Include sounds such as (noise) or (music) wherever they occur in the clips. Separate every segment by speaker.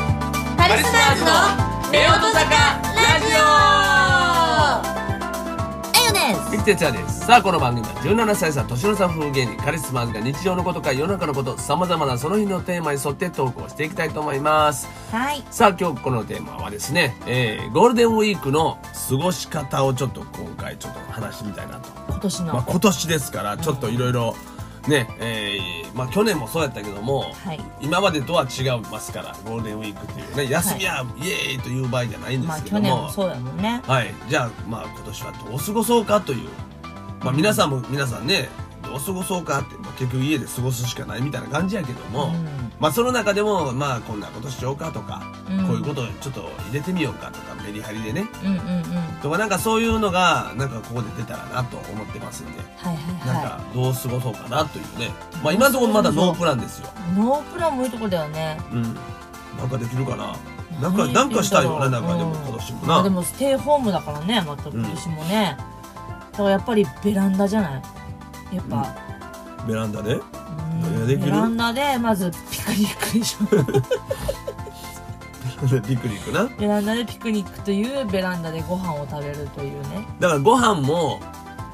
Speaker 1: カリスマーズのレオト坂ラジオエヨです
Speaker 2: 三木哲也ですさあこの番組は17歳差年の差夫婦芸人カリスマーズが日常のことから世の中のことさまざまなその日のテーマに沿って投稿していきたいと思います
Speaker 1: はい
Speaker 2: さあ今日このテーマはですね、えーゴールデンウィークの過ごし方をちょっと今回ちょっと話してみたいなと、
Speaker 1: 今年の
Speaker 2: まあ、今年ですからちょっといろいろねえーまあ去年もそうやったけども、
Speaker 1: はい
Speaker 2: 今までとは違いますからゴールデンウィークというね休みや、イエーイという場合じゃないんで
Speaker 1: まあ
Speaker 2: すけど
Speaker 1: 去
Speaker 2: も、
Speaker 1: 年もそうやもんね
Speaker 2: はい、じゃあ、まあ、今年はどう過ごそうかという、まあ、皆さんも皆さんねどう過ごそうかって、まあ、結局家で過ごすしかないみたいな感じやけども、
Speaker 1: うん
Speaker 2: まあ、その中でも、まあ、こんなことしようかとか、
Speaker 1: うん
Speaker 2: こういうことをちょっと入れてみようかとかメリハリでね
Speaker 1: うんうんうんはい
Speaker 2: とかなんかそういうのがなんかここで出たらなと思ってますんで、
Speaker 1: はい
Speaker 2: なん
Speaker 1: は
Speaker 2: かどう過ごそうかなというね、まあ、今のところまだノープランですよ、
Speaker 1: いノープランもいいとこだよね
Speaker 2: うん、なんかできるかななんかなんかしたいよねなんかでも今年もな、
Speaker 1: でもステイホームだからねまた今年もねだからやっぱりベランダじゃないやっぱ
Speaker 2: ベランダで (laughs)
Speaker 1: うん
Speaker 2: 何ができる
Speaker 1: ベランダでまずピクニックでしょ
Speaker 2: リクリクな
Speaker 1: ベランダでピクニックというベランダでご飯を食べるというね
Speaker 2: だからご飯も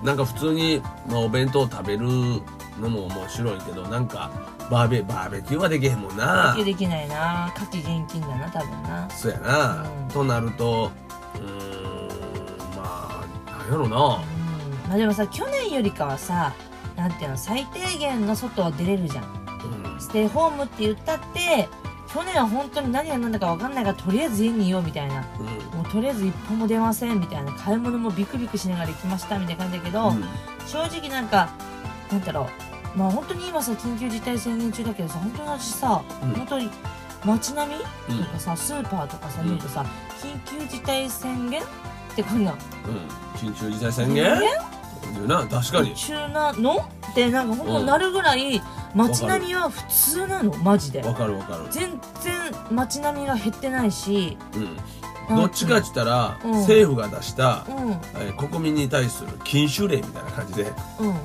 Speaker 2: なんか普通に、まあ、お弁当を食べるのも面白いけどなんかバーベバーベキューはできへんもんな
Speaker 1: できないな夏季現金だな多分な
Speaker 2: そうやな、
Speaker 1: うん
Speaker 2: となるとうーんまあなんや
Speaker 1: うん
Speaker 2: ろな
Speaker 1: まあでもさ去年よりかはさなんていうの最低限の外は出れるじゃん
Speaker 2: うん
Speaker 1: ステイホームって言ったって去年は本当に何が何だか分かんないからとりあえず家にいようみたいなもうとりあえず一歩も出ませんみたいな買い物もビクビクしながら行きましたみたいな感じだけど、
Speaker 2: うんうん
Speaker 1: 正直なんかなんだろうまあ本当に今さ緊急事態宣言中だけどさ本当に私さ、
Speaker 2: うん
Speaker 1: 本当に街並み
Speaker 2: うん
Speaker 1: とかさスーパーとかさ
Speaker 2: うん
Speaker 1: 見るとさ、緊急事態宣言ってこんなん
Speaker 2: 緊急事態宣言言うな確かに
Speaker 1: 中なのってなんか本当になるぐらい街並みは普通なのマジで
Speaker 2: わかるわか
Speaker 1: 全然街並みが減ってないし
Speaker 2: る、うん、
Speaker 1: なん
Speaker 2: どっちかって言ったら、
Speaker 1: うん
Speaker 2: 政府が出した
Speaker 1: う、ん (laughs) うん
Speaker 2: えー国民に対する禁酒令みたいな感じで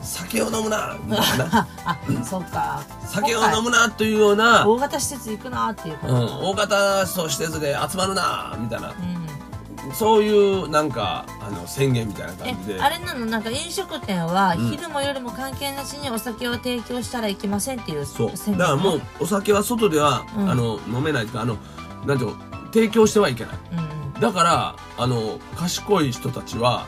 Speaker 2: 酒を飲むなみたいな
Speaker 1: ああそうか
Speaker 2: 酒を飲むなというような、うん、
Speaker 1: 大型施設行くなっていうこと
Speaker 2: 大型そう施設で集まるなみたいな
Speaker 1: うん
Speaker 2: そういうなんかあの宣言みたいな
Speaker 1: え
Speaker 2: 感じで
Speaker 1: あれなのなんか飲食店は
Speaker 2: うん
Speaker 1: 昼も夜も関係なしにお酒を提供したらいけませんっていう
Speaker 2: そう
Speaker 1: 宣言
Speaker 2: だからもうお酒は外では、
Speaker 1: うん
Speaker 2: あの飲めないとかあのなんていうの提供してはいけない
Speaker 1: うん
Speaker 2: だからあの賢い人たちは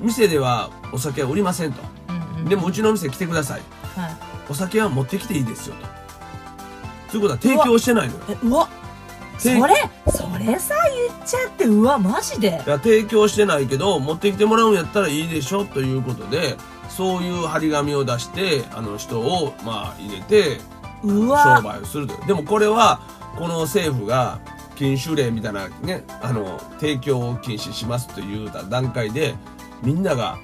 Speaker 1: う
Speaker 2: 店ではお酒は売りませんと
Speaker 1: んうんうんうん
Speaker 2: でもうちのお店来てください
Speaker 1: はい
Speaker 2: お酒は持ってきていいですよとということは提供してないのよ
Speaker 1: えうわそ
Speaker 2: 提
Speaker 1: れそれさ言っちゃってうわマジで
Speaker 2: だから提供してないけど持ってきてもらうんやったらいいでしょということでそういう張り紙を出してあの人をまあ入れて
Speaker 1: う
Speaker 2: 商
Speaker 1: わ
Speaker 2: 売をするとでもこれはこの政府が禁酒令みたいなねあの提供を禁止しますという段階でみんなが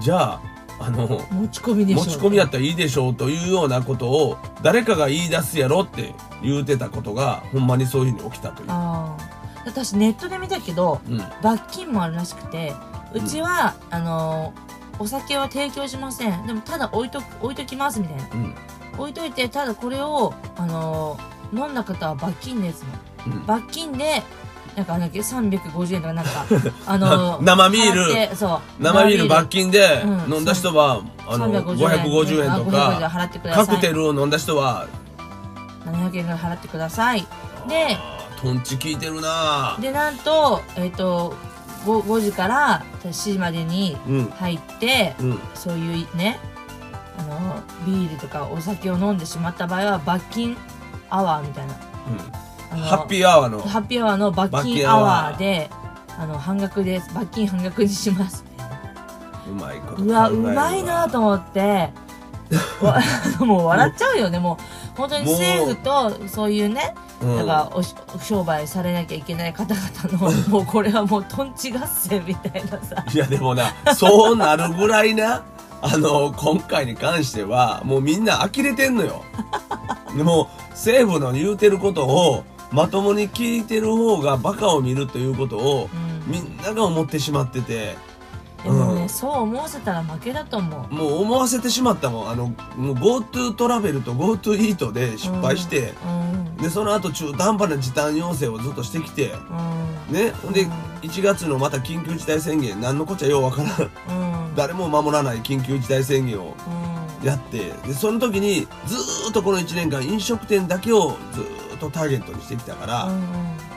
Speaker 2: じゃああの
Speaker 1: 持ち込みでしょ
Speaker 2: 持ち込みやったらいいでしょうというようなことを誰かが言い出すやろって言うてたことがほんまにそういうふうに起きたという。
Speaker 1: あー私ネットで見たけど
Speaker 2: うん
Speaker 1: 罰金もあるらしくてうちは、あのーお酒は提供しませんでもただ置いとく置いときますみたいな
Speaker 2: うん
Speaker 1: 置いといてただこれをあのー飲んだ方は罰金ですね
Speaker 2: うん
Speaker 1: 罰金でなんかあの350円とかなんか
Speaker 2: (laughs)
Speaker 1: あのー
Speaker 2: 生ビール
Speaker 1: 払ってそう
Speaker 2: 生ビール罰
Speaker 1: 金
Speaker 2: 金で
Speaker 1: うん
Speaker 2: 飲んだ人は、あの550円とか
Speaker 1: 払ってくださ
Speaker 2: カ
Speaker 1: い
Speaker 2: クテルを飲んだ人は
Speaker 1: 700円ぐらい払ってくださいで
Speaker 2: あートンチ効いてるなぁ
Speaker 1: でなんとえっ、と 5, 5時から7時までに
Speaker 2: うん
Speaker 1: 入って
Speaker 2: うん
Speaker 1: そういうねあのビールとかお酒を飲んでしまった場合は罰金アワーみたいなあ
Speaker 2: うん
Speaker 1: の
Speaker 2: ハッピーアワーの
Speaker 1: ハッピーアワーの罰
Speaker 2: 罰
Speaker 1: 金
Speaker 2: 金
Speaker 1: ア
Speaker 2: ア
Speaker 1: ワ
Speaker 2: ワー
Speaker 1: ーであの半額です罰金半額にします
Speaker 2: うまいこと考える
Speaker 1: うわうまいなと思
Speaker 2: (laughs)
Speaker 1: ってわもう笑っちゃうよねもう本当に
Speaker 2: もう
Speaker 1: 政府とそういうね
Speaker 2: うん
Speaker 1: だからおし商売されなきゃいけない方々
Speaker 2: (laughs)
Speaker 1: のもうこれはもうとんち合戦みたいなさ
Speaker 2: いやでもなそうなるぐらいなあの今回に関してはもうみんな呆れてんのよ (laughs) でも政府の言うてることをまともに聞いてる方がバカを見るということを
Speaker 1: うん
Speaker 2: みんなが思ってしまってて
Speaker 1: でもね、
Speaker 2: うん
Speaker 1: そう思わせたら負けだと思う
Speaker 2: もう思わせてしまったもんあのもう GoTo トラベルと GoTo イートで失敗して、
Speaker 1: うん
Speaker 2: でその後中途半端な時短要請をずっとしてきて
Speaker 1: う
Speaker 2: ねほんで
Speaker 1: うん
Speaker 2: 1月のまた緊急事態宣言何のこっちゃようわからん (laughs)
Speaker 1: んうん
Speaker 2: 誰も守らない緊急事態宣言を
Speaker 1: うん
Speaker 2: やってでその時にずーっとこの1年間飲食店だけをずーっとターゲットにしてきたから、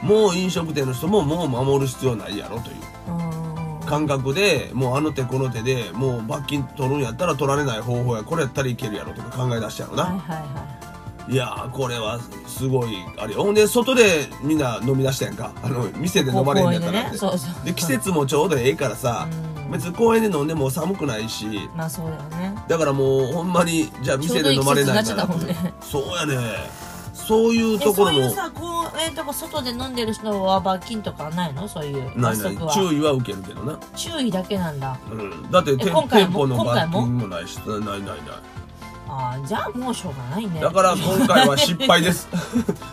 Speaker 2: もう飲食店の人ももう守る必要ないやろという
Speaker 1: うん
Speaker 2: 感覚でもうあの手この手でもう罰金取るんやったら取られない方法やこれやったらいけるやろとか考え出したやろ
Speaker 1: はいはい
Speaker 2: な、
Speaker 1: はい
Speaker 2: やーこれはすごいあれよほんで外でみんな飲み出したやんかあの店
Speaker 1: い
Speaker 2: で飲まれへんやった
Speaker 1: 公
Speaker 2: らっ
Speaker 1: 園で
Speaker 2: て
Speaker 1: ねそうそう
Speaker 2: で季節もちょうどええからさ、
Speaker 1: うん
Speaker 2: 別に公園で飲んでも寒くないし
Speaker 1: まあそうだよね
Speaker 2: だからもうほんまにじゃあ店で飲まれない
Speaker 1: ちょう
Speaker 2: な
Speaker 1: どいい
Speaker 2: ら
Speaker 1: 季節になっちゃったもんね
Speaker 2: そうやねそういう
Speaker 1: え
Speaker 2: とこ
Speaker 1: そ
Speaker 2: ろ
Speaker 1: うい
Speaker 2: も
Speaker 1: うさ公園とか外で飲んでる人は罰金とかないのそういう
Speaker 2: ない
Speaker 1: 罰
Speaker 2: ない
Speaker 1: 則は
Speaker 2: 注意は受けるけどな、
Speaker 1: 注意だけなんだ
Speaker 2: うん、だって店
Speaker 1: 今回
Speaker 2: 店
Speaker 1: も
Speaker 2: 舗の
Speaker 1: 今回
Speaker 2: 罰
Speaker 1: も
Speaker 2: 金もないしないないない
Speaker 1: ああじゃあもうしょうがないね
Speaker 2: だから今回は失敗
Speaker 1: (laughs)
Speaker 2: です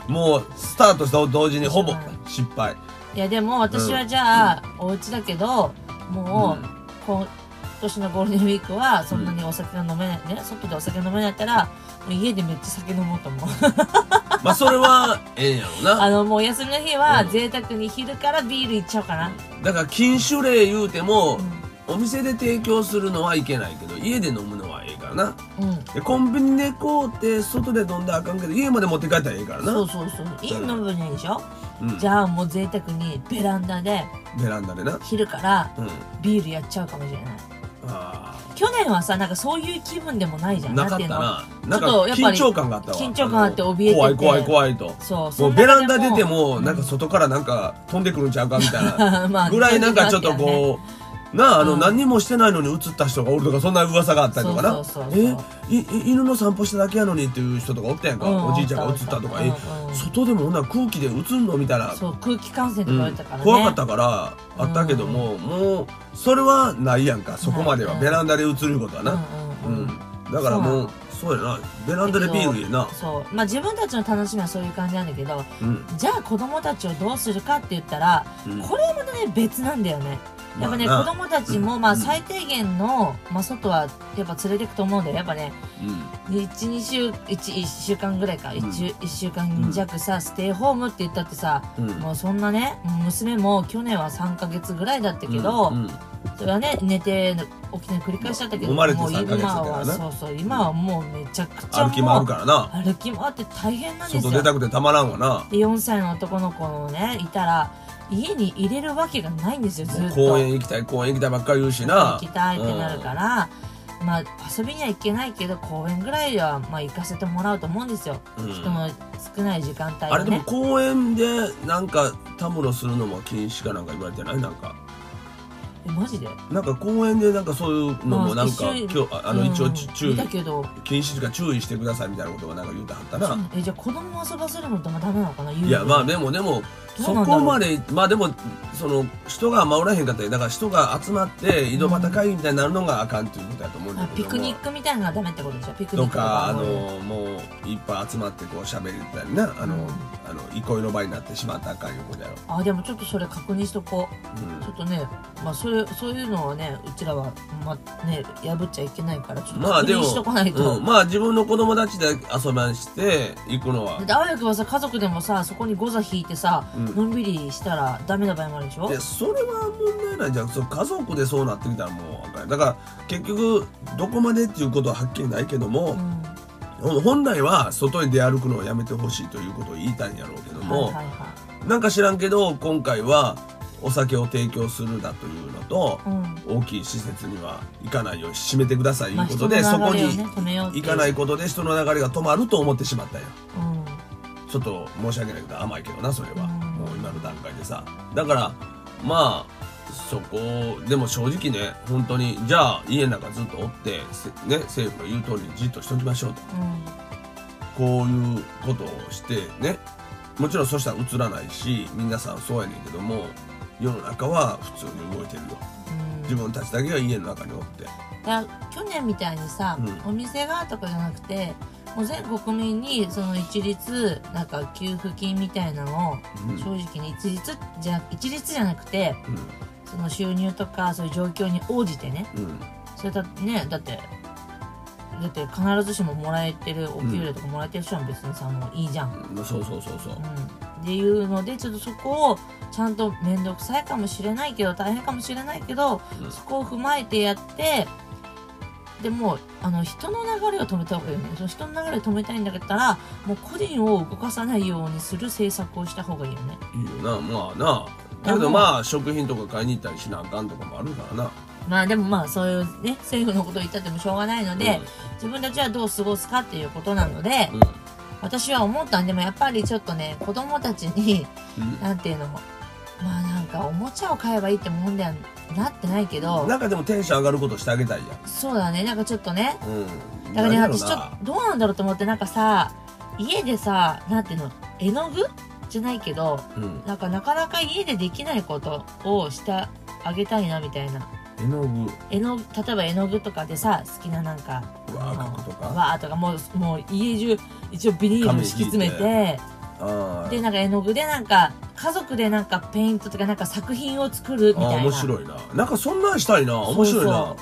Speaker 2: もうスタートした同時にほぼ
Speaker 1: はい
Speaker 2: 失敗
Speaker 1: いやでも私はじゃあ、お家だけどもう、
Speaker 2: うん
Speaker 1: 今年のゴールデンウィークはそんなにお酒が飲めない、ね外でお酒飲めないったらもう家でめっちゃ酒飲もうと思う
Speaker 2: まあそれはええんやろ
Speaker 1: (laughs) あ
Speaker 2: な
Speaker 1: のもう休みの日は
Speaker 2: うん
Speaker 1: 贅沢に昼からビールいっちゃおうかな、
Speaker 2: だから禁酒令言うても
Speaker 1: う、
Speaker 2: お店で提供するのはいけないけど家で飲むのはええからなん
Speaker 1: うん
Speaker 2: でコンビニでこうって外で飲んだらあかんけど家まで持って帰ったらええからな
Speaker 1: そうそうそういい飲むないでしょ、
Speaker 2: うん
Speaker 1: じゃあもう贅沢にベランダで
Speaker 2: ベランダでな
Speaker 1: 昼から
Speaker 2: うん
Speaker 1: ビールやっちゃうかもしれない
Speaker 2: あ
Speaker 1: 去年はさなんかそういう気分でもないじゃ
Speaker 2: あ
Speaker 1: ん
Speaker 2: なかっ
Speaker 1: んてい
Speaker 2: た
Speaker 1: うの
Speaker 2: ななん
Speaker 1: ちょっ
Speaker 2: か
Speaker 1: とやっぱ
Speaker 2: 緊
Speaker 1: り
Speaker 2: 張感があったわ
Speaker 1: 緊張感あって怯えてて
Speaker 2: あの怖い怖い怖いと
Speaker 1: そうそ
Speaker 2: もう
Speaker 1: の
Speaker 2: ベラ
Speaker 1: 中
Speaker 2: ン
Speaker 1: で
Speaker 2: ダ出てもなんか外からなんか飛んでくるんちゃうかみたいな
Speaker 1: (laughs) まあ
Speaker 2: ぐらいなんかちょっとこうなああの
Speaker 1: うん
Speaker 2: 何にもしてないのに映った人がおるとかそんな噂があったりとかな
Speaker 1: そうそうそうそう
Speaker 2: えいい犬の散歩しただけやのにっていう人とかおったやんか
Speaker 1: うん
Speaker 2: おじいちゃんが映ったとか
Speaker 1: うん
Speaker 2: え
Speaker 1: うん
Speaker 2: 外でもほんなら空気で映んのみたいな
Speaker 1: そう空気感染と
Speaker 2: う
Speaker 1: か言
Speaker 2: ん
Speaker 1: われたからね、
Speaker 2: 怖かったからあったけども、もうそれはないやんかそこまでは、
Speaker 1: うん
Speaker 2: ベランダで映ることはな、
Speaker 1: う
Speaker 2: うん
Speaker 1: うん
Speaker 2: ん
Speaker 1: うん
Speaker 2: だからもうそうやなベランダでビールやな、
Speaker 1: そうまあ自分たちの楽しみはそういう感じなんだけど
Speaker 2: うん
Speaker 1: じゃあ子供たちをどうするかって言ったら
Speaker 2: うん
Speaker 1: これはまたね別なんだよねやっぱね、
Speaker 2: まあ
Speaker 1: 子
Speaker 2: な
Speaker 1: 供たちもま
Speaker 2: う
Speaker 1: あ
Speaker 2: ん
Speaker 1: 最低限の、まあ、外はやっぱ連れてくと思うんだよやっぱね12週 1, 1週間ぐらいか 1,、
Speaker 2: うん
Speaker 1: 一週間弱さ、ステイホームって言ったってさ
Speaker 2: うんうん
Speaker 1: もうそんなね娘も去年は3ヶ月ぐらいだったけど、
Speaker 2: うんうん
Speaker 1: それはね寝て起きて繰り返しちゃったけど
Speaker 2: 生まれて
Speaker 1: もう
Speaker 2: 3ヶ月だ
Speaker 1: 今
Speaker 2: から
Speaker 1: は
Speaker 2: な
Speaker 1: そうそう今はもうめちゃくちゃ
Speaker 2: 歩き回るからな
Speaker 1: ら歩き回って大変なんですよ
Speaker 2: 外出たくてたまらんわな
Speaker 1: で4歳の男の子をねいたら家に入れるわけがないんですよずっと
Speaker 2: 公園行きたい公園行きたいばっかり言うしな
Speaker 1: 行きたいってなるから、まあ遊びには行けないけど公園ぐらいはまあ行かせてもらうと思うんですよ、
Speaker 2: うん
Speaker 1: 人も少ない時間帯
Speaker 2: あれ
Speaker 1: は
Speaker 2: でも
Speaker 1: ね
Speaker 2: 公園でなんかたむろするのも禁止かなんか言われてないなんか
Speaker 1: えマジで
Speaker 2: なんか公園でなんかそういうのもなん
Speaker 1: あ
Speaker 2: か
Speaker 1: 一緒
Speaker 2: 今日ああの
Speaker 1: うん
Speaker 2: 一応ち注意
Speaker 1: 見たけど
Speaker 2: 禁止とか注意してくださいみたいなことがなんか言うてはったな、
Speaker 1: えじゃあ子供を遊ばせるのってもダメなのかな
Speaker 2: いやまあ
Speaker 1: ね
Speaker 2: でもでも
Speaker 1: ど
Speaker 2: そう
Speaker 1: なんだろう
Speaker 2: こまでまあでもその人が守らへんかったりだから人が集まって井戸端会議みたいになるのがあかんっていうことやと思うんだ
Speaker 1: あ
Speaker 2: けど
Speaker 1: ピクニックみたいなのがダメってことでしょピクニッ
Speaker 2: と
Speaker 1: ク
Speaker 2: かあの
Speaker 1: うん
Speaker 2: もういっぱい集まってこう喋ったりなあの、
Speaker 1: うん
Speaker 2: あの憩いの場になってしまったらあかんいうことやろ、
Speaker 1: あでもちょっとそれ確認しとこうちょっとねまあそれそういうのはねうちらはまあね破っちゃいけないからちょっと
Speaker 2: まあ
Speaker 1: 確
Speaker 2: で
Speaker 1: 認
Speaker 2: も
Speaker 1: しとかないと、
Speaker 2: うん、うん、まあ自分の子供たちで遊ばして行くのは
Speaker 1: だってあわよくばさ家族でもさそこにゴザ引いてさ
Speaker 2: うん
Speaker 1: のんびりしたらダメな場合もあるでしょ
Speaker 2: いやそれは問題ないじゃんその家族でそうなってきたらもうあかんだから結局どこまでっていうことははっきりないけど
Speaker 1: う
Speaker 2: も、
Speaker 1: ん
Speaker 2: 本来は外に出歩くのをやめてほしいということを言いたいんやろうけども、
Speaker 1: はいはいは
Speaker 2: なんか知らんけど今回はお酒を提供するだというのと
Speaker 1: い、うん
Speaker 2: 大きい施設には行かないように閉めてくださいと
Speaker 1: まあ
Speaker 2: いうこ
Speaker 1: 人
Speaker 2: と
Speaker 1: の流
Speaker 2: で、
Speaker 1: れ
Speaker 2: そこ
Speaker 1: をね
Speaker 2: に
Speaker 1: 止めようって
Speaker 2: 行
Speaker 1: いう
Speaker 2: かないことで人の流れが止まると思ってしまったよ
Speaker 1: うん
Speaker 2: ちょっと申し訳ないけど甘いけどなそれは
Speaker 1: うん
Speaker 2: もう今の段階でさだからまあそこでも正直ね本当にじゃあ家の中ずっとおってせね政府の言う通りにじっとしときましょうとこういうことをしてねもちろんそしたら映らないし皆さんそうやねんけども世の中は普通に動いてるよ
Speaker 1: うん
Speaker 2: 自分たちだけが家の中におって
Speaker 1: だから去年みたいにさ、
Speaker 2: うん
Speaker 1: お店がとかじゃなくてもう全国民にその一律なんか給付金みたいなのを
Speaker 2: うん
Speaker 1: 正直に一律じゃ一律じゃなくて
Speaker 2: う
Speaker 1: その収入とかそういう状況に応じてね
Speaker 2: んうん
Speaker 1: それだねだってだって必ずしももらえてるお給料とかもらえてる人は別にさもういいじゃん、うん、
Speaker 2: そうそうそうそう
Speaker 1: っていうのでちょっとそこをちゃんと面倒くさいかもしれないけど大変かもしれないけど、
Speaker 2: うん
Speaker 1: そこを踏まえてやってでもうあの人の流れを止めた方がいいよねその人の流れを止めたいんだったらもう個人を動かさないようにする政策をした方がいいよね
Speaker 2: いいよなまあなだけどまあ食品とか買いに行ったりしなあかんとかもあるからな
Speaker 1: まあでもまあそういうね政府のことを言ったってもしょうがないので、
Speaker 2: うん
Speaker 1: 自分たちはどう過ごすかっていうことなので、
Speaker 2: うん
Speaker 1: 私は思ったんでもやっぱりちょっとね子供たちに
Speaker 2: うん
Speaker 1: なんていうのまあなんかおもちゃを買えばいいってもんではなってないけど
Speaker 2: なんかでもテンション上がることしてあげたいや
Speaker 1: そうだねなんかちょっとね
Speaker 2: んうん
Speaker 1: だからね
Speaker 2: なん
Speaker 1: 私ちょっとどうなんだろうと思ってなんかさ家でさなんていうの絵の具じゃないけど
Speaker 2: とうん
Speaker 1: なんかなかなか家でできないことをしてあげたいなみたいな
Speaker 2: 絵の具
Speaker 1: 絵の例えば絵の具とかでさ好きななんか
Speaker 2: わー描くとか
Speaker 1: わーとかもうもう家中一応ビニールを敷き詰め
Speaker 2: 紙引
Speaker 1: て
Speaker 2: あ
Speaker 1: でなんか絵の具でなんか家族でなんかペイントとかなんか作品を作るみ
Speaker 2: あ
Speaker 1: た
Speaker 2: あ
Speaker 1: いな
Speaker 2: 面白いななんかそんなんしたいな面白いな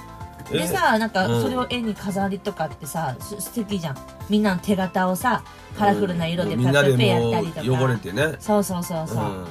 Speaker 2: え
Speaker 1: でさなんか
Speaker 2: うん
Speaker 1: それを絵に飾りとかってさ、す素敵じゃんみんなの手形をさカラフルな色で
Speaker 2: うんみ
Speaker 1: ペ
Speaker 2: んな
Speaker 1: ッ
Speaker 2: で
Speaker 1: ペペや
Speaker 2: も
Speaker 1: ったりとか、
Speaker 2: う汚れてね
Speaker 1: そうそうそうそう、
Speaker 2: うん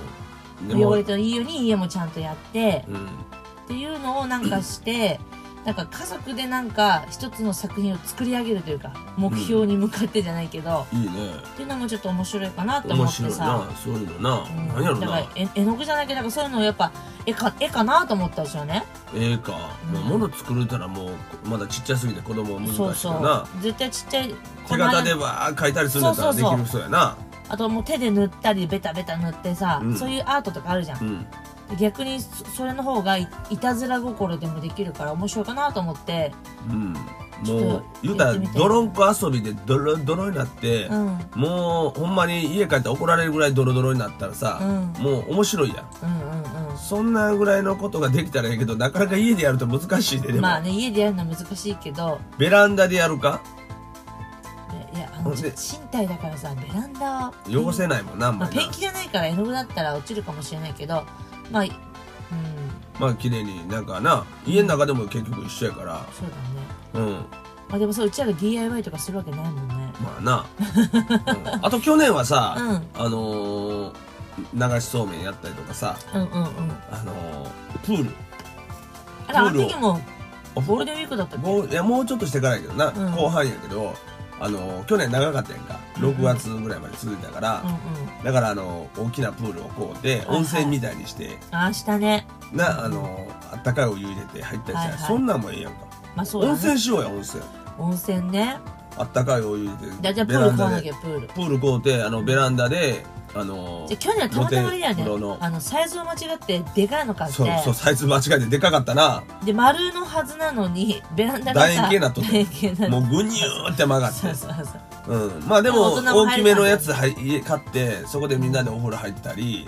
Speaker 2: でも
Speaker 1: 汚れてもいいように家もちゃんとやって、
Speaker 2: うん
Speaker 1: っていうのをなんかしてなんか家族でなんか一つの作品を作り上げるというか目標に向かってじゃないけど、
Speaker 2: いいね
Speaker 1: っていうのもちょっと面白いかなと思
Speaker 2: 面
Speaker 1: って
Speaker 2: 白い
Speaker 1: さ
Speaker 2: なそういうのな
Speaker 1: うん
Speaker 2: 何やろ
Speaker 1: だから
Speaker 2: な
Speaker 1: 絵絵の具じゃないけどなんかそういうのをやっぱ絵か絵かなと思ったんですよね
Speaker 2: ええか
Speaker 1: うん
Speaker 2: まあ物作るたらもうまだちっちゃすぎて子供は難しい
Speaker 1: そう
Speaker 2: か
Speaker 1: そう
Speaker 2: ら
Speaker 1: 絶対ちっちゃい
Speaker 2: な手形でわー描いたりするんだった
Speaker 1: そ
Speaker 2: ら
Speaker 1: う
Speaker 2: で
Speaker 1: そうそう
Speaker 2: きる人やな
Speaker 1: あともう手で塗ったりベタベタ塗ってさ、
Speaker 2: うん
Speaker 1: そういうアートとかあるじゃん、
Speaker 2: うん
Speaker 1: 逆にそそれの方がいいたずら心でもできるから面白いかなと思って
Speaker 2: うん
Speaker 1: ちょっと
Speaker 2: もう言うた
Speaker 1: やっ
Speaker 2: ら
Speaker 1: てみて
Speaker 2: 泥んこ遊びでドロドロになって
Speaker 1: うんうん
Speaker 2: もうほんまに家帰って怒られるぐらいドロドロになったら
Speaker 1: うんう
Speaker 2: さ
Speaker 1: ん
Speaker 2: もう面白いやん
Speaker 1: うん
Speaker 2: そんなぐらいのことができたらいいけどなかなか家でやると難しいででも、
Speaker 1: まあね家でやるのは難しいけど
Speaker 2: ベランダでやるか
Speaker 1: いやあの
Speaker 2: ほんで
Speaker 1: 賃貸だからさベランダは
Speaker 2: 汚せないもんなあん
Speaker 1: ま
Speaker 2: ま
Speaker 1: あ、
Speaker 2: りな
Speaker 1: ペンキじゃないから絵の具だったら落ちるかもしれないけどまあうん
Speaker 2: まあ綺麗になんかな家の中でも結局一緒やか
Speaker 1: そうだね
Speaker 2: らうん
Speaker 1: まあでもそううちらが DIY とかするわけないもんね
Speaker 2: まあな、うんあと去年はさ、
Speaker 1: う
Speaker 2: あのー、流しそうめんやったりとかさ
Speaker 1: うんうんうん
Speaker 2: あのー、プール
Speaker 1: あれあ
Speaker 2: プール
Speaker 1: の
Speaker 2: を
Speaker 1: 時も
Speaker 2: お
Speaker 1: ゴールデンウィークだったっけ
Speaker 2: もういやもうちょっとしてからやけどな、
Speaker 1: うん
Speaker 2: 後半やけどあのー、去年長かったやんか6月ぐらいまで続いたから、
Speaker 1: うんうん
Speaker 2: だからあのー大きなプールをこうで
Speaker 1: はい
Speaker 2: 温泉みたいにして、
Speaker 1: ああしたね
Speaker 2: なあのあったかいお湯入れて入ったりした
Speaker 1: はいは
Speaker 2: ら、
Speaker 1: い
Speaker 2: そんなんもええやんか、
Speaker 1: まあそうだね
Speaker 2: 温泉しようや温泉
Speaker 1: 温泉ね
Speaker 2: あったかいお湯入
Speaker 1: じゃ
Speaker 2: れ
Speaker 1: あじゃ
Speaker 2: て
Speaker 1: あプ
Speaker 2: ベ
Speaker 1: ー
Speaker 2: ラ
Speaker 1: ル
Speaker 2: ン
Speaker 1: 買わ
Speaker 2: ダ
Speaker 1: な
Speaker 2: で
Speaker 1: きゃプール
Speaker 2: プール買うてあのベランダであの
Speaker 1: じゃあ去年はたまたまあれだよね
Speaker 2: 露天風呂の
Speaker 1: あのサイズを間違ってでかいの買って
Speaker 2: そうそうサイズ間違えてでかかっ
Speaker 1: (laughs)
Speaker 2: たな
Speaker 1: で丸のはずなのにベランダがさ
Speaker 2: 楕円形になっとって
Speaker 1: 楕円形になっ
Speaker 2: もうぐにゅーって曲がっ
Speaker 1: そう
Speaker 2: て
Speaker 1: そうそう
Speaker 2: うんまあでも
Speaker 1: 大人も
Speaker 2: 大
Speaker 1: 入
Speaker 2: き
Speaker 1: る
Speaker 2: めのやつはい家買ってそこでみんなでお風呂入ったり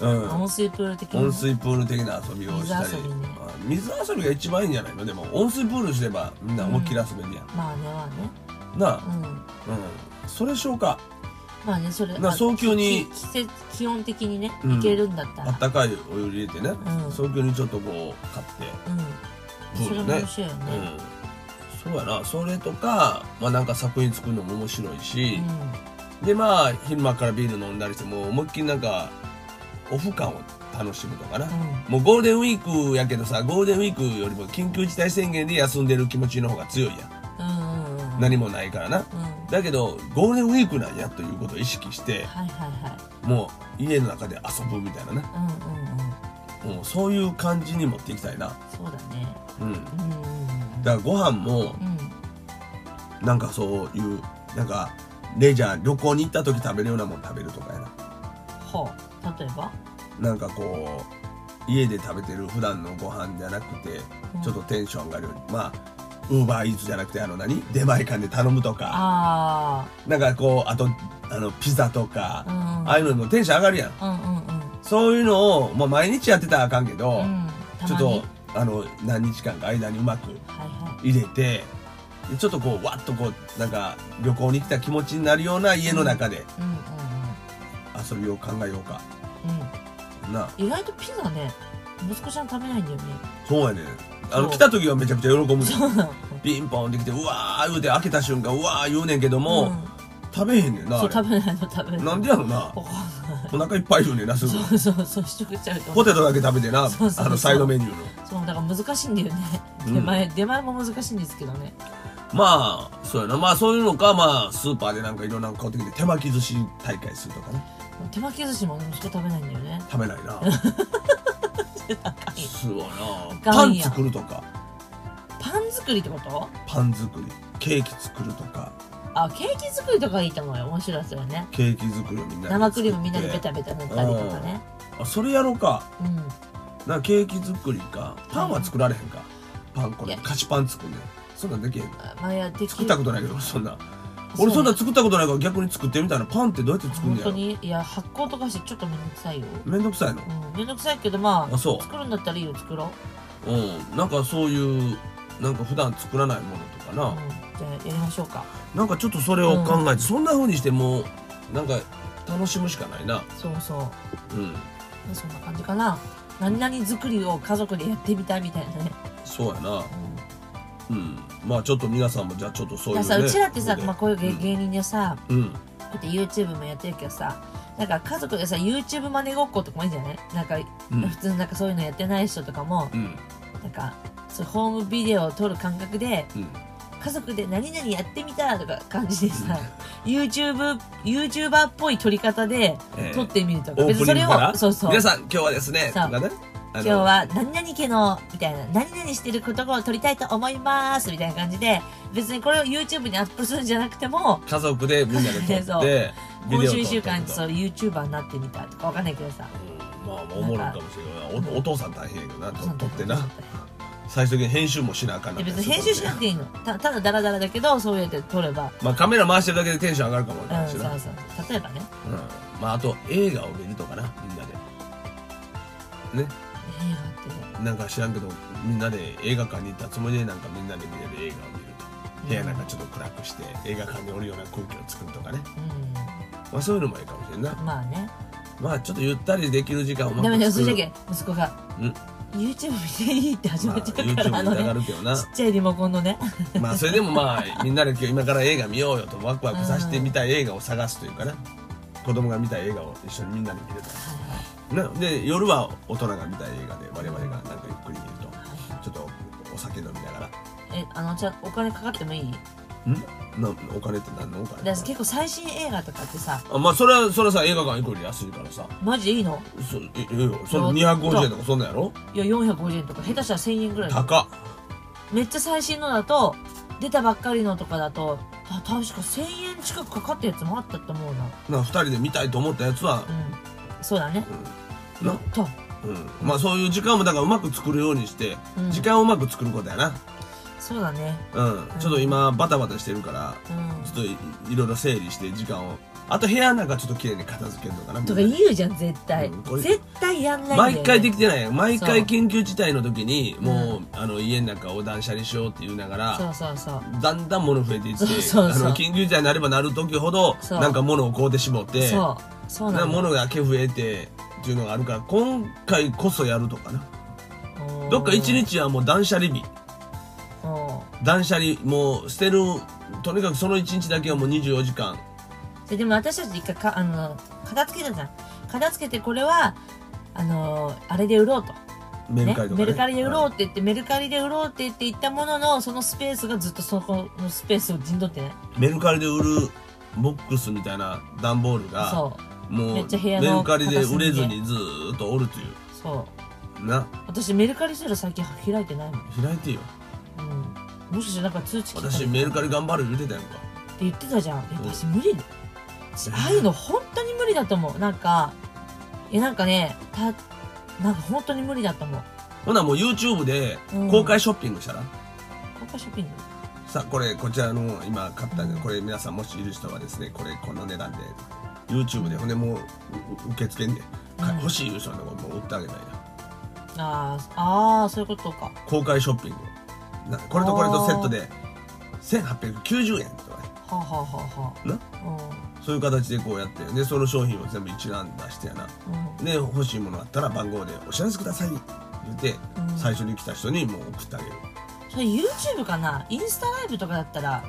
Speaker 2: うん
Speaker 1: 温水プール的なね
Speaker 2: 温水プール的な遊びをしたり
Speaker 1: 水遊びね
Speaker 2: あ水遊びが一番いいんじゃないのでも温水プールすればみんな思いっきり遊べるやん、
Speaker 1: まあねまあね
Speaker 2: なあ
Speaker 1: うん
Speaker 2: うん、それしようか
Speaker 1: まあねそれ
Speaker 2: な
Speaker 1: あ
Speaker 2: 早急に
Speaker 1: き季節基本的にね
Speaker 2: う
Speaker 1: い
Speaker 2: ん
Speaker 1: けるんだった
Speaker 2: あっ
Speaker 1: ら
Speaker 2: たかいお湯入れてね、
Speaker 1: うん
Speaker 2: 早急にちょっとこう買って
Speaker 1: うん
Speaker 2: プー
Speaker 1: それ
Speaker 2: ル
Speaker 1: も
Speaker 2: ね
Speaker 1: 面白いよ
Speaker 2: う
Speaker 1: ね
Speaker 2: んそうやなそれとかまあなんか作品作るのも面白いし、でまあ昼間からビール飲んだりしてもう思いっきりなんかオフ感を楽しむとかな、
Speaker 1: う
Speaker 2: もうゴールデンウィークやけどさゴールデンウィークよりも緊急事態宣言で休んでる気持ちの方が強いやん
Speaker 1: んうんうんうんうん
Speaker 2: 何もないからな
Speaker 1: うん
Speaker 2: だけどゴールデンウィークなんやということを意識して
Speaker 1: はいはいはい
Speaker 2: もう家の中で遊ぶみたいなね
Speaker 1: うんうんうん
Speaker 2: もうそういう感じに持っていきたいな
Speaker 1: そうだね
Speaker 2: うん
Speaker 1: うんうんうん
Speaker 2: だからご飯も
Speaker 1: うん
Speaker 2: なんかそういうなんかレジャー旅行に行った時食べるようなもん食べるとかやな
Speaker 1: ほう例えば
Speaker 2: なんかこう家で食べてる普段のご飯じゃなくて
Speaker 1: うん
Speaker 2: ちょっとテンション上がるようにまあウーバーイーツじゃなくてあの何出前館で頼むとか
Speaker 1: あ
Speaker 2: なんかこうあとあのピザと
Speaker 1: あう
Speaker 2: か
Speaker 1: んうん
Speaker 2: ああいうのもテンション上がるやん
Speaker 1: うんうんうん
Speaker 2: そういうのを、まあ、毎日やってたらあかんけど、
Speaker 1: うんた
Speaker 2: ちょ
Speaker 1: ま
Speaker 2: っと
Speaker 1: に
Speaker 2: あの何日間か間にうまく
Speaker 1: はいは
Speaker 2: 入れてでちょっとこうわっとこうなんか旅行に来た気持ちになるような家の中で
Speaker 1: いうんうん
Speaker 2: 遊びを考えようか
Speaker 1: うんうん
Speaker 2: な
Speaker 1: 意外とピザね息子ちゃん食べないんだよね
Speaker 2: そうやねんあの、
Speaker 1: そう
Speaker 2: 来た時はめちゃくちゃ喜ぶんですよ
Speaker 1: そうなの
Speaker 2: ピンポンできて、うわー言うて開けた瞬間、うわー言うねんけど (laughs) も、食べへんねんな。
Speaker 1: うん、
Speaker 2: あ
Speaker 1: そう食
Speaker 2: れ
Speaker 1: べないの食べない
Speaker 2: なんでやろ
Speaker 1: (laughs)
Speaker 2: な。
Speaker 1: わかんない
Speaker 2: お腹いっぱい言うねんな、すぐ。
Speaker 1: そうそうそうしとくちゃうと思
Speaker 2: ポ
Speaker 1: う
Speaker 2: テトだけ食べてな、
Speaker 1: そうそうそう
Speaker 2: あの、サイドメニューの。
Speaker 1: そうだから難しいんだよね
Speaker 2: うん
Speaker 1: 出前、出前も難しいんですけどね
Speaker 2: まあ、そうやな。まあ、そういうのか、まあ、スーパーでなんかいろんなの買ってきて、手巻き寿司大会するとかね。
Speaker 1: 手巻き寿司もでもしか食べないんだよね
Speaker 2: 食
Speaker 1: (laughs)
Speaker 2: べないな。そうやな。
Speaker 1: ガ
Speaker 2: パ
Speaker 1: ン
Speaker 2: ン
Speaker 1: や
Speaker 2: 作るとか、
Speaker 1: パン作りってこと
Speaker 2: パン作り、ケーキ作るとか、
Speaker 1: あケーキ作りとかいいと思うよ面白いですよね
Speaker 2: ケーキ作りをみんなで作って
Speaker 1: 生クリームみんなでベタベタ塗ったりとかね
Speaker 2: あ、それやろうか。
Speaker 1: うん
Speaker 2: なケーキ作りかパンは作られへんか、パンこれ菓子パン作んねんそんなんできへん
Speaker 1: あまあいやでき
Speaker 2: 作ったことないけどそんな
Speaker 1: そう
Speaker 2: 俺そんなん作ったことないから逆に作ってみたらパンってどうやって作るん
Speaker 1: 本
Speaker 2: や
Speaker 1: 当
Speaker 2: ろ
Speaker 1: にいや発酵とかしてちょっとめんどくさいよ、
Speaker 2: めんどくさいの
Speaker 1: うん、めんどくさいけどまあ
Speaker 2: あそ
Speaker 1: 作るんだったらいいよ作ろう、
Speaker 2: ううんなんかそういうなんか普段作らないものとか
Speaker 1: うん
Speaker 2: な、
Speaker 1: じゃあやりましょうか
Speaker 2: なんかちょっとそれを考えて、そんな風にしてもうなんか楽しむしかないな
Speaker 1: そうそうま
Speaker 2: うん
Speaker 1: あそんな感じかな何々作りを家族でやってみたいみたいなね、
Speaker 2: そうやな
Speaker 1: うん
Speaker 2: うんまあちょっと皆さんもじゃあちょっとそう
Speaker 1: だ
Speaker 2: い
Speaker 1: か
Speaker 2: う
Speaker 1: ら
Speaker 2: ね
Speaker 1: さうちらってさ、
Speaker 2: ことで
Speaker 1: まあ、こういう芸芸人でさ、
Speaker 2: うん
Speaker 1: こうやって YouTube もやってるけどさなんか家族でさ YouTube 真似ごっことかもいいんじゃないなんか、
Speaker 2: うん
Speaker 1: 普通になんかそういうのやってない人とかも
Speaker 2: うん
Speaker 1: なんかそうホームビデオを撮る感覚で
Speaker 2: うん
Speaker 1: 家族で何々やってみたとか感じでさ YouTube YouTuber っぽい撮り方で
Speaker 2: えー
Speaker 1: 撮ってみるとか、
Speaker 2: オープニン
Speaker 1: そ
Speaker 2: グ
Speaker 1: れ
Speaker 2: から
Speaker 1: をそうそう
Speaker 2: 皆
Speaker 1: 今
Speaker 2: さん今日はですねと
Speaker 1: そう
Speaker 2: かねあの
Speaker 1: 日は何々家のみたいな何々してることを撮りたいと思いますみたいな感じで別にこれを YouTube にアップするんじゃなくても
Speaker 2: 家族でみんなで撮っ
Speaker 1: (laughs) そう
Speaker 2: てビ
Speaker 1: 今
Speaker 2: デオ
Speaker 1: 週
Speaker 2: 撮
Speaker 1: 1週
Speaker 2: った
Speaker 1: 間
Speaker 2: りと
Speaker 1: そう
Speaker 2: か
Speaker 1: YouTuber になってみたとかわかんないけどさ
Speaker 2: うんまあまあおもろいかもしれないおお父さん大変やけどなと撮ってな最終的に編集もしなあかんな
Speaker 1: で別に編集しなくていいのたただダラダラだけどそうやって撮れば
Speaker 2: まあカメラ回してるだけでテンション上がるかも
Speaker 1: うん
Speaker 2: な
Speaker 1: そうそう例えばね
Speaker 2: うんまああと映画を見るとかなみんなでね
Speaker 1: 映画ってね
Speaker 2: なんか知らんけどみんなで映画館に行ったつもりでなんかみんなで見れる映画を見ると部屋なんかちょっと暗くして映画館におるような空気を作るとかねまあそういうのもいいかもしれんな
Speaker 1: うんまあね
Speaker 2: まあちょっとゆったりできる時間をま
Speaker 1: ダメだよそ
Speaker 2: 作
Speaker 1: れ
Speaker 2: る
Speaker 1: だけ息子が
Speaker 2: うん
Speaker 1: YouTube 見ていいって始
Speaker 2: まあ
Speaker 1: めちゃうから、
Speaker 2: YouTube
Speaker 1: あ、
Speaker 2: に
Speaker 1: の
Speaker 2: 上が
Speaker 1: ね
Speaker 2: るけどな
Speaker 1: ちっちゃいリモコンのね
Speaker 2: まあそれでもまあみんなで今日今から映画見ようよとワクワクさせてみたい映画を探すというかな子供が見たい映画を一緒にみんなで見るとなで夜は大人が見たい映画で我々がなんかゆっくり見るとちょっとお酒飲みながら
Speaker 1: えあのじゃあお金かかってもいい
Speaker 2: んなお金って何のお
Speaker 1: だ
Speaker 2: 金
Speaker 1: から結構最新映画とかってさ
Speaker 2: あまあそれはそれはさ映画館行くより安いからさ
Speaker 1: マジでいいの
Speaker 2: そええよその250円とかそんなんやろ
Speaker 1: いや450円とか下手したら1000円ぐらいだよ
Speaker 2: 高っ
Speaker 1: めっちゃ最新のだと出たばっかりのとかだとあ確か1000円近くかかったやつもあったと思うな
Speaker 2: な2人で見たいと思ったやつは
Speaker 1: うんそうだね
Speaker 2: うんな
Speaker 1: と、
Speaker 2: うんまあそういう時間もだからうまく作るようにして
Speaker 1: うん
Speaker 2: 時間をうまく作ることやな
Speaker 1: そうだね
Speaker 2: うん、ちょっと今バタバタしてるから
Speaker 1: うん
Speaker 2: ちょっといいろいろ整理して時間をあと部屋なんかちょっと綺麗に片付けるのかなみ
Speaker 1: と
Speaker 2: ん
Speaker 1: か
Speaker 2: なで
Speaker 1: 言うじゃん絶対、
Speaker 2: うんこれ
Speaker 1: 絶対やんないんだよ、ね、
Speaker 2: 毎回できてない毎回
Speaker 1: そう
Speaker 2: 緊急事態の時に
Speaker 1: ん
Speaker 2: もう、あの家の中を断捨離しようって言いなが
Speaker 1: そ
Speaker 2: ら
Speaker 1: うそうそう
Speaker 2: だんだん物増えていって
Speaker 1: そうそうそう
Speaker 2: あの緊急事態になればなる時ほど
Speaker 1: そう
Speaker 2: なんか物を買うてしもって
Speaker 1: そうそうな
Speaker 2: なん
Speaker 1: だ
Speaker 2: 物がけ増えてっていうのがあるから今回こそやるとかな
Speaker 1: おー
Speaker 2: どっか一日はもう断捨離日
Speaker 1: おー
Speaker 2: 断捨離もう捨てるとにかくその一日だけはもう24時間
Speaker 1: ででも私たち一回かあの片付けたじゃん片付けてこれはあのあれで売ろうと
Speaker 2: メル
Speaker 1: ね
Speaker 2: カリとか、ね
Speaker 1: メルカリで売ろう
Speaker 2: は
Speaker 1: って
Speaker 2: い
Speaker 1: 言って、メルカリで売ろうって言って言ったもののそのスペースがずっとそこのスペースを陣取ってね
Speaker 2: メルカリで売るボックスみたいな段ボールが
Speaker 1: そう
Speaker 2: も
Speaker 1: め
Speaker 2: う
Speaker 1: っちゃ部
Speaker 2: メ
Speaker 1: 屋の
Speaker 2: ルカリで売れずにずーっとおるとい
Speaker 1: そう
Speaker 2: うな
Speaker 1: 私メルカリすら最近開いてないもん、
Speaker 2: 開いてよ
Speaker 1: うん、もしかしてなんか通知来た
Speaker 2: 私
Speaker 1: って
Speaker 2: メルカリ頑張る言うてたやんか
Speaker 1: 言ってたじゃんいや
Speaker 2: うん
Speaker 1: 私無理だ私ああいうの本当に無理だと思うなんかいやなんかねたなんか本当に無理だと思う
Speaker 2: ほなもう YouTube で
Speaker 1: うん
Speaker 2: 公開ショッピングしたら、
Speaker 1: 公開ショッピング
Speaker 2: さあこれこちらの今買ったんでこれ皆さんもしいる人はですねこれこの値段で YouTube でほんでもうう受け付けんねんか
Speaker 1: うん
Speaker 2: 欲しい言う人のとこもう売ってあげないな
Speaker 1: あーあーそういうことか
Speaker 2: 公開ショッピングなこれとこれとセットで1890円とかね
Speaker 1: はあ、はあは
Speaker 2: な
Speaker 1: あは
Speaker 2: そういう形でこうやってでその商品を全部一覧出してやな
Speaker 1: あ、うんうん
Speaker 2: で欲しいものあったら番号でお知らせください言って、
Speaker 1: うん
Speaker 2: 最初に来た人にもう送ってあげる。
Speaker 1: それ YouTube かなインスタライブとかだったら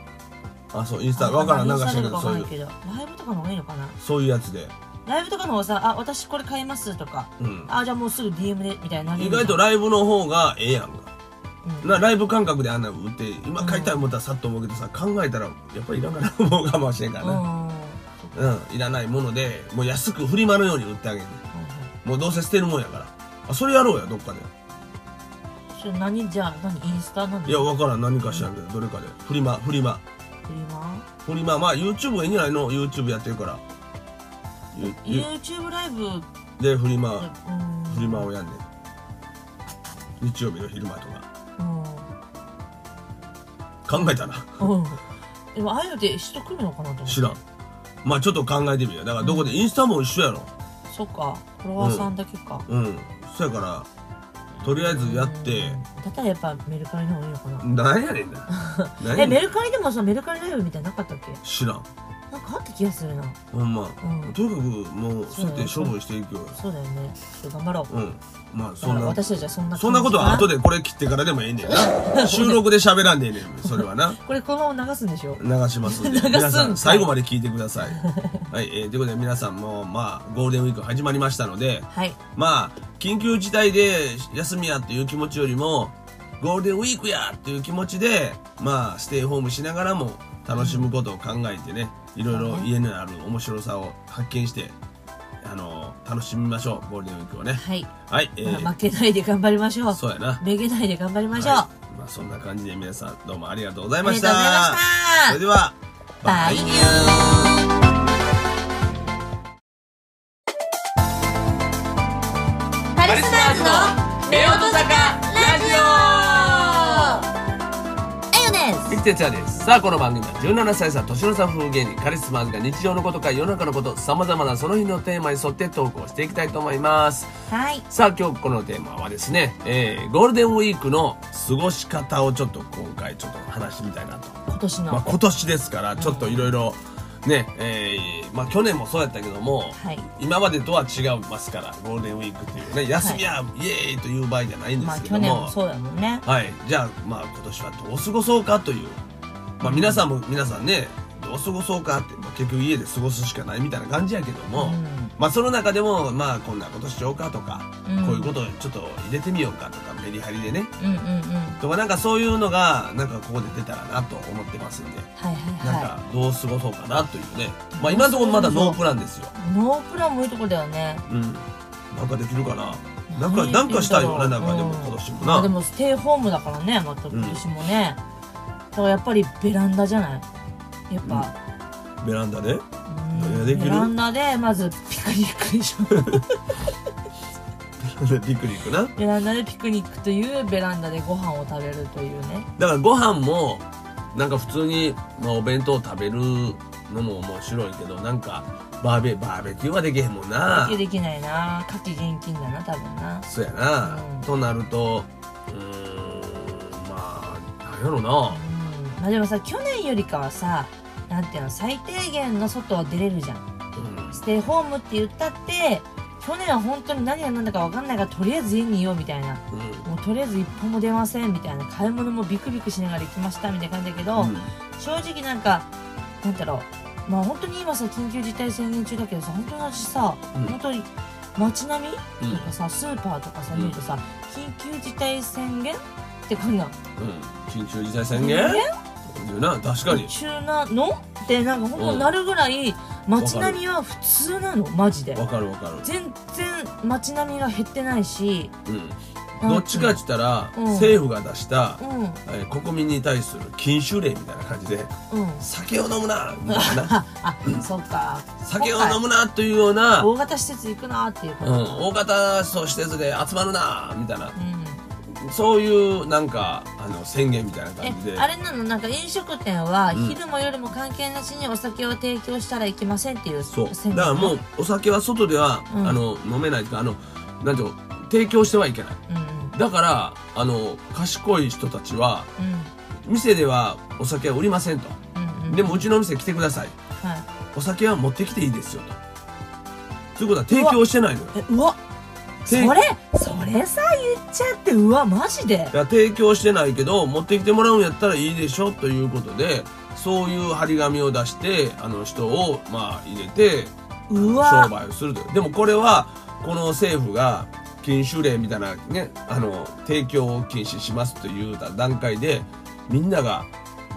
Speaker 2: あ、そう、インスタ、わからん、なんか知ら
Speaker 1: る
Speaker 2: んけど、
Speaker 1: か
Speaker 2: そう
Speaker 1: わかんな
Speaker 2: い、
Speaker 1: いうけどライブとかの方がいいのかな
Speaker 2: そういうやつで。
Speaker 1: ライブとかの方がさあ私これ買いますとか
Speaker 2: うん。
Speaker 1: あじゃあもうすぐ DM でみたいになれる
Speaker 2: 意
Speaker 1: じゃん
Speaker 2: 外とライブの方がええやんか。
Speaker 1: うん
Speaker 2: なライブ感覚であんなん打って今買いたい思ったらさっと思うけどさ考えたらやっぱりいらんかな思うかもしれんから
Speaker 1: うん
Speaker 2: な、
Speaker 1: うんうん
Speaker 2: うんいらないものでもう安くフリマのように売ってあげるもうどうせ捨てるもんやからあそれやろうやどっかで
Speaker 1: それ何じゃあ何インスタなん
Speaker 2: いやわからん何か知らんけどどれかでフリマフリマ
Speaker 1: フリマ
Speaker 2: フリマまあ YouTube がいいんじゃないの YouTube やってるからゆゆ
Speaker 1: YouTube ライブうん
Speaker 2: でフリマフリマをやんねん日曜日の昼間とか考えたら (laughs)
Speaker 1: うんうんでもああいうのって人来るのかなと思って
Speaker 2: 知らんまあちょっと考えてみるよだからどこでインスタも一緒やろ、
Speaker 1: そっかフォロワーさんだけか
Speaker 2: うん。そやから、とりあえずやって、
Speaker 1: うんだったらやっぱメルカリの方がいいのかな
Speaker 2: なんやね
Speaker 1: (laughs)
Speaker 2: んな。なん
Speaker 1: え
Speaker 2: や
Speaker 1: メ
Speaker 2: ねん
Speaker 1: ルカリでもさメルカリライブみたいなのなかったっけ
Speaker 2: 知らん。
Speaker 1: なんかあった気がするな
Speaker 2: ほんま。
Speaker 1: うん
Speaker 2: とにかく、もう、そうやって
Speaker 1: そう
Speaker 2: 処
Speaker 1: やな
Speaker 2: 分していくよ。
Speaker 1: そうだよねちょっと頑張ろう
Speaker 2: うん。まあ、
Speaker 1: だ
Speaker 2: そ
Speaker 1: か
Speaker 2: ん
Speaker 1: ら
Speaker 2: な。
Speaker 1: 私たちはそんな
Speaker 2: そんなことは後
Speaker 1: で
Speaker 2: でこれ切ってからでもええね
Speaker 1: (laughs)
Speaker 2: んな。収録で喋らんでええねん。それはな。
Speaker 1: これこのまま流すんでしょ
Speaker 2: 流しますんで。
Speaker 1: (laughs) 流すんかい
Speaker 2: 皆さん、最後まで聞いてください。はい。えーということで皆さんも、まあ、ゴールデンウィーク始まりましたので、
Speaker 1: はい
Speaker 2: まあ、緊急事態で休みやっていう気持ちよりも、ゴールデンウィークやっていう気持ちで、まあ、ステイホームしながらも楽しむことを考えてね、いろいろ家にある面白さを発見して、あの、楽しみましょう、ゴールデンウィークをね。
Speaker 1: はい、
Speaker 2: はい、え
Speaker 1: まあ
Speaker 2: ー、
Speaker 1: 負けないで頑張りましょう
Speaker 2: そうやな。
Speaker 1: めげないで頑張りましょう、
Speaker 2: はいまあ、そんな感じで皆さんどうもありがとうございました。
Speaker 1: ありがとうございました
Speaker 2: それでは、
Speaker 1: バイニューパレスナーズのレオト坂ラジオエヨです
Speaker 2: ミキテチャです。さあ、この番組は17歳差、年の差夫婦芸人、カリスマーズが日常のことから世の中のこと、様々なその日のテーマに沿って投稿していきたいと思います。
Speaker 1: はい
Speaker 2: さあ、今日このテーマはですね、えー、ゴールデンウィークの過ごし方をちょっと今回ちょっと話してみたいなと。
Speaker 1: 今年の、
Speaker 2: まあ、今年ですから、ちょっといろいろ、ね、えー、まあ去年もそうやったけども、
Speaker 1: はい
Speaker 2: 今までとは違いますから、ゴールデンウィークっていうね、休みや、イエーイという場合じゃないんで
Speaker 1: まあ
Speaker 2: すけど
Speaker 1: 去
Speaker 2: も。
Speaker 1: 年もそうやもんね
Speaker 2: はい、じゃあ、まあ、今年はどう過ごそうかという、まあ、皆さんも皆さんねどう過ごそうかって、まあ、結局家で過ごすしかないみたいな感じやけども、まあ、その中でも、まあ、こんなことしようかとか、
Speaker 1: うん
Speaker 2: こういうことをちょっと入れてみようかとかメリハリでね
Speaker 1: うんうんうんうん
Speaker 2: とかなんかそういうのがなんかここで出たらなと思ってますんで、
Speaker 1: はいはい
Speaker 2: なん
Speaker 1: は
Speaker 2: かどう過ごそうかなというね、まあ、今のところまだノープランですよ、
Speaker 1: いノープランもいいとこだよね
Speaker 2: うん、なんかできるかななんかなんかしたいよななんかでも今年も
Speaker 1: まあで
Speaker 2: な
Speaker 1: もステイホームだからねまた今年もね、だからやっぱりベランダじゃないやっぱ、
Speaker 2: ベランダで
Speaker 1: う
Speaker 2: (laughs)
Speaker 1: ん
Speaker 2: 何ができる
Speaker 1: ベランダでまずピクニックでしょ
Speaker 2: ピクニックな
Speaker 1: (laughs) ベランダでピクニックというベランダでご飯を食べるというね
Speaker 2: だからご飯もなんか普通に、まあ、お弁当食べるのも面白いけどなんかバーベバーベキューはできへんもんな
Speaker 1: できないな夏季現金だな多分な
Speaker 2: そうやな、
Speaker 1: うん
Speaker 2: となるとうーんまあなんや
Speaker 1: うん
Speaker 2: ろな
Speaker 1: まあでもさ去年よりかはさなんていうの最低限の外は出れるじゃん
Speaker 2: うん
Speaker 1: ステイホームって言ったって去年は本当に何が何だか分かんないからとりあえず家にいようみたいな
Speaker 2: うん
Speaker 1: もうとりあえず一歩も出ませんみたいな買い物もビクビクしながら行きましたみたいな感じだけど、
Speaker 2: うん
Speaker 1: 正直なんかなんだろうまあ本当に今さ緊急事態宣言中だけどさ本当に私さ、
Speaker 2: うん
Speaker 1: 本当に街並み
Speaker 2: うん
Speaker 1: とかさスーパーとかさ
Speaker 2: うん
Speaker 1: 見るとさ、緊急事態宣言ってこんな
Speaker 2: 緊急事態宣言そうだよな確かに
Speaker 1: 中なのってなんか本当になるぐらい街並みは普通なのマジで
Speaker 2: わかるわかる
Speaker 1: 全然街並みが減ってないし
Speaker 2: うんどっちかって言ったら、
Speaker 1: うん
Speaker 2: 政府が出した
Speaker 1: う、んうん
Speaker 2: えー国民に対する禁酒令みたいな感じで酒を飲むなみたいな
Speaker 1: (laughs) ああ、そうか
Speaker 2: 酒を飲むなというような、うん、
Speaker 1: 大型施設行くなっていうことか
Speaker 2: 大型そう施設で集まるなみたいな
Speaker 1: うん
Speaker 2: そういうなんかあの宣言みたいな
Speaker 1: え
Speaker 2: 感じで
Speaker 1: あれなのなんか飲食店は
Speaker 2: うん
Speaker 1: 昼も夜も関係なしにお酒を提供したらいけませんっていう
Speaker 2: そう
Speaker 1: 宣言
Speaker 2: だからもうお酒は外では、
Speaker 1: うん
Speaker 2: あの飲めないとかあのなんていうの提供してはいけない
Speaker 1: うんうん
Speaker 2: だからあの賢い人たちは店ではお酒は売りませんと
Speaker 1: うんうん
Speaker 2: でもうちのお店来てください
Speaker 1: は
Speaker 2: お酒は持ってきていいですよとそういうことは提供してないのよ
Speaker 1: いえうわそれそれさ言っちゃってうわマジで
Speaker 2: いや提供してないけど持ってきてもらうんやったらいいでしょということでそういう張り紙を出してあの人をまあ入れて
Speaker 1: う
Speaker 2: 商
Speaker 1: わ
Speaker 2: 売をするとでもこれはこの政府が禁酒令みたいなねあの提供を禁止しますという段階でみんなが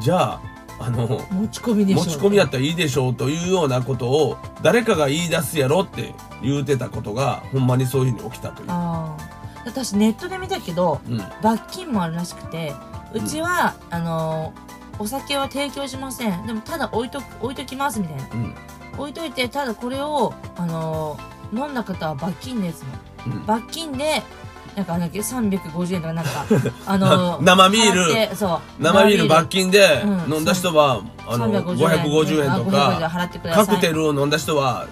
Speaker 2: じゃああの
Speaker 1: 持ち込みでしょ
Speaker 2: 持ち込みやったらいいでしょうというようなことを誰かが言い出すやろって言うてたことがほんまにそういうふうに起きたという。
Speaker 1: ああ私ネットで見たけど
Speaker 2: うん
Speaker 1: 罰金もあるらしくてうちは、あのお酒は提供しませんでもただ置いとく置いときますみたいな
Speaker 2: うんうん
Speaker 1: 置いといてただこれをあの飲んだ方は罰金ですもん罰金でなんかあの350円とかなん
Speaker 2: (laughs)
Speaker 1: かあの
Speaker 2: 生ビール
Speaker 1: 払ってそう
Speaker 2: 生ビール罰
Speaker 1: 金
Speaker 2: 金で
Speaker 1: うん
Speaker 2: 飲んだ人は、あの550円とか
Speaker 1: 払ってくださ
Speaker 2: カ
Speaker 1: い
Speaker 2: クテルを飲んだ人は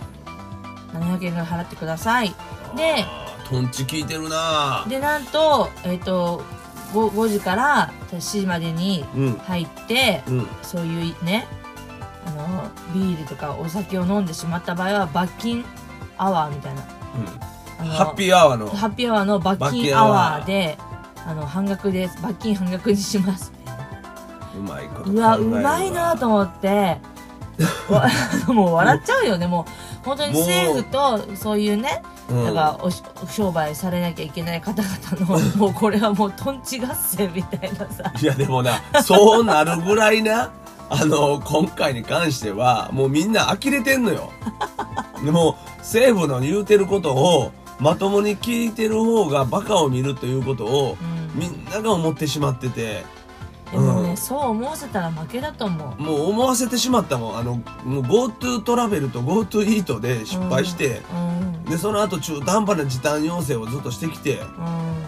Speaker 1: 700円ぐらい払ってくださいで
Speaker 2: あートンチ効いてるなぁ
Speaker 1: でなんとえっ、と 5, 5時から7時までに
Speaker 2: うん
Speaker 1: 入って
Speaker 2: うん
Speaker 1: そういうねあのビールとかお酒を飲んでしまった場合は罰金アワーみたいなあ
Speaker 2: うん
Speaker 1: の
Speaker 2: ハッピーアワーの
Speaker 1: ハッピーアワーの罰
Speaker 2: 罰
Speaker 1: 金
Speaker 2: 金
Speaker 1: ア
Speaker 2: ア
Speaker 1: ワ
Speaker 2: ワ
Speaker 1: ー
Speaker 2: ー
Speaker 1: であの半額です罰金半額にし
Speaker 2: (laughs)
Speaker 1: ます
Speaker 2: うまいこと考える
Speaker 1: うわうまいなと思ってわ (laughs) もう笑っちゃうよねもう本当に
Speaker 2: もう
Speaker 1: 政府とそういうね
Speaker 2: うん
Speaker 1: だからおし商売されなきゃいけない方々
Speaker 2: (laughs)
Speaker 1: のもうこれはもうとんち合戦みたいなさ
Speaker 2: いやでもなそうなるぐらいなあの今回に関してはもうみんな呆れてんのよでも政府の言うてることをまともに聞いてる方がバカを見るということを
Speaker 1: うん
Speaker 2: みんなが思ってしまってて
Speaker 1: でもね、
Speaker 2: うん
Speaker 1: そう思わせたら負けだと思う
Speaker 2: もう思わせてしまったもんあのもう GoTo トラベルと GoTo イートで失敗して、
Speaker 1: うん
Speaker 2: でその後中途半端な時短要請をずっとしてきて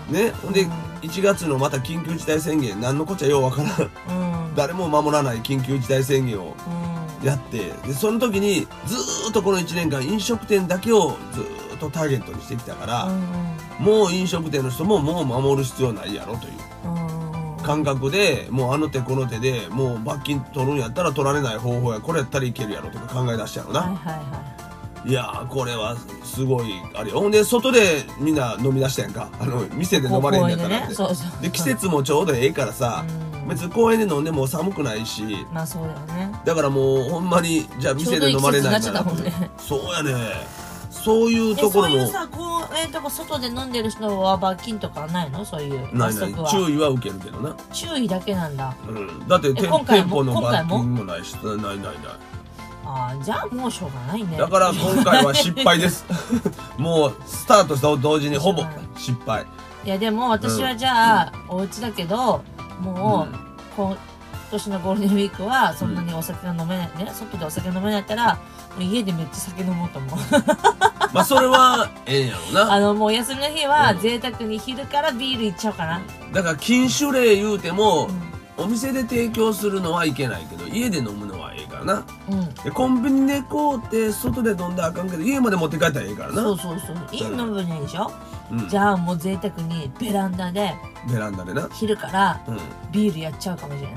Speaker 1: うん
Speaker 2: ねほんで
Speaker 1: うん
Speaker 2: 1月のまた緊急事態宣言何のこっちゃようわからん
Speaker 1: うん
Speaker 2: 誰も守らない緊急事態宣言を
Speaker 1: うん
Speaker 2: やってでその時にずーっとこの1年間飲食店だけをずーっとターゲットにしてきたから、もう飲食店の人ももう守る必要ないやろとい
Speaker 1: う
Speaker 2: う
Speaker 1: ん
Speaker 2: 感覚でもうあの手この手でもう罰金取るんやったら取られない方法やこれやったらいけるやろとか考え出したやろ
Speaker 1: はいはい
Speaker 2: な、
Speaker 1: はい
Speaker 2: やーこれはすごいあれよほんで外でみんな飲み出したやんかあの店で
Speaker 1: い
Speaker 2: 飲まれん
Speaker 1: 公
Speaker 2: や
Speaker 1: 園
Speaker 2: った
Speaker 1: で
Speaker 2: らっ
Speaker 1: ね
Speaker 2: て
Speaker 1: そうそう
Speaker 2: で季節もちょうどええからさ、
Speaker 1: うん
Speaker 2: 別に公園で飲んでも寒くないし
Speaker 1: まあそうだよね
Speaker 2: だからもうほんまにじゃあ店で飲まれない
Speaker 1: ちょう
Speaker 2: な
Speaker 1: どいい季節になっちゃった
Speaker 2: ら
Speaker 1: もんね
Speaker 2: そうやねそういう
Speaker 1: え
Speaker 2: とこ
Speaker 1: そう
Speaker 2: ろ
Speaker 1: いう
Speaker 2: も
Speaker 1: さ公園とか外で飲んでる人は罰金とかないのそういう
Speaker 2: ない
Speaker 1: 罰
Speaker 2: ない
Speaker 1: 則は
Speaker 2: 注意は受けるけどな、
Speaker 1: 注意だけなんだ
Speaker 2: うん、だってて
Speaker 1: え今
Speaker 2: 店
Speaker 1: 回も
Speaker 2: 舗の
Speaker 1: 今回
Speaker 2: 罰
Speaker 1: も
Speaker 2: 金もないしないないない
Speaker 1: ああじゃあもうしょうがないね
Speaker 2: だから今回は失敗です
Speaker 1: (laughs)
Speaker 2: もうスタートした同時にほぼ
Speaker 1: はい
Speaker 2: 失敗
Speaker 1: いやでも私はじゃあ、お家だけどもう、
Speaker 2: うん
Speaker 1: 今年のゴールデンウィークはそんなにお酒が飲めない、ね外でお酒飲めないったらもう家でめっちゃ酒飲もうと思う
Speaker 2: まあそれはええんやろな
Speaker 1: あのもう休みの日は
Speaker 2: うん
Speaker 1: 贅沢に昼からビールいっちゃおうかな、
Speaker 2: だから禁酒令言うても、
Speaker 1: う
Speaker 2: お店で提供するのはいけないけど家で飲むのはええからなん
Speaker 1: うん
Speaker 2: でコンビニでこうって外で飲んだらあかんけど家まで持って帰ったらええからな
Speaker 1: そうそうそういい飲むないでしょ、
Speaker 2: うん
Speaker 1: じゃあもう贅沢にベランダで
Speaker 2: ベランダでな
Speaker 1: 昼から
Speaker 2: うん
Speaker 1: ビールやっちゃうかもしれない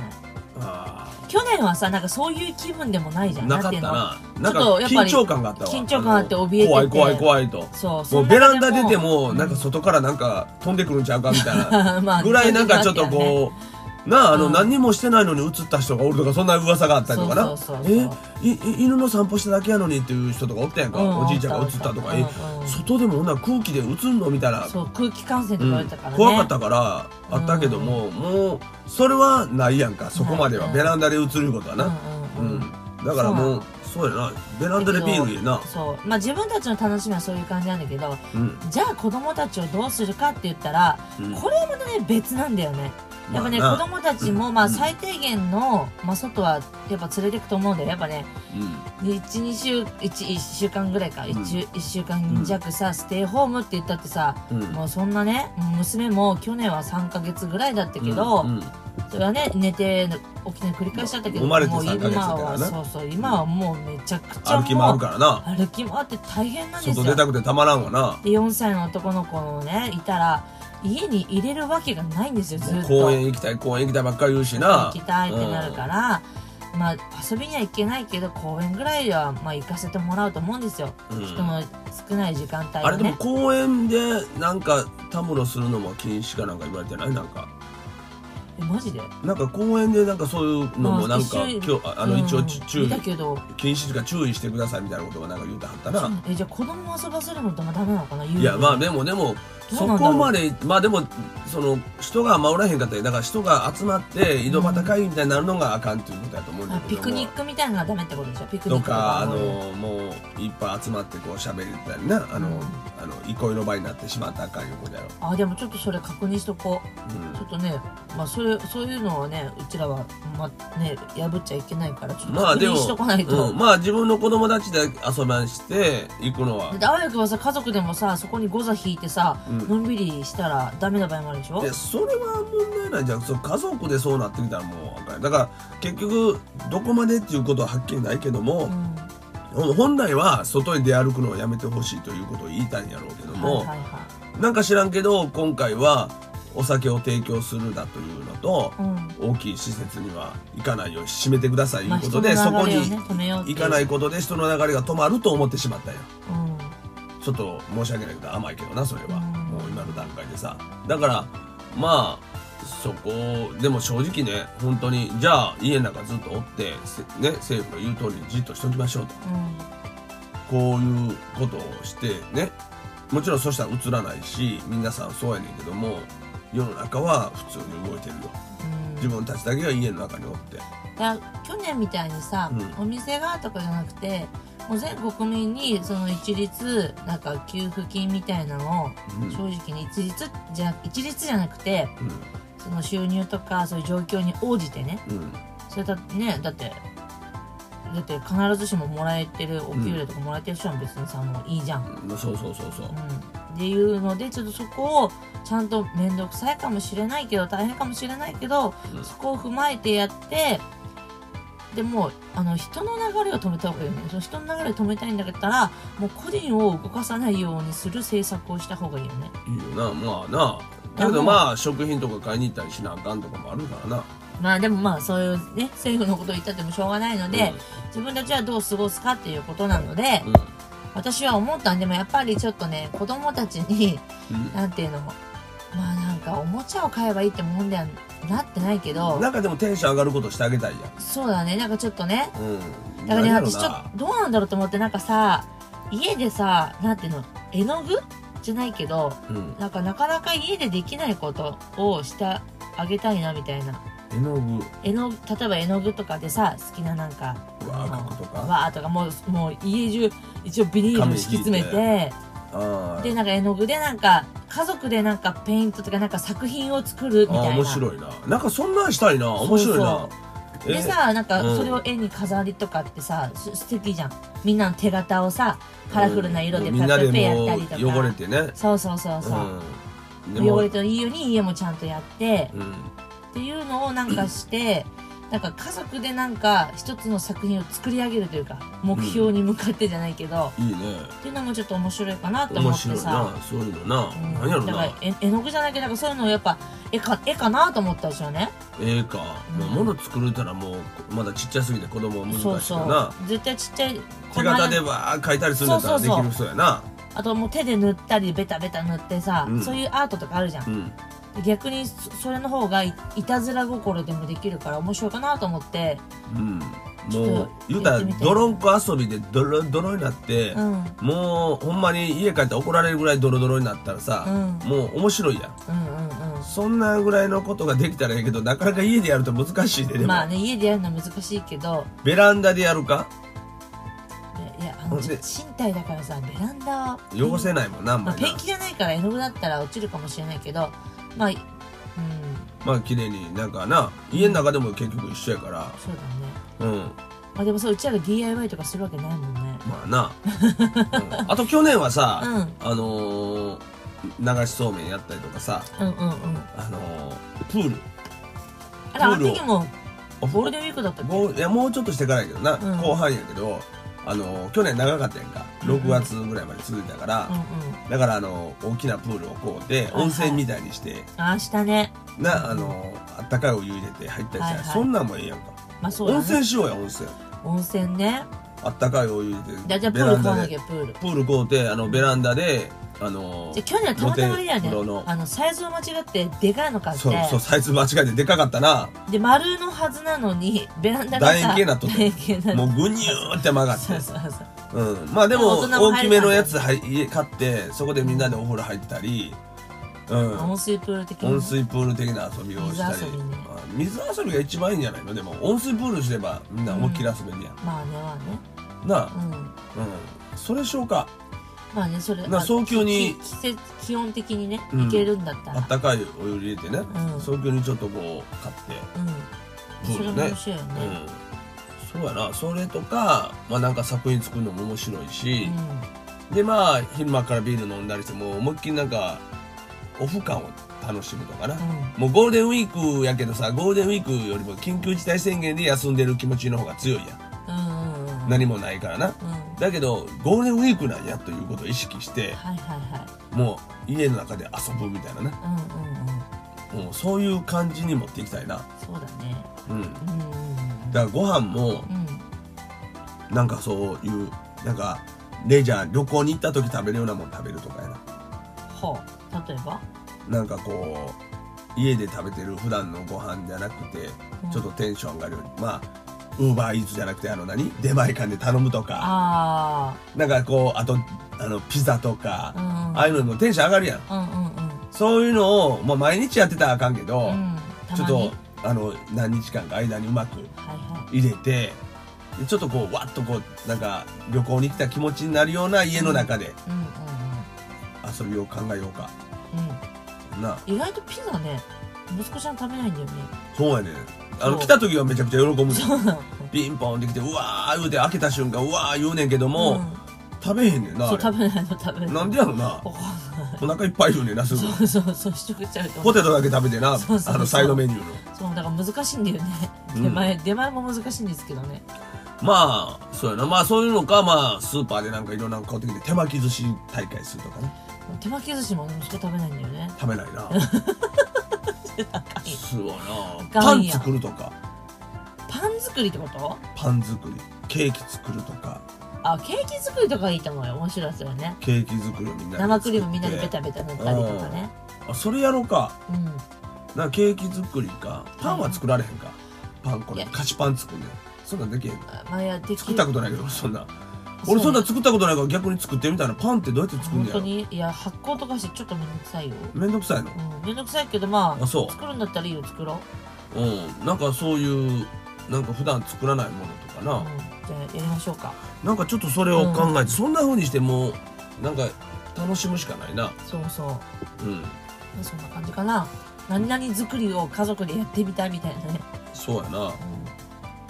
Speaker 2: あ
Speaker 1: 去年はさなんかそういう気分でもないじゃ
Speaker 2: ー
Speaker 1: ん
Speaker 2: なかっ
Speaker 1: んてい
Speaker 2: た
Speaker 1: うの
Speaker 2: ななんか
Speaker 1: ちょっとやっぱ
Speaker 2: 緊
Speaker 1: り
Speaker 2: 張感があったわ
Speaker 1: 緊張感あって怯えてて
Speaker 2: 怖い怖い怖いと
Speaker 1: そうその中
Speaker 2: もうベ
Speaker 1: で
Speaker 2: ランダ出てもなんか外からなんか飛んでくるんちゃうかみたい
Speaker 1: (laughs)
Speaker 2: な
Speaker 1: まあ
Speaker 2: ぐらいなんかちょっとこうなああ
Speaker 1: う
Speaker 2: の
Speaker 1: ん
Speaker 2: 何にもしてないのに映った人がおるとかそんな噂があったりとかな
Speaker 1: そうそうそうそう
Speaker 2: えいい犬の散歩しただけやのにっていう人とかおったやんかおじいちゃんが映ったとか
Speaker 1: うん
Speaker 2: え
Speaker 1: うん
Speaker 2: 外でもほんなら空気で映んのみたいな
Speaker 1: そう空気感染と
Speaker 2: う
Speaker 1: か言
Speaker 2: ん
Speaker 1: われたからね、
Speaker 2: 怖かったからあったけども、もうそれはないやんかそこまでは、
Speaker 1: うん
Speaker 2: ベランダで映ることはな、
Speaker 1: う
Speaker 2: うん
Speaker 1: うん
Speaker 2: ん
Speaker 1: うん
Speaker 2: だからもうそうやなベランダでビールいいな、
Speaker 1: そうまあ自分たちの楽しみはそういう感じなんだけど
Speaker 2: うん
Speaker 1: じゃあ子供たちをどうするかって言ったら
Speaker 2: うん
Speaker 1: これはまたね別なんだよねやっぱね、
Speaker 2: まあ
Speaker 1: 子
Speaker 2: な
Speaker 1: 供たちもまあ
Speaker 2: うん
Speaker 1: 最低限の、まあ、外はやっぱ連れてくと思うんだよやっぱね12週 1, 一週間ぐらいか 1,、
Speaker 2: うん
Speaker 1: 一週間弱さ、ステイホームって言ったってさ
Speaker 2: うんうん
Speaker 1: もうそんなね娘も去年は3ヶ月ぐらいだったけど、
Speaker 2: うんうん
Speaker 1: それはね寝て起きて繰り返しちゃったけど
Speaker 2: 生まれて
Speaker 1: もう今
Speaker 2: 3ヶ月だから
Speaker 1: は
Speaker 2: ね
Speaker 1: そうそう今はもうめちゃくちゃも
Speaker 2: 歩
Speaker 1: う
Speaker 2: き回るからな
Speaker 1: 歩き回って大変なんです
Speaker 2: 外
Speaker 1: よで
Speaker 2: 出たくてたまらんわな
Speaker 1: 4歳の男の子のねいたら家に入れるわけがないんですよずっ
Speaker 2: もう
Speaker 1: と
Speaker 2: 公園行きたい公園行きたいばっかり言うしな
Speaker 1: 行きたいってなるから、まあ遊びには行けないけど公園ぐらいはまあ行かせてもらうと思うんですよ、
Speaker 2: うん
Speaker 1: 人の少ない時間帯
Speaker 2: あれ
Speaker 1: は
Speaker 2: でも
Speaker 1: ね
Speaker 2: 公園でなんかたむろするのも禁止かなんか言われてないなんか
Speaker 1: えマジで
Speaker 2: なんか公園でなんかそういうのもなん
Speaker 1: ま
Speaker 2: か
Speaker 1: あ一緒に
Speaker 2: 今日ああの一応ち注意
Speaker 1: だけど
Speaker 2: 禁止というか注意してくださいみたいなことがなんか言うてはったな、
Speaker 1: えじゃあ子供を遊ばせるのってまあダメなのかない
Speaker 2: いやまあ
Speaker 1: ね
Speaker 2: でもでも
Speaker 1: ど
Speaker 2: そう
Speaker 1: なんだろう
Speaker 2: こまでまあでもその人があんまおらへんかったりだから人が集まって井戸端会議みたいになるのがあかんっていうことやと思うんだけ
Speaker 1: ピ
Speaker 2: ど
Speaker 1: クニッ
Speaker 2: まあ
Speaker 1: クみたいなのはダメってことでしょピクニッ
Speaker 2: と
Speaker 1: ク
Speaker 2: かあ
Speaker 1: も
Speaker 2: のもういっぱい集まってこう喋りたりなあの、
Speaker 1: うん
Speaker 2: あの憩いの場になってしまったらあかんいうことやろ、
Speaker 1: あでもちょっとそれ確認しとこう
Speaker 2: うん
Speaker 1: ちょっとねまあそれそういうのはねうちらはまあね破っちゃいけないからちょっと
Speaker 2: まあ
Speaker 1: 確
Speaker 2: で
Speaker 1: 認
Speaker 2: も
Speaker 1: しとかないと、
Speaker 2: うん、まあ自分の子供たちで遊ばして行くのは
Speaker 1: だってあわよくばさ家族でもさそこにゴザ引いてさ
Speaker 2: うん
Speaker 1: のんびりしたらダメな場合もあるでしょ
Speaker 2: でそれは問題ないじゃんその家族でそうなってきたらもうあかんよだから結局どこまでっていうことははっきりないけど
Speaker 1: う
Speaker 2: も、
Speaker 1: ん
Speaker 2: ほん本来は外に出歩くのをやめてほしいということを言いたいんやろうけども、
Speaker 1: はいはいは
Speaker 2: なんか知らんけど今回はお酒を提供するだというのと
Speaker 1: い、うん
Speaker 2: 大きい施設には行かないように閉めてくださいと
Speaker 1: まあ
Speaker 2: いうこと
Speaker 1: 人
Speaker 2: で、そ
Speaker 1: の
Speaker 2: こ
Speaker 1: 流れを
Speaker 2: に
Speaker 1: ね止めようってい
Speaker 2: 行
Speaker 1: う
Speaker 2: かないことで人の流れが止まると思ってしまったんや
Speaker 1: うん
Speaker 2: ちょっと申し訳ないけど甘いけどなそれは、
Speaker 1: うん
Speaker 2: もう今の段階でさだからまあそこでも正直ね本当にじゃあ家の中ずっとおって、せね、政府の言う通りにじっとしときましょうとこういうことをしてねもちろんそしたら映らないし皆さんそうやねんけども世の中は普通に動いてるよ
Speaker 1: うん
Speaker 2: 自分たちだけが家の中におって
Speaker 1: だから去年みたいにさ、
Speaker 2: うん
Speaker 1: お店がとかじゃなくてもう全国民にその一律なんか給付金みたいなのを
Speaker 2: うん
Speaker 1: 正直に一律じゃ一律じゃなくて
Speaker 2: う
Speaker 1: その収入とかそういう状況に応じてね
Speaker 2: んうん
Speaker 1: それだってねだってだって必ずしももらえてるお給料とかもらえてる人は別にさもういいじゃん、
Speaker 2: うんそうそうそうそう
Speaker 1: うん、っていうのでちょっとそこをちゃんと面倒くさいかもしれないけど大変かもしれないけど
Speaker 2: うん
Speaker 1: そこを踏まえてやってでもあの人の流れを止めた方がいいよねその人の流れを止めたいんだったらもう個人を動かさないようにする政策をした方がいいよね
Speaker 2: いいよなまあなだけどまあ食品とか買いに行ったりしなあかんとかもあるからな
Speaker 1: まあでもまあそういうね政府のことを言ったってもしょうがないので、自分たちはどう過ごすかっていうことなので、
Speaker 2: うん
Speaker 1: 私は思ったんでもやっぱりちょっとね子供たちに (laughs)
Speaker 2: うん
Speaker 1: なんていうのまあなんかおもちゃを買えばいいってもんではなってないけど
Speaker 2: なんかでもテンション上がることしてあげたいや
Speaker 1: そうだねなんかちょっとね
Speaker 2: んうん
Speaker 1: だからね
Speaker 2: なん
Speaker 1: 私ちょっとどうなんだろうと思ってなんかさ家でさなんていうの絵の具じゃないけど
Speaker 2: うん
Speaker 1: なんかなかなか家でできないことをしてあげたいなみたいな
Speaker 2: 絵の具
Speaker 1: 絵の例えば絵の具とかでさ好きななんか
Speaker 2: わー描くとか
Speaker 1: わーとかもうもう家中一応ビニールを敷き詰め
Speaker 2: 紙
Speaker 1: て
Speaker 2: あ
Speaker 1: でなんか絵の具でなんか家族でなんかペイントとかなんか作品を作るみ
Speaker 2: あ
Speaker 1: た
Speaker 2: あ
Speaker 1: いな
Speaker 2: 面白いななんかそんなんしたいな面白いな
Speaker 1: そう
Speaker 2: え
Speaker 1: でさなんか
Speaker 2: うん
Speaker 1: それを絵に飾りとかってさ、す素敵じゃんみんなの手形をさカラフルな色で
Speaker 2: うんみ
Speaker 1: ペ
Speaker 2: んな
Speaker 1: ペ
Speaker 2: で
Speaker 1: ペや
Speaker 2: も
Speaker 1: ったりとか、
Speaker 2: う汚れてね
Speaker 1: そうそうそうそう、
Speaker 2: うんでも
Speaker 1: 汚れていいように家もちゃんとやって、
Speaker 2: うん
Speaker 1: っていうのをなんかしてなんか家族でなんか一つの作品を作り上げるというか目標に向かってじゃないけど、
Speaker 2: いいね
Speaker 1: っていうのもちょっと面白いかなと思
Speaker 2: 面
Speaker 1: って
Speaker 2: 白い
Speaker 1: さ
Speaker 2: なそういうのな
Speaker 1: うん
Speaker 2: 何やろ
Speaker 1: だから
Speaker 2: な
Speaker 1: 絵絵の具じゃないけどなんかそういうのをやっぱ絵か絵かなと思ったんですよね
Speaker 2: ええか
Speaker 1: うん
Speaker 2: まあ物作るたらもうまだちっちゃすぎて子供は難しい
Speaker 1: そう
Speaker 2: よ
Speaker 1: そ
Speaker 2: な
Speaker 1: う絶対ちっちゃい
Speaker 2: 手形でわー描いたりするんだった
Speaker 1: そ
Speaker 2: ら
Speaker 1: う
Speaker 2: で
Speaker 1: そうそ
Speaker 2: き
Speaker 1: う
Speaker 2: る人やな
Speaker 1: あともう手で塗ったりベタベタ塗ってさ、
Speaker 2: うん
Speaker 1: そういうアートとかあるじゃ、
Speaker 2: うんん
Speaker 1: 逆にそそれの方がいいたずら心でもできるから面白いかなと思って
Speaker 2: うん
Speaker 1: ちょっと
Speaker 2: もう言うた
Speaker 1: やっ
Speaker 2: ら
Speaker 1: てみて
Speaker 2: 泥んこ遊びでドロドロになって
Speaker 1: うんうん
Speaker 2: もうほんまに家帰って怒られるぐらいドロドロになったら
Speaker 1: う
Speaker 2: さ
Speaker 1: ん
Speaker 2: もう面白いやん
Speaker 1: うん
Speaker 2: そんなぐらいのことができたらいいけどなかなか家でやると難しいで
Speaker 1: う
Speaker 2: で
Speaker 1: ん
Speaker 2: も、
Speaker 1: まあね家でやるのは難しいけど
Speaker 2: ベランダでやるか
Speaker 1: いやあの
Speaker 2: ほんで
Speaker 1: 賃貸だからさベランダは
Speaker 2: 汚せないもんなあん
Speaker 1: ま
Speaker 2: ま
Speaker 1: あ、
Speaker 2: りな
Speaker 1: ペンキじゃないから絵の具だったら落ちるかもしれないけどまあうん
Speaker 2: まあ綺麗になんかな家の中でも結局一緒やか
Speaker 1: そうだね
Speaker 2: らうん
Speaker 1: まあでもそううちらが DIY とかするわけないもんね
Speaker 2: まあな、うんあと去年はさ、
Speaker 1: (laughs) う
Speaker 2: あのー流しそうめんやったりとかさ
Speaker 1: うんうんうん
Speaker 2: あのープール
Speaker 1: あれあ
Speaker 2: プール
Speaker 1: の
Speaker 2: を
Speaker 1: 時も
Speaker 2: お
Speaker 1: ゴールデンウィークだったっけ
Speaker 2: もういやもうちょっとしてからやけどな、
Speaker 1: うん
Speaker 2: 後半やけどあの去年長かったやんか6月ぐらいまで続いたから、
Speaker 1: うんうん
Speaker 2: だからあの大きなプールをこうで
Speaker 1: はい
Speaker 2: 温泉みたいにして、
Speaker 1: ああしたね
Speaker 2: なあのあったかいお湯入れて入ったりしたら、
Speaker 1: はいはい
Speaker 2: そんなんもええやんか、
Speaker 1: まあそう
Speaker 2: 温
Speaker 1: だね
Speaker 2: 泉しようや温泉
Speaker 1: 温泉ね
Speaker 2: あったかいお湯入
Speaker 1: じゃ
Speaker 2: れ
Speaker 1: あ
Speaker 2: て
Speaker 1: プール買わなき
Speaker 2: で
Speaker 1: ゃプール
Speaker 2: プールこうてあのベランダであの
Speaker 1: じゃあ去年はたまたまやね
Speaker 2: 露天風呂の
Speaker 1: あのサイズを間違ってでかいの買って
Speaker 2: そうそうサイズ間違えてでかかっ
Speaker 1: (laughs)
Speaker 2: たな
Speaker 1: で丸のはずなのにベランダがさ
Speaker 2: 楕円形なっとって
Speaker 1: 楕円形な
Speaker 2: もう
Speaker 1: の
Speaker 2: ぐにゅーって曲がっ
Speaker 1: そう
Speaker 2: て
Speaker 1: そうそう
Speaker 2: うん、まあでも
Speaker 1: 大人も
Speaker 2: 大
Speaker 1: 入
Speaker 2: き
Speaker 1: る
Speaker 2: めのやつはい家買ってそこでみんなでお風呂入ったり、うん、
Speaker 1: 温水プール的な
Speaker 2: 温水プール的な遊びをしたり
Speaker 1: 水遊びね
Speaker 2: あ水遊びが一番いいんじゃないのでも温水プールすればみんな思いっきり遊べるやん、
Speaker 1: まあねまあね
Speaker 2: なあ、
Speaker 1: うん
Speaker 2: うん、それしようか
Speaker 1: まあねそれ
Speaker 2: な
Speaker 1: まあ
Speaker 2: 早急に
Speaker 1: き季節気温的にね
Speaker 2: うん
Speaker 1: いけるんだった
Speaker 2: あっ
Speaker 1: ら
Speaker 2: たかいお湯入れてね、
Speaker 1: うん
Speaker 2: 早急にちょっとこう買って
Speaker 1: うん
Speaker 2: プー
Speaker 1: それ
Speaker 2: ル
Speaker 1: も
Speaker 2: ね
Speaker 1: 面白いよ
Speaker 2: う
Speaker 1: ね
Speaker 2: んそうやなそれとかまあなんか作品作るのも面白いし、でまあ昼間からビール飲んだりしてもう思いっきりなんかオフ感を楽しむとかな、
Speaker 1: うんうん
Speaker 2: もうゴールデンウィークやけどさゴールデンウィークよりも緊急事態宣言で休んでる気持ちの方が強いやん
Speaker 1: うんうんうんうん
Speaker 2: 何もないからな
Speaker 1: うん
Speaker 2: だけどゴールデンウィークなんやということを意識して
Speaker 1: はいはいはい
Speaker 2: もう家の中で遊ぶみたいなね
Speaker 1: うんうんうん
Speaker 2: もうそういう感じに持っていきたいな
Speaker 1: そうだね
Speaker 2: うん
Speaker 1: うんうんうん
Speaker 2: だからご飯も
Speaker 1: うん
Speaker 2: なんかそういうなんかレジャー旅行に行った時食べるようなもん食べるとかやな
Speaker 1: ほう例えば
Speaker 2: なんかこう家で食べてる普段のご飯じゃなくて
Speaker 1: うん
Speaker 2: ちょっとテンション上がるようにまあウーバーイーツじゃなくてあの何出前館で頼むとか
Speaker 1: あ
Speaker 2: なんかこうあとあのピザとか
Speaker 1: あ、うん
Speaker 2: ああいうのもテンション上がるやん
Speaker 1: うんうんうん
Speaker 2: そういうのを、まあ、毎日やってたらあかんけど、
Speaker 1: うんたまに
Speaker 2: ちょっとあの何日間か間にうまく
Speaker 1: はいは
Speaker 2: 入れてでちょっとこうわっとこうなんか旅行に来た気持ちになるような家の中で
Speaker 1: いうん
Speaker 2: 遊びを考えようか
Speaker 1: うんうん
Speaker 2: な
Speaker 1: うん意外とピザね息子ちゃん食べないんだよね
Speaker 2: そうやねんあの
Speaker 1: そう
Speaker 2: 来た時はめちゃくちゃ喜ぶねん
Speaker 1: そうなの
Speaker 2: ピンポンできてうわー言うて開けた瞬間うわー言うねんけども、
Speaker 1: ん
Speaker 2: 食べへんねんなあ
Speaker 1: そう
Speaker 2: れ
Speaker 1: 食べないの食べない
Speaker 2: なんでやろな
Speaker 1: わかんない
Speaker 2: お腹いっぱい言うねんなすぐ
Speaker 1: そうそうそうしとけちゃうと
Speaker 2: ポテトだけ食べて
Speaker 1: そ
Speaker 2: な
Speaker 1: うそうそう
Speaker 2: あのサイドメニューの
Speaker 1: そうだから難しいんだよね
Speaker 2: うん
Speaker 1: 出前出前も難しいんですけどね
Speaker 2: まあそうやなまあそういうのかまあスーパーでなんかいろんなの買ってきて手巻き寿司大会するとかね
Speaker 1: 手巻き寿司も息子食べないんだよね
Speaker 2: 食べない
Speaker 1: (laughs)
Speaker 2: なすごいなパ
Speaker 1: ガン
Speaker 2: ン
Speaker 1: や
Speaker 2: 作るとか
Speaker 1: パン作りってこと
Speaker 2: パン作りケーキ作るとか
Speaker 1: あケーキ作りとかいいと思うよ面白いですよね
Speaker 2: ケーキ作りをみんなで作って
Speaker 1: 生クリームみんなでベタベタ塗ったりとかね
Speaker 2: あそれやろうか
Speaker 1: うん
Speaker 2: なケーキ作りかパンは作られへんかパンこれ
Speaker 1: いや
Speaker 2: 菓子パン作んねんそんなんできへん
Speaker 1: あまあやって
Speaker 2: 作ったことないけどそんな
Speaker 1: そう
Speaker 2: 俺そんな作ったことないから逆に作ってみたいなパンってどうやって作るん
Speaker 1: 本
Speaker 2: だ
Speaker 1: 当
Speaker 2: よ
Speaker 1: にいや発酵とかしてちょっとめんどくさいよ、
Speaker 2: めんどくさいの
Speaker 1: うん、めんどくさいけどまあ
Speaker 2: あそ
Speaker 1: 作るんだったらいいよ作ろ
Speaker 2: ううんなんかそういうなんか普段作らないものとか
Speaker 1: う、う、
Speaker 2: なん
Speaker 1: じゃあやりましょうか
Speaker 2: なんかちょっとそれを考えて、そんな風にしてもうなんか楽しむしかないな
Speaker 1: そうそうま
Speaker 2: うん
Speaker 1: あそんな感じかな何々作りを家族でやってみたいみたいなね、
Speaker 2: そうやな
Speaker 1: うん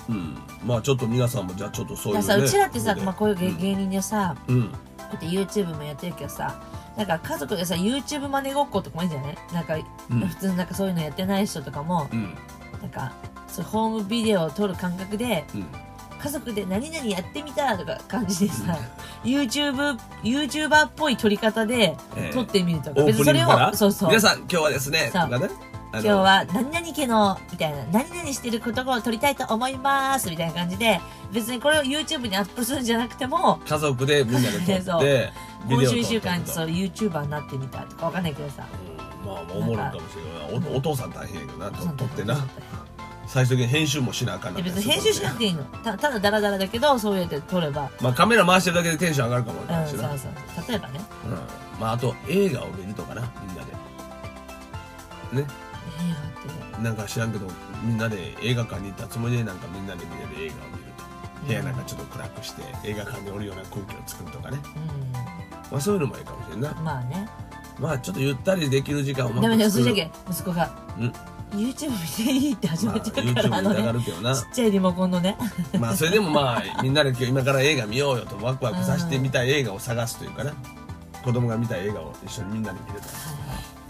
Speaker 2: うんまあちょっと皆さんもじゃあちょっとそう
Speaker 1: だ
Speaker 2: い
Speaker 1: か
Speaker 2: う
Speaker 1: ら
Speaker 2: ね
Speaker 1: さうちらってさ、
Speaker 2: ので
Speaker 1: まあ、こういう芸
Speaker 2: うん
Speaker 1: 芸人でさ
Speaker 2: うん
Speaker 1: こうやって YouTube もやってるけどさなんか家族でさ YouTube 真似ごっことかもいいんじゃないなんか、
Speaker 2: うん
Speaker 1: 普通なんかそういうのやってない人とかも
Speaker 2: うん
Speaker 1: なんかそうホームビデオを撮る感覚で
Speaker 2: うん
Speaker 1: 家族で何々やってみたとか感じでさ YouTube YouTuber っぽい撮り方で
Speaker 2: えー
Speaker 1: 撮ってみるとか、
Speaker 2: オープニングから
Speaker 1: そうそう
Speaker 2: 皆さん今日はですね
Speaker 1: そう
Speaker 2: とかねあの
Speaker 1: 今日は何々家のみたいな何々してることを撮りたいと思いますみたいな感じで別にこれを YouTube にアップするんじゃなくても
Speaker 2: 家族でみんなで撮
Speaker 1: (laughs) そう
Speaker 2: ってビ
Speaker 1: 今
Speaker 2: デオ
Speaker 1: 週
Speaker 2: 撮
Speaker 1: 1
Speaker 2: っ
Speaker 1: 週
Speaker 2: て
Speaker 1: 間
Speaker 2: と
Speaker 1: そう YouTuber になってみたとかわかんないけどさ
Speaker 2: うんまあまあおもろいかもしれないなおお父さん大変やけどなと撮ってな最終的に編集もしなあかんな
Speaker 1: で別に編集しなく
Speaker 2: て
Speaker 1: ていいのたただダラダラだけどそうやって撮れば
Speaker 2: まあカメラ回してるだけでテンション上がるかもわ
Speaker 1: うん
Speaker 2: かんないし
Speaker 1: そう
Speaker 2: な、うん
Speaker 1: そう例えばね
Speaker 2: まああと映画を見るとかなみんなでね
Speaker 1: 映画って
Speaker 2: なんか知らんけどみんなで映画館に行ったつもりでなんかみんなで見れる映画を見ると部屋なんかちょっと暗くして映画館におるような空気を作るとかねまあそういうのもいいかもしれんな
Speaker 1: うんまあね
Speaker 2: まあちょっとゆったりできる時間をま
Speaker 1: ダメだよそ
Speaker 2: 作
Speaker 1: れ
Speaker 2: る
Speaker 1: だけ息子が
Speaker 2: うん
Speaker 1: 「YouTube 見ていい」って始
Speaker 2: まあ
Speaker 1: めちゃうから、あ、
Speaker 2: YouTube
Speaker 1: の
Speaker 2: に
Speaker 1: ね
Speaker 2: 流れるけど
Speaker 1: ち
Speaker 2: な
Speaker 1: っちゃいリモコンのね
Speaker 2: まあそれでもまあみんなで今日今から映画見ようよとワクワクさせてみたい映画を探すというかね子供が見たい映画を一緒にみんなで見ると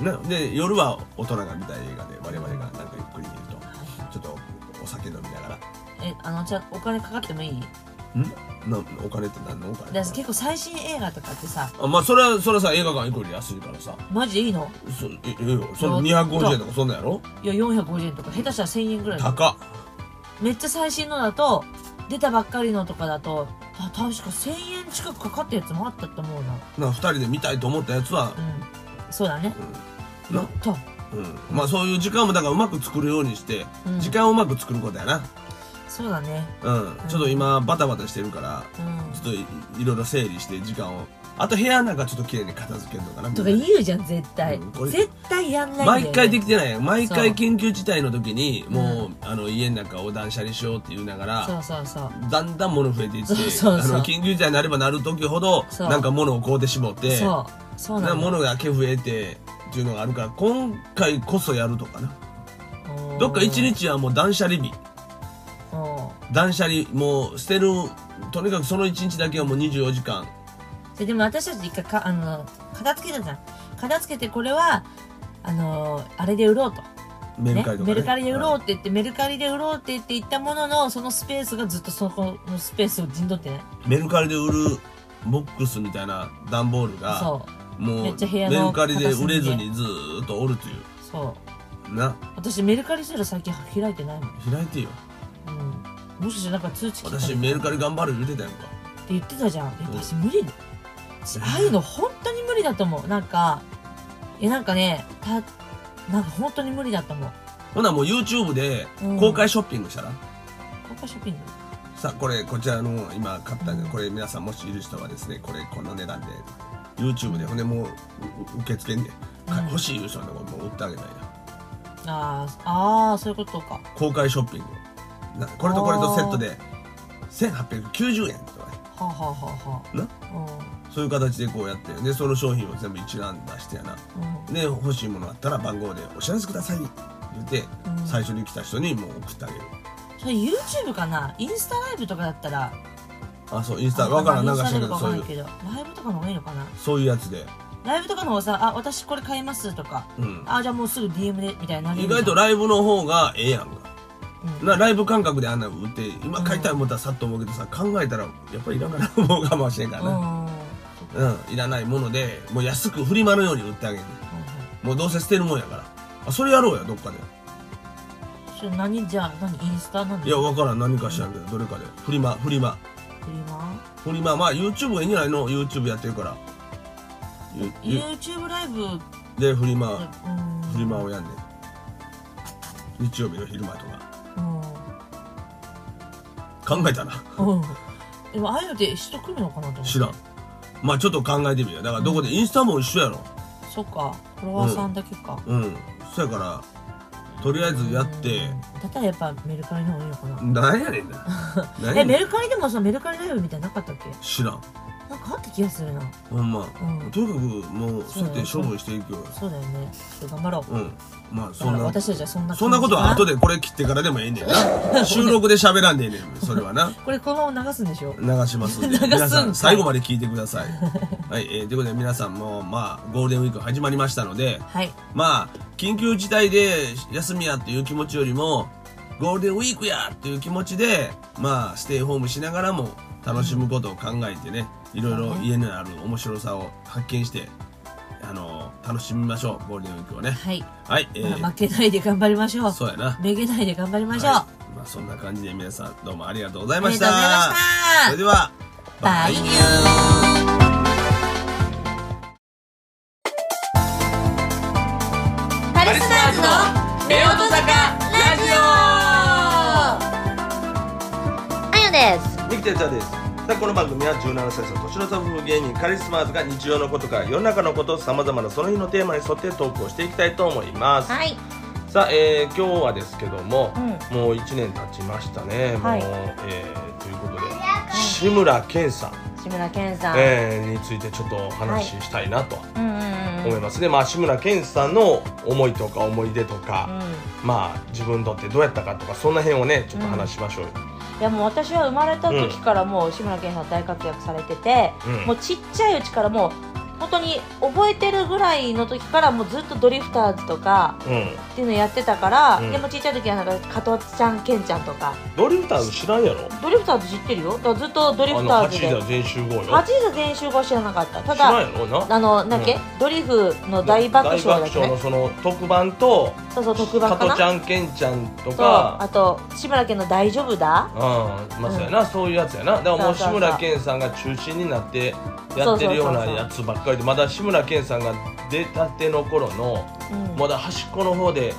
Speaker 2: なで夜は大人が見たい映画で我々がなんかゆっくり見るとちょっとお酒飲みながら
Speaker 1: えあのじゃあお金かかってもいい
Speaker 2: んなお金って何のお金
Speaker 1: だし結構最新映画とかってさ
Speaker 2: あまあそれはそれはさ映画館行くより安いからさ
Speaker 1: マジでいいの
Speaker 2: そえええよその250円とかそんなんやろ
Speaker 1: いや450円とか下手したら1000円ぐらい
Speaker 2: 高っ
Speaker 1: めっちゃ最新のだと出たばっかりのとかだとた確か1000円近くかかったやつもあったと思うな
Speaker 2: な2人で見たいと思ったやつ
Speaker 1: う
Speaker 2: は
Speaker 1: んそうだね
Speaker 2: うんな、
Speaker 1: と、
Speaker 2: うん、まあそういう時間もだからうまく作るようにして、
Speaker 1: うん
Speaker 2: 時間をうまく作ることやな
Speaker 1: そうだね
Speaker 2: うん、ちょっと今バタバタしてるから
Speaker 1: うん
Speaker 2: ちょっといいろいろ整理して時間をあと部屋なんかちょっと綺麗に片付けるのかな
Speaker 1: とか言うじゃん絶対、
Speaker 2: うんこれ
Speaker 1: 絶対やんないんだよね、
Speaker 2: 毎回できてないやん毎
Speaker 1: そう
Speaker 2: 回緊急事態の時にもう、
Speaker 1: う
Speaker 2: あの家の中を断捨離しようって言いなが
Speaker 1: そ
Speaker 2: ら
Speaker 1: うそうそう
Speaker 2: だんだん物増えていっ
Speaker 1: そ
Speaker 2: て
Speaker 1: うそうそう
Speaker 2: あの緊急事態になればなる時ほど
Speaker 1: そう
Speaker 2: なんか物を買うてしもって
Speaker 1: そうそうな
Speaker 2: な
Speaker 1: の
Speaker 2: 物だけ増えてっていうのがあるから今回こそやるとかな
Speaker 1: おー
Speaker 2: どっか一日はもう断捨離日
Speaker 1: おー
Speaker 2: 断捨離もう捨てるとにかくその一日だけはもう24時間
Speaker 1: ででも私たち一回かあの片付けたじゃん片付けてこれはあのーあれで売ろうと、
Speaker 2: メルカリとか、ね
Speaker 1: メルカリで売ろう
Speaker 2: は
Speaker 1: って言って、メルカリで売ろうって言って言ったもののそのスペースがずっとそこのスペースを陣取ってね
Speaker 2: いメルカリで売るボックスみたいな段ボールが
Speaker 1: そうめ
Speaker 2: も
Speaker 1: っ
Speaker 2: う
Speaker 1: ちゃ部
Speaker 2: メ
Speaker 1: 屋の
Speaker 2: ルカリで売れずにずーっとおるとい
Speaker 1: そう
Speaker 2: うな
Speaker 1: 私メルカリすら最近開いてないもん、
Speaker 2: 開いてよ
Speaker 1: うん、もしかしてなんか通知来たり
Speaker 2: 私
Speaker 1: って
Speaker 2: メルカリ頑張る言うてたやんか
Speaker 1: 言ってたじゃんいや
Speaker 2: うん
Speaker 1: 私無理だああいうの本当に無理だと思うなんかいやなんかねたなんか本当に無理だと思う
Speaker 2: ほなもう YouTube で
Speaker 1: うん
Speaker 2: 公開ショッピングしたら、
Speaker 1: 公開ショッピング
Speaker 2: さあこれこちらの今買ったんでこれ皆さんもしいる人はですねこれこの値段で YouTube でほんでもうう受け付けんで、か
Speaker 1: うん
Speaker 2: 欲しい優勝のこともう売ってあげたいな
Speaker 1: あーあーそういうことか
Speaker 2: 公開ショッピングなこれとこれとセットで1890円とかね
Speaker 1: はあ、はあは
Speaker 2: な
Speaker 1: あは
Speaker 2: そういう形でこうやってでその商品を全部一覧出してやな
Speaker 1: あ、うん
Speaker 2: で欲しいものあったら番号でお知らせください言って
Speaker 1: うん
Speaker 2: 最初に来た人にもう送ってあげる
Speaker 1: それ YouTube かなインスタライブとかだったら
Speaker 2: あそうインス
Speaker 1: あ
Speaker 2: タわからんなんか
Speaker 1: イ
Speaker 2: 知
Speaker 1: ンスタ
Speaker 2: ら
Speaker 1: ラ
Speaker 2: ん
Speaker 1: イ
Speaker 2: け
Speaker 1: ブ
Speaker 2: ど
Speaker 1: か
Speaker 2: そ
Speaker 1: わか
Speaker 2: うんい
Speaker 1: な
Speaker 2: う
Speaker 1: いけどライブとかの方がいいのかな
Speaker 2: そういうやつで、
Speaker 1: ライブとかの方がさあ私これ買いますとか
Speaker 2: うん、
Speaker 1: あじゃあもうすぐ DM でみたいな
Speaker 2: 意外と
Speaker 1: ラ
Speaker 2: ライブの方がええやんか
Speaker 1: うん
Speaker 2: なライブ感覚であんなん売って今買いたい思ったらさっと思うけどさ考えたらやっぱりいらんかな思うかもしれんから
Speaker 1: うん
Speaker 2: な、うん、いらないものでもう安く振り回るように売ってあげるもうどうせ捨てるもんやからあそれやろうやどっかで
Speaker 1: それ何じゃあ何インスタ何
Speaker 2: いやわからん何か知らんけどどれかでフリマフリマ
Speaker 1: フリマ
Speaker 2: フリマまあ YouTube はいいんじゃないの YouTube やってるからゆゆ
Speaker 1: YouTube ライブうん
Speaker 2: でフリマフリマをやんねん日曜日の昼間とか考えたな (laughs)
Speaker 1: うんうんでもああいうのって人来るのかなと思って
Speaker 2: 知らんまあちょっと考えてみようだからどこでインスタも一緒やろ
Speaker 1: そっかフォロワーさんだけか
Speaker 2: うんそやからとりあえずやって
Speaker 1: うんだったらやっぱメルカリの方がいいのかな
Speaker 2: なんや
Speaker 1: (laughs)
Speaker 2: ねんななん
Speaker 1: え
Speaker 2: やね
Speaker 1: メ
Speaker 2: ん
Speaker 1: ルカリでもさメルカリライブみたいなのなかったっけ
Speaker 2: 知らん
Speaker 1: なんかあった気がするな
Speaker 2: ほんま
Speaker 1: うん
Speaker 2: とにかくもうそうやって
Speaker 1: そ
Speaker 2: 勝
Speaker 1: う
Speaker 2: 負していくよ
Speaker 1: そうだよねちょっと頑張ろう
Speaker 2: うんまあ
Speaker 1: だ
Speaker 2: そ
Speaker 1: か
Speaker 2: ん
Speaker 1: ら
Speaker 2: な
Speaker 1: 私たちはそんな
Speaker 2: そんなことは後
Speaker 1: で
Speaker 2: でこれ切ってからでもええねんな収録で喋らんでええねんそれはな
Speaker 1: これこのまま流すんでしょ
Speaker 2: 流しますんで
Speaker 1: (laughs) 流すんかい
Speaker 2: 皆さん最後まで聞いてください
Speaker 1: (laughs)
Speaker 2: はい、えーということで皆さんもまあゴールデンウィーク始まりましたので
Speaker 1: はい
Speaker 2: まあ緊急事態で休みやっていう気持ちよりもゴールデンウィークやっていう気持ちでまあステイホームしながらも楽しむことを考えてねいろいろ家にある面白さを発見してあの楽しみましょうゴールデンウィークをね
Speaker 1: はい
Speaker 2: はい、え
Speaker 1: まあ
Speaker 2: ー、
Speaker 1: 負けないで頑張りましょう
Speaker 2: そうやな
Speaker 1: めげないで頑張りましょう、
Speaker 2: はいまあ、そんな感じで皆さんどうもありがとうございました
Speaker 1: ありがとうございました
Speaker 2: それでは
Speaker 1: バイニ
Speaker 2: ュー
Speaker 1: カレオト坂ラジ
Speaker 3: リスナーズのあゆです
Speaker 2: ミキテツヤですさあこの番組は17歳の年の差夫婦芸人カリスマーズが日常のことから世の中のことさまざまなその日のテーマに沿って投稿していきたいと思います、
Speaker 3: はい
Speaker 2: さあ、えー今日はですけども、
Speaker 3: う
Speaker 2: もう1年経ちましたね、
Speaker 3: はい
Speaker 2: もう、えーということで志村けんさん、
Speaker 3: 志村けんさん、
Speaker 2: えーについてちょっとお話ししたいなと
Speaker 3: うんうんうん
Speaker 2: 思いますね、まあ志村けんさんの思いとか思い出とか、
Speaker 3: う
Speaker 2: まあ自分にとってどうやったかとかそんな辺をねちょっと話しましょうよ、
Speaker 3: んいやもう私は生まれた時からもう志村けんさん大活躍されてて、
Speaker 2: うん
Speaker 3: もうちっちゃいうちからもう本本当に覚えてるぐらいの時からもうずっとドリフターズとか
Speaker 2: うん
Speaker 3: っていうのやってたから、
Speaker 2: うん
Speaker 3: でもちっちゃい時はなんか加トちゃんケンちゃんとか
Speaker 2: ドリフターズ知らんやろ
Speaker 3: ドリフターズ知ってるよだからずっとドリ
Speaker 2: あ
Speaker 3: フ
Speaker 2: の
Speaker 3: ター
Speaker 2: 8
Speaker 3: ズ
Speaker 2: 時
Speaker 3: で
Speaker 2: だ全集合よ
Speaker 3: 8時全員集合知らなかったた
Speaker 2: 知らん
Speaker 3: だ
Speaker 2: やろな
Speaker 3: あのなんだっけ、
Speaker 2: うん
Speaker 3: ドリフの大爆笑だっ
Speaker 2: 大爆
Speaker 3: け
Speaker 2: 笑のその特番と
Speaker 3: そうそう特
Speaker 2: 加
Speaker 3: 番か
Speaker 2: ト
Speaker 3: な
Speaker 2: ちゃんケンちゃんと
Speaker 3: そう
Speaker 2: か
Speaker 3: あと志村けんの「大丈夫だ?
Speaker 2: うんまあそうやな、そういうやつやなだからもう
Speaker 3: そ
Speaker 2: 志
Speaker 3: うそうそう
Speaker 2: 村けんさんが中心になってやってるような
Speaker 3: そうそうそうそう
Speaker 2: やつばっかりでまだ志村けんさんが出たての頃の」
Speaker 3: うん
Speaker 2: まだ端っこの方で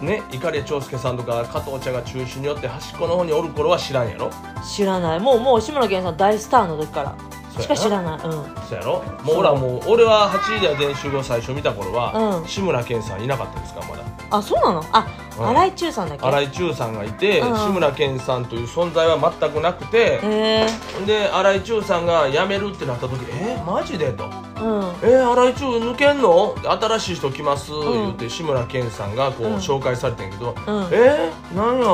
Speaker 2: ね碇長介さんとか加藤茶が中心によって端っこの方におる頃は知らんやろ
Speaker 3: 知らないもうもう志村けんさん大スターの時から
Speaker 2: そうやな
Speaker 3: しか知らないうん
Speaker 2: そうやろもう俺はもう俺は8時で全集合最初見た頃は、
Speaker 3: うん
Speaker 2: 志村けんさんいなかったですからまだ
Speaker 3: あそうなのあ
Speaker 2: うん
Speaker 3: 荒井中さんだっけ
Speaker 2: 荒井中さんがいて、
Speaker 3: うん
Speaker 2: 志村けんさんという存在は全くなくて、
Speaker 3: へえ
Speaker 2: で新井中さんが辞めるってなった時「えマジで?」と
Speaker 3: うん
Speaker 2: 「え新井中抜けんの新しい人来ます」
Speaker 3: ん
Speaker 2: 言って志村けんさんがこう
Speaker 3: うん
Speaker 2: 紹介されてんけど「
Speaker 3: うん
Speaker 2: えなんや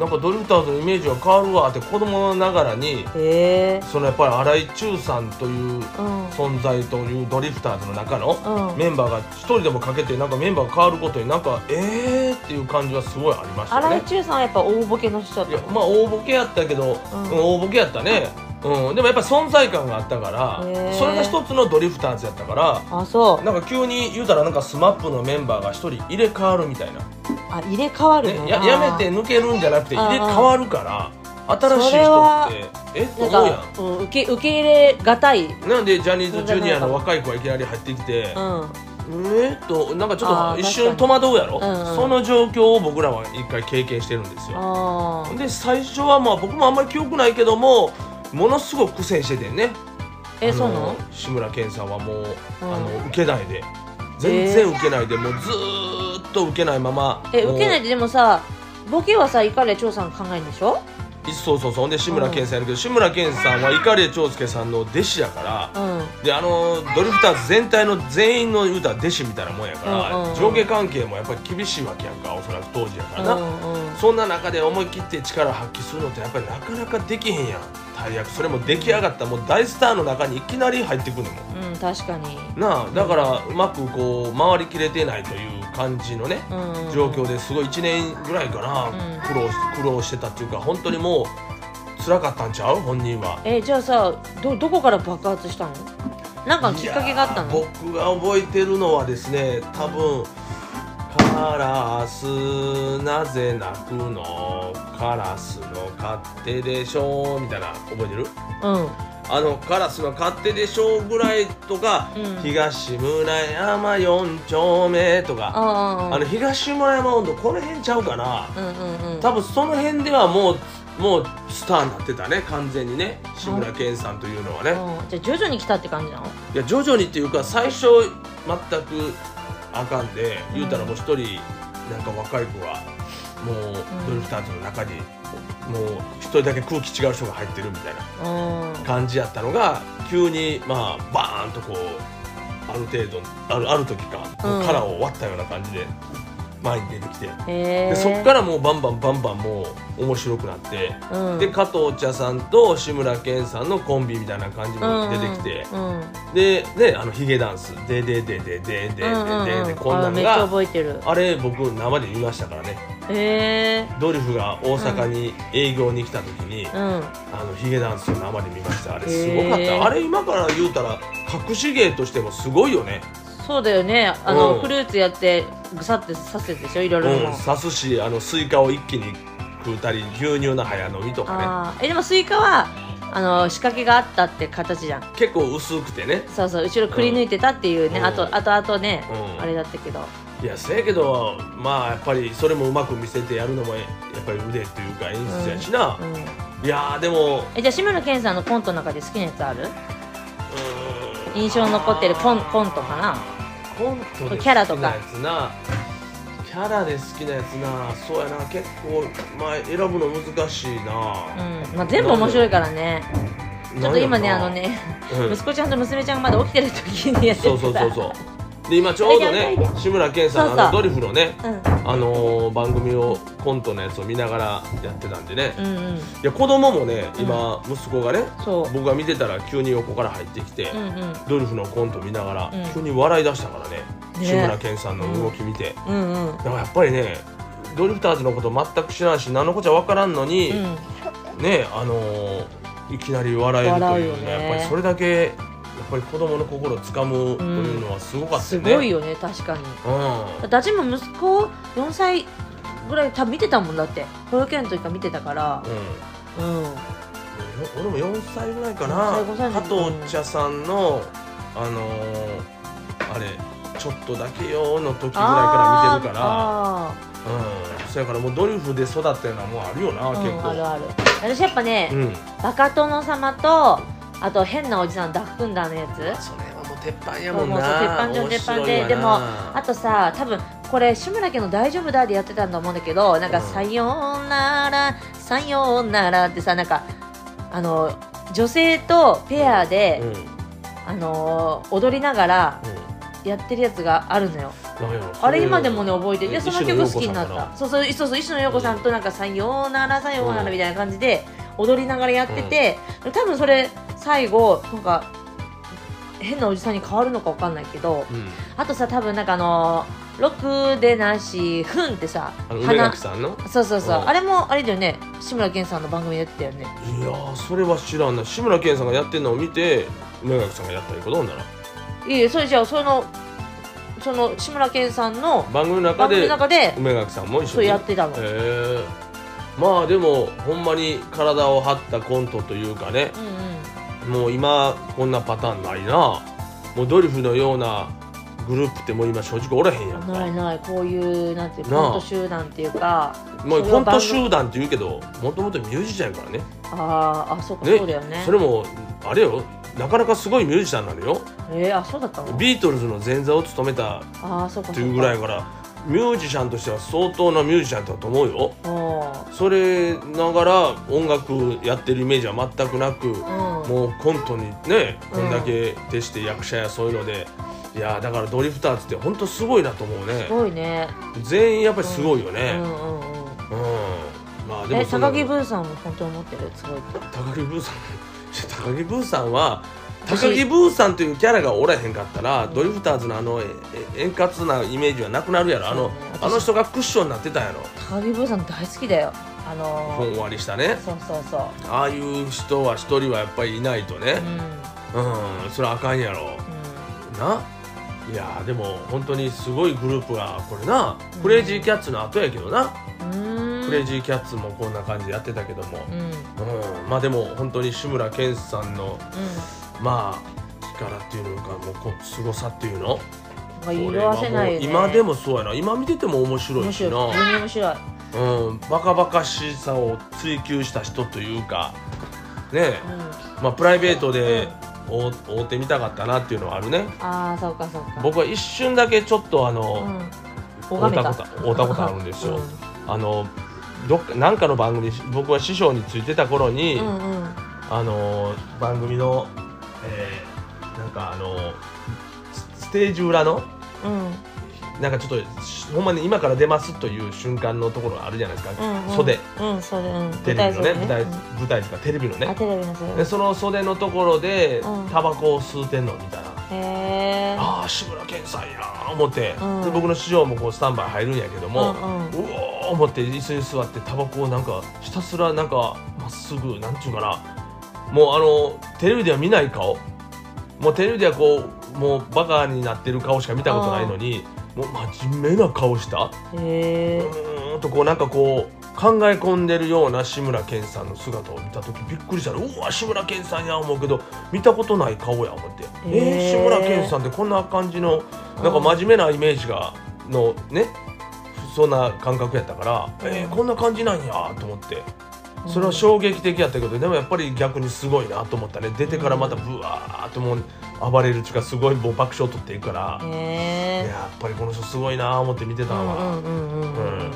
Speaker 2: なんかドリフターズのイメージが変わるわ」って子供ながらに
Speaker 3: へえ
Speaker 2: そのやっぱり新井中さんという
Speaker 3: うん
Speaker 2: 存在というドリフターズの中の
Speaker 3: うん
Speaker 2: メンバーが一人でも欠けてなんかメンバーが変わることになんか「えー」っていう感じはすごいありましたよ
Speaker 3: 荒井
Speaker 2: ね。
Speaker 3: 中さんはやっぱ大ボケの人だっ
Speaker 2: いや
Speaker 3: た
Speaker 2: まあ大ボケやったけど、
Speaker 3: うん
Speaker 2: うん大ボケやったね、うん、でもやっぱ存在感があったか
Speaker 3: へ
Speaker 2: ら
Speaker 3: ー
Speaker 2: それが一つのドリフターズやったから
Speaker 3: あそう
Speaker 2: なんか急に言うたらなんか SMAP のメンバーが一人入れ替わるみたいな、
Speaker 3: あ入れ替わるの
Speaker 2: ね、ややめて抜けるんじゃなくて入れ替わるから新しい人ってえっと
Speaker 3: なん
Speaker 2: 思うやん
Speaker 3: か、うん、受け受け入れがたいうん
Speaker 2: なんでジャニーズジュニアの若い子がいきなり入ってきて、えーっとなんかちょっ
Speaker 3: あ
Speaker 2: と
Speaker 3: ー
Speaker 2: 一瞬戸惑うやろ、
Speaker 3: 確かにうんうん
Speaker 2: その状況を僕らは一回経験してるんですよ
Speaker 3: あー
Speaker 2: で最初はまあ僕もあんまり記憶ないけどもものすごく苦戦しててんね
Speaker 3: え
Speaker 2: あの
Speaker 3: そうなの
Speaker 2: 志村けんさんはもう、
Speaker 3: うん
Speaker 2: あの受けないで全然受けないで、もうずーっと受けないまま
Speaker 3: え受けない
Speaker 2: も
Speaker 3: ででもさボケはさ碇谷長さんが考えるんでしょ
Speaker 2: うそうそうそうほんで志村けんさんやるけど、志村けんさんは碇長介さんの弟子やから、
Speaker 3: うん
Speaker 2: であのドリフターズ全体の全員の歌弟子みたいなもんやから、
Speaker 3: うんうんうん
Speaker 2: 上下関係もやっぱり厳しいわけやんかおそらく当時やからな、
Speaker 3: うんうん
Speaker 2: そんな中で思い切って力発揮するのってやっぱりなかなかできへんやん大役それも出来上がったもう大スターの中にいきなり入ってくるのも
Speaker 3: うん確かに
Speaker 2: なあだからうまくこう回りきれてないという感じのね
Speaker 3: うん
Speaker 2: 状況ですごい1年ぐらいかな苦労し苦労してたっていうか本当にもう辛かったんちゃう本人は。
Speaker 3: えじゃあさどどこから爆発したのなんかきっかけがあった
Speaker 2: い
Speaker 3: の
Speaker 2: やー僕が覚えてるのはですね多分「カラスなぜ泣くのカラスの勝手でしょ」みたいな覚えてる
Speaker 3: うん
Speaker 2: あの「カラスの勝手でしょ」ぐらいとか「
Speaker 3: うん
Speaker 2: 東村山四丁目」とか、
Speaker 3: あ
Speaker 2: あの東村山温度この辺ちゃうかな、
Speaker 3: うんうんうん
Speaker 2: 多分その辺ではもうもうスターになってたね完全にね志村けんさんというのはね、
Speaker 3: うんじゃあ徐々に来たって感じなの
Speaker 2: いや徐々にっていうか最初全くあかんで言うたらもう一人なんか若い子がもうドリフターズの中にもう一人だけ空気違う人が入ってるみたいな
Speaker 3: うん
Speaker 2: 感じやったのが急にまあバーンとこうある程度あるある時か
Speaker 3: うん
Speaker 2: 殻を割ったような感じで前に出てきて
Speaker 3: へえ
Speaker 2: でそっからもうバンバンバンバンもう面白くなって
Speaker 3: ら、うん、
Speaker 2: で加藤茶さんと志村けんさんのコンビみたいな感じも出てきて。
Speaker 3: うんうんうん
Speaker 2: で、ね、あのヒゲダンス「ででででででででででこんな
Speaker 3: あ
Speaker 2: ん
Speaker 3: めっちゃ
Speaker 2: が
Speaker 3: 覚えてる
Speaker 2: あれ僕生で見ましたからね
Speaker 3: へえ
Speaker 2: ドリフが大阪に営業に来た時に、
Speaker 3: うん
Speaker 2: あのヒゲダンスを生で見ましたあれすごかった、
Speaker 3: へー
Speaker 2: あれ今から言うたら隠し芸としてもすごいよね
Speaker 3: そうだよねあの、
Speaker 2: うん
Speaker 3: フルーツやってぐさって刺せてでしょいろいうろも、
Speaker 2: ん刺すしあのスイカを一気に食うたり牛乳の早飲みとかね
Speaker 3: あーえでもスイカはあの仕掛けがあったって形じゃん
Speaker 2: 結構薄くてね
Speaker 3: そうそう後ろくり抜いてたっていうね、
Speaker 2: うん
Speaker 3: あとあとあとね、
Speaker 2: うん
Speaker 3: あれだったけど
Speaker 2: いやせやけどまあやっぱりそれもうまく見せてやるのもやっぱり腕っていうか演出やしな
Speaker 3: う、ん
Speaker 2: いやーでも
Speaker 3: えじゃあ志村けんさんのコントの中で好きなやつある
Speaker 2: うーん
Speaker 3: 印象に残ってるコンコントかな
Speaker 2: コントで好き
Speaker 3: キャラとか
Speaker 2: なやつなキャラで好きなやつなそうやな結構、まあ、選ぶの難しいな、
Speaker 3: うん、まあ、全部面白いからねちょっと今ねあのね (laughs)
Speaker 2: うん、
Speaker 3: 息子ちゃんと娘ちゃんがまだ起きてる時にやって
Speaker 2: そ
Speaker 3: る
Speaker 2: う
Speaker 3: か
Speaker 2: そう
Speaker 3: ら
Speaker 2: そうそうで今ちょうどね志村けんさんのあの
Speaker 3: そ
Speaker 2: ドリフのね
Speaker 3: うん
Speaker 2: あのー番組をコントのやつを見ながらやってたんでね、
Speaker 3: うんうん
Speaker 2: いや子供もね今息子がね、
Speaker 3: そう
Speaker 2: 僕が見てたら急に横から入ってきて、
Speaker 3: うんうん
Speaker 2: ドリフのコント見ながら、
Speaker 3: うん
Speaker 2: 急に笑い出したからね
Speaker 3: ね
Speaker 2: 志村けんさんの動き見て、
Speaker 3: うんうん
Speaker 2: だからやっぱりねドリフターズのこと全く知らんし何のこっちゃ分からんのに、
Speaker 3: うん
Speaker 2: ねあのーいきなり笑えると
Speaker 3: 笑う
Speaker 2: い
Speaker 3: よ
Speaker 2: うね
Speaker 3: ね
Speaker 2: やっぱりそれだけやっぱり子供の心をつかむというのはすごかった
Speaker 3: す
Speaker 2: よね、うん、
Speaker 3: ごいよね確かにだちも息子4歳ぐらい多分見てたもんだって保育園の時から見てたから
Speaker 2: うん
Speaker 3: うん
Speaker 2: 俺も4歳ぐらいか
Speaker 3: 4歳5歳
Speaker 2: な
Speaker 3: の
Speaker 2: 加
Speaker 3: 時
Speaker 2: 藤茶さんのあのーあれ「ちょっとだけよ」の時ぐらいから見てるから
Speaker 3: あー
Speaker 2: うんそやからもうドリフで育ったようなもんあるよな、
Speaker 3: あー
Speaker 2: 結
Speaker 3: うんある
Speaker 2: 構
Speaker 3: ある私やっぱね、
Speaker 2: うん
Speaker 3: バカ殿様とあと変なおじさんダフ組んだのやつ
Speaker 2: それはもう鉄板や
Speaker 3: も
Speaker 2: も
Speaker 3: ん
Speaker 2: ん
Speaker 3: な
Speaker 2: な
Speaker 3: そうそう鉄板中の鉄板ででもあとさ多分これ志村けんの「大丈夫だ」でやってたんだと思うんだけどなんか「
Speaker 2: うん
Speaker 3: さようならさようなら」ってさなんかあの女性とペアで
Speaker 2: う、んうん
Speaker 3: あの踊りながらやってるやつがあるのよ
Speaker 2: なんやろそ
Speaker 3: あれ今でもね覚えてるで
Speaker 2: え
Speaker 3: その
Speaker 2: 石野
Speaker 3: 曲
Speaker 2: 陽
Speaker 3: 好
Speaker 2: 子
Speaker 3: き
Speaker 2: さ
Speaker 3: に
Speaker 2: ん
Speaker 3: な
Speaker 2: かな
Speaker 3: ったそうそうそう石野陽子さんとなんか「さようならさよう
Speaker 2: う
Speaker 3: なら」
Speaker 2: ん
Speaker 3: みたいな感じで踊りながらやってて、多分それ最後なんか変なおじさんに変わるのかわかんないけど、
Speaker 2: うん
Speaker 3: あとさ多分なんかあのー「ろくでなしふん」ってさ
Speaker 2: あの梅垣さんの
Speaker 3: そうそうそう
Speaker 2: うん
Speaker 3: あれもあれだよね志村けんさんの番組でやってたよね
Speaker 2: いやーそれは知らんな志村けんさんがやってんのを見て梅垣さんがやったらいいことなんだない
Speaker 3: いえそれじゃあそのその志村けんさんの
Speaker 2: 番組の中
Speaker 3: 番組の
Speaker 2: で
Speaker 3: 中で
Speaker 2: 梅垣さんも一緒に
Speaker 3: そうやってたの、
Speaker 2: へえまあでもほんまに体を張ったコントというかね
Speaker 3: うんうん
Speaker 2: もう今こんなパターンないなもうドリフのようなグループってもう今正直おらへんやん
Speaker 3: ない
Speaker 2: か
Speaker 3: ないこういうなんていう
Speaker 2: なあ
Speaker 3: コント集団っていうか
Speaker 2: もう
Speaker 3: それは
Speaker 2: コン
Speaker 3: 番
Speaker 2: ト
Speaker 3: 組
Speaker 2: 集団って言うけどもともとミュージシャンやからね
Speaker 3: あーあそうか、
Speaker 2: ね
Speaker 3: そうだよね
Speaker 2: それもあれよなかなかすごいミュージシャンなのよ
Speaker 3: えー、あそうだったの
Speaker 2: ビートルズの前座を務めた
Speaker 3: ああそうか
Speaker 2: と
Speaker 3: そ
Speaker 2: いうぐらい
Speaker 3: か
Speaker 2: からミュージシャンとしては相当なミュージシャンだと思うよ
Speaker 3: う
Speaker 2: それながら音楽やってるイメージは全くなく
Speaker 3: んうん
Speaker 2: もうコントにね
Speaker 3: うん
Speaker 2: こんだけ徹して役者やそういうので、いやーだからドリフターズって本当すごいなと思うね
Speaker 3: すごいね
Speaker 2: 全員やっぱりすごいよ
Speaker 3: うん
Speaker 2: ね
Speaker 3: うん
Speaker 2: う
Speaker 3: うん
Speaker 2: ん、まあでも
Speaker 3: え
Speaker 2: そんな
Speaker 3: 高木ブーさんも本当に思ってるすごいって
Speaker 2: 高木ブーさん (laughs) 高木ブーさんは高木ブーさんというキャラがおらへんかったら、
Speaker 3: ん
Speaker 2: ドリフターズのあのええ円滑なイメージはなくなるやろあの,、
Speaker 3: そうね私
Speaker 2: あの人がクッションになってたんやろ
Speaker 3: 高木ブーさん大好きだよあの
Speaker 2: 本
Speaker 3: ー、
Speaker 2: 終わりしたね
Speaker 3: そうそうそう
Speaker 2: ああいう人は一人はやっぱりいないと
Speaker 3: う
Speaker 2: ね
Speaker 3: んうん
Speaker 2: うん、それはあかんやろないやーでも本当にすごいグループがこれな
Speaker 3: うん
Speaker 2: クレイジーキャッツの後やけどな、
Speaker 3: うーん
Speaker 2: クレイジーキャッツもこんな感じでやってたけども、
Speaker 3: うんう
Speaker 2: う
Speaker 3: ん
Speaker 2: ん、まあでも本当に志村けんさんのまあ力っていうのかもうこすごさっていうの
Speaker 3: なんか色あせないよね
Speaker 2: これはもう今で
Speaker 3: も
Speaker 2: もそうやな今見てても面白
Speaker 3: 面
Speaker 2: いし
Speaker 3: 白い
Speaker 2: な
Speaker 3: 普通に面白い
Speaker 2: うん、バカバカしさを追求した人というかねえ
Speaker 3: うん
Speaker 2: まあプライベートで会う会うてみたかったなっていうのはあるね
Speaker 3: ああそうかそうか
Speaker 2: 僕は一瞬だけちょっとあ
Speaker 3: う
Speaker 2: の、
Speaker 3: ん
Speaker 2: 会う
Speaker 3: 拝め
Speaker 2: た
Speaker 3: た
Speaker 2: こと会うたことあるんですよ、
Speaker 3: うん
Speaker 2: あのどっかなんかの番組僕は師匠についてた頃に、
Speaker 3: うんうん
Speaker 2: あの番組の、えーなんかあのスステージ裏の
Speaker 3: うん
Speaker 2: なんかちょっとしほんまに今から出ますという瞬間のところがあるじゃないですか、
Speaker 3: うんうん
Speaker 2: 袖
Speaker 3: うん袖うん
Speaker 2: テレビのね
Speaker 3: 舞
Speaker 2: 舞
Speaker 3: 台袖
Speaker 2: 台
Speaker 3: うん
Speaker 2: 舞台とかテレビの
Speaker 3: あ
Speaker 2: ね
Speaker 3: テレビの袖
Speaker 2: でその袖のところで
Speaker 3: うん
Speaker 2: タバコを吸うてんのみたいな、
Speaker 3: へえ
Speaker 2: ああ志村けんさんやー思って、
Speaker 3: うん
Speaker 2: で僕の師匠もこうスタンバイ入るんやけども、
Speaker 3: うんうん
Speaker 2: うおー思って椅子に座ってタバコをなんかひたすらなんかまっすぐなんちゅうかなもうあのテレビでは見ない顔もうテレビではこうもうバカになってる顔しか見たことないのにもう真面目な顔したう
Speaker 3: へえ
Speaker 2: ーんとこうなんかこう考え込んでるような志村けんさんの姿を見た時びっくりしたねうわ志村けんさんや思うけど見たことない顔や思ってえー、
Speaker 3: へ
Speaker 2: 志
Speaker 3: ー
Speaker 2: 村けんさんってこんな感じのなんか真面目なイメージがのねそんな感覚やったから、
Speaker 3: うん
Speaker 2: えーこんな感じなんやと思ってそれは衝撃的やったけどでもやっぱり逆にすごいなと思ったね出てからまたブワーっともう暴れるちかすごいもう爆笑取っていくから、
Speaker 3: へえ
Speaker 2: やっぱりこの人すごいな思って見てたのは。
Speaker 3: うんうんうんうんうん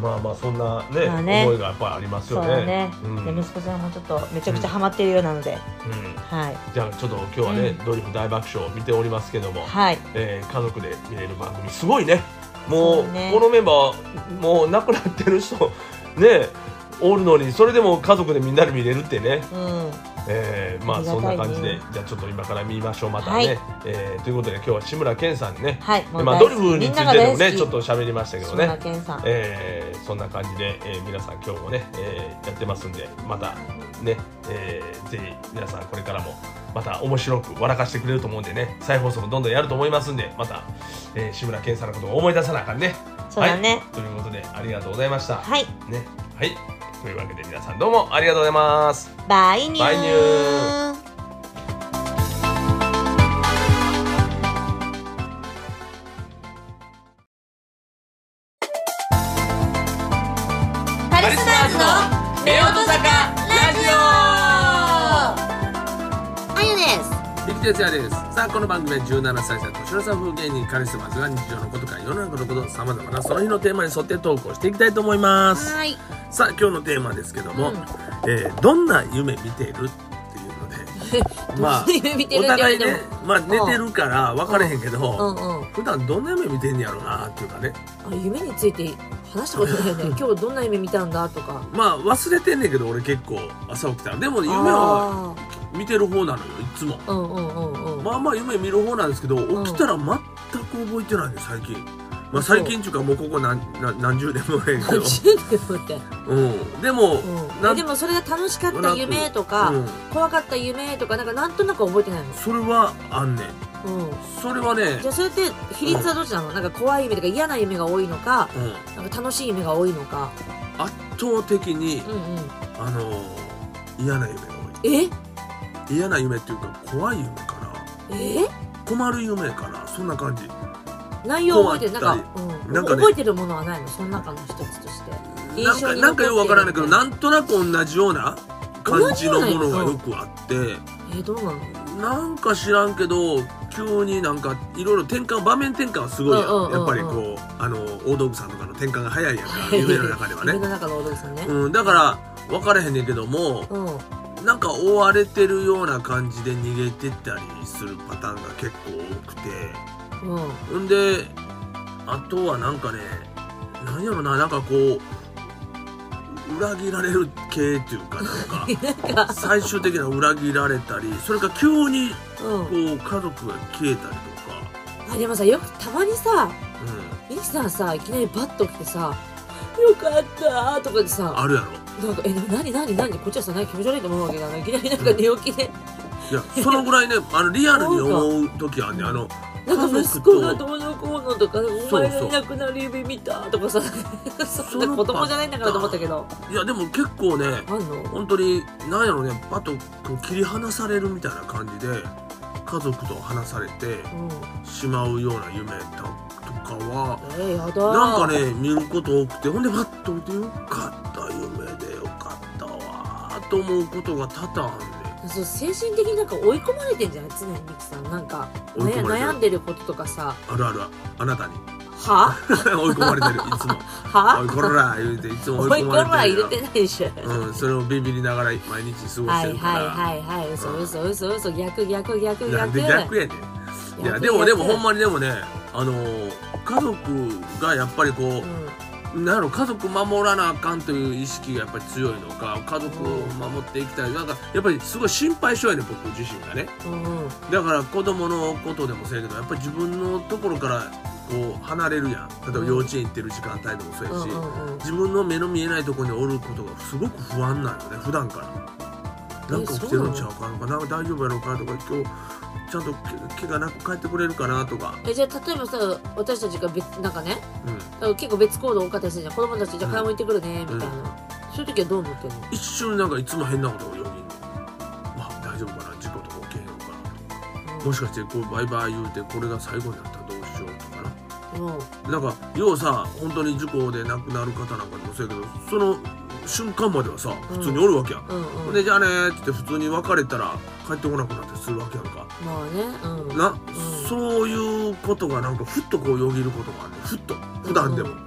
Speaker 2: ま
Speaker 3: まあまあそんなね,、
Speaker 1: まあね
Speaker 3: 思いがやっぱりあります
Speaker 1: そ
Speaker 3: よ
Speaker 1: う
Speaker 3: ね
Speaker 1: だね、
Speaker 3: うん
Speaker 1: で息子さんもちょっとめちゃくちゃハマってるようなので、
Speaker 3: うん
Speaker 1: はい
Speaker 3: じゃあちょっと今日はね、
Speaker 1: うん
Speaker 3: ドリフ大爆笑を見ておりますけども、
Speaker 1: はい
Speaker 3: えー家族で見れる番組すごいねもう
Speaker 1: そうね
Speaker 3: このメンバーもう亡くなってる人ねおるのにそれでも家族でみんなで見れるってね、
Speaker 1: うん
Speaker 3: えーま
Speaker 1: あ
Speaker 3: あ
Speaker 1: りが
Speaker 3: そん
Speaker 1: た
Speaker 3: ない
Speaker 1: ね
Speaker 3: 感じで、じゃあちょっと今から見ましょうまたね、
Speaker 1: はい
Speaker 3: えーということで今日は志村けんさんにね、
Speaker 1: はい
Speaker 3: でまあ、
Speaker 1: も
Speaker 3: ド
Speaker 1: う
Speaker 3: リ
Speaker 1: 大好き
Speaker 3: フ
Speaker 1: みん
Speaker 3: につい
Speaker 1: な
Speaker 3: て
Speaker 1: が
Speaker 3: も
Speaker 1: 大
Speaker 3: ね
Speaker 1: 好き
Speaker 3: ちょっと喋りましたけど
Speaker 1: 島田
Speaker 3: ね、
Speaker 1: 健さん、
Speaker 3: えーそんな感じで、えー皆さん今日もね、えーやってますんでまたね、えーぜひ皆さんこれからもまた面白く笑かしてくれると思うんでね再放送もどんどんやると思いますんでまた、えー志村けんさんのことを思い出さなあかんね。
Speaker 1: そうだね
Speaker 3: はい、ということでありがとうございました。
Speaker 1: はい
Speaker 3: ねはい、というわけで皆さんどうもありがとうございます。
Speaker 1: バイニュー
Speaker 3: バイニュー
Speaker 1: パレスナーズのレオト坂ラジオあゆです
Speaker 2: 力哲也ですさあこの番組は17歳差年の差風芸人カリスマズが日常のことから世の中のことさまざまなその日のテーマに沿って投稿していきたいと思います
Speaker 1: はい
Speaker 2: さあ今日のテーマですけども、
Speaker 1: うん
Speaker 2: えーどんな夢見て
Speaker 1: (laughs)
Speaker 2: るっていうのでまあ
Speaker 1: 夢見てる
Speaker 2: お
Speaker 1: って言わ
Speaker 2: 互
Speaker 1: れ
Speaker 2: い
Speaker 1: ても
Speaker 2: ね、まあ、寝てるから分かれへんけど、
Speaker 1: うんうん
Speaker 2: 普段どんな夢見てんやろうなっていうかね
Speaker 1: あ夢について話したことないよね今日どんな夢見たんだとか
Speaker 2: まあ忘れてんねんけど俺結構朝起きたらでも夢は見てる方なのよいつも
Speaker 1: あーうんうんうんうん
Speaker 2: まあまあ夢見る方なんですけど
Speaker 1: ん
Speaker 2: 起きたら全く覚えてないね最近まあ最近っていうかもうここ何何何十年もやけど
Speaker 1: 10年もって、
Speaker 2: うんでも、
Speaker 1: うん
Speaker 2: な
Speaker 1: えでもそれが楽しかった夢とか、
Speaker 2: うん
Speaker 1: 怖かった夢とかなんかなんとなく覚えてないの
Speaker 2: それはあんねん
Speaker 1: う
Speaker 2: それはね
Speaker 1: ん、じゃあそれって比率はどっちなの、なんか怖い夢とか嫌な夢が多いのか
Speaker 2: うん
Speaker 1: なんか楽しい夢が多いのか
Speaker 2: 圧倒的に
Speaker 1: うんうん
Speaker 2: あのー嫌な夢が
Speaker 1: え
Speaker 2: 多い嫌な夢っていうか怖い夢か
Speaker 1: え
Speaker 2: な困る夢かなそんな感じ
Speaker 1: 内容覚えてるなん
Speaker 2: 困
Speaker 1: か
Speaker 2: っ,、
Speaker 1: うん、
Speaker 2: なんかね
Speaker 1: 覚えてるものはないのその中の一つとして
Speaker 2: な
Speaker 1: 印
Speaker 2: ん
Speaker 1: 象
Speaker 2: か
Speaker 1: に残ってる
Speaker 2: なんかよくわからないけどなんとなく同じような感じのものがよくあって、
Speaker 1: えどうなの
Speaker 2: なんか知らんけど急になんかいろいろ転換場面転換はすごいやん,、
Speaker 1: うんうんうんうん
Speaker 2: やっぱりこうあの大道具さんとかの転換が早いやんか夢の中では
Speaker 1: 夢
Speaker 2: ね、
Speaker 1: の中のお父さんね
Speaker 2: うん、だから分からへんねんけども
Speaker 1: うん、うん、
Speaker 2: なんか追われてるような感じで逃げてったりするパターンが結構多くてんであとはなんかねなんやろななんかこう裏切られる系っていうかな
Speaker 1: (laughs)
Speaker 2: ん
Speaker 1: なん
Speaker 2: か
Speaker 1: か
Speaker 2: 最終的には裏切られたりそれから急に
Speaker 1: うん
Speaker 2: こう家族が消えたりとか、
Speaker 1: あでもさよくたまにさ
Speaker 2: うん、
Speaker 1: ミキさんさいきなりバッと起きてさ「よかった」とかでさ
Speaker 2: あるやろ
Speaker 1: なんか、え、何、何、何、こっちはさ、何気持ち悪いと思うわけだな。いきなりなんか寝起きで、
Speaker 2: いやそのぐらいねあのリアルに思う時はねあの
Speaker 1: なんか
Speaker 2: 家
Speaker 1: 息
Speaker 2: 族と
Speaker 1: 子がどうのこうのとか、お前がいなくなる夢見たとかさ、 (laughs) そ
Speaker 2: そ
Speaker 1: んな
Speaker 2: の
Speaker 1: 子供じゃないんだからと思ったけど、
Speaker 2: いやでも結構ね
Speaker 1: あんの
Speaker 2: 本当になんやろねパッとこう切り離されるみたいな感じで家族と離されて
Speaker 1: うん。
Speaker 2: しまうような夢だとかは
Speaker 1: えー、やだ
Speaker 2: なんかね見ること多くてほんでパッと見てよかった夢でよかったわーと思うことが多々あるね
Speaker 1: そう、精神的になんか追い込まれてんじゃない常にミキさん。なんか、
Speaker 2: 追い
Speaker 1: ね、
Speaker 2: 込まれてる
Speaker 1: 悩んでることとかさ、
Speaker 2: あるあるあなたに (laughs)
Speaker 1: は
Speaker 2: 追い込まれてるいつも
Speaker 1: は
Speaker 2: おいこら言うていつも追
Speaker 1: 追
Speaker 2: い
Speaker 1: い
Speaker 2: 込
Speaker 1: 込
Speaker 2: まれてる
Speaker 1: まは入れてないでしょ。
Speaker 2: うん、それをビビりながら毎日過ごし
Speaker 1: は
Speaker 2: て
Speaker 1: い
Speaker 2: るから、
Speaker 1: はいはいはい、嘘嘘嘘嘘、逆逆逆逆。
Speaker 2: なんで逆やねんいやでもでもほんまにでもねあのー家族がやっぱりこ
Speaker 1: うん
Speaker 2: う、なんやろ家族守らなあかんという意識がやっぱり強いのか家族を守っていきたいなんかやっぱりすごい心配性やねん僕自身がね
Speaker 1: うんうん。
Speaker 2: だから子供のことでもそうやけどやっぱり自分のところからこう離れるやん例えば幼稚園行ってる時間帯でもそうやし、
Speaker 1: うんうんうん
Speaker 2: 自分の目の見えないところにおることがすごく不安なのね普段からなんか起きてるんちゃうかななんか大丈夫やろうかとか今日ちゃんとけ怪我なく帰ってくれるかなとか、
Speaker 1: えじゃあ例えばさ私たちが別なんかね
Speaker 2: うん、
Speaker 1: 結構別行動多かったりするじゃん子供たちじゃあ買い物行ってくるねみたいな、
Speaker 2: う
Speaker 1: そういう時はどう思ってんの
Speaker 2: 一瞬なんかいつも変なことをよぎんねんまあ大丈夫かな事故とか起きへんのかなとかもしかしてこうバイバイ言うてこれが最後になったらどうしようとかな
Speaker 1: うん
Speaker 2: なんか要はさ本当に事故で亡くなる方なんかでもそうやけどその瞬間まではさ普通におるわけや、ん
Speaker 1: うんうん
Speaker 2: でじゃあねーって言って普通に別れたら帰ってこなくなってするわけやんか
Speaker 1: まあねうん
Speaker 2: な、
Speaker 1: うん
Speaker 2: そういうことがなんかふっとこうよぎることがあるねふっと普段でも、
Speaker 1: うんうん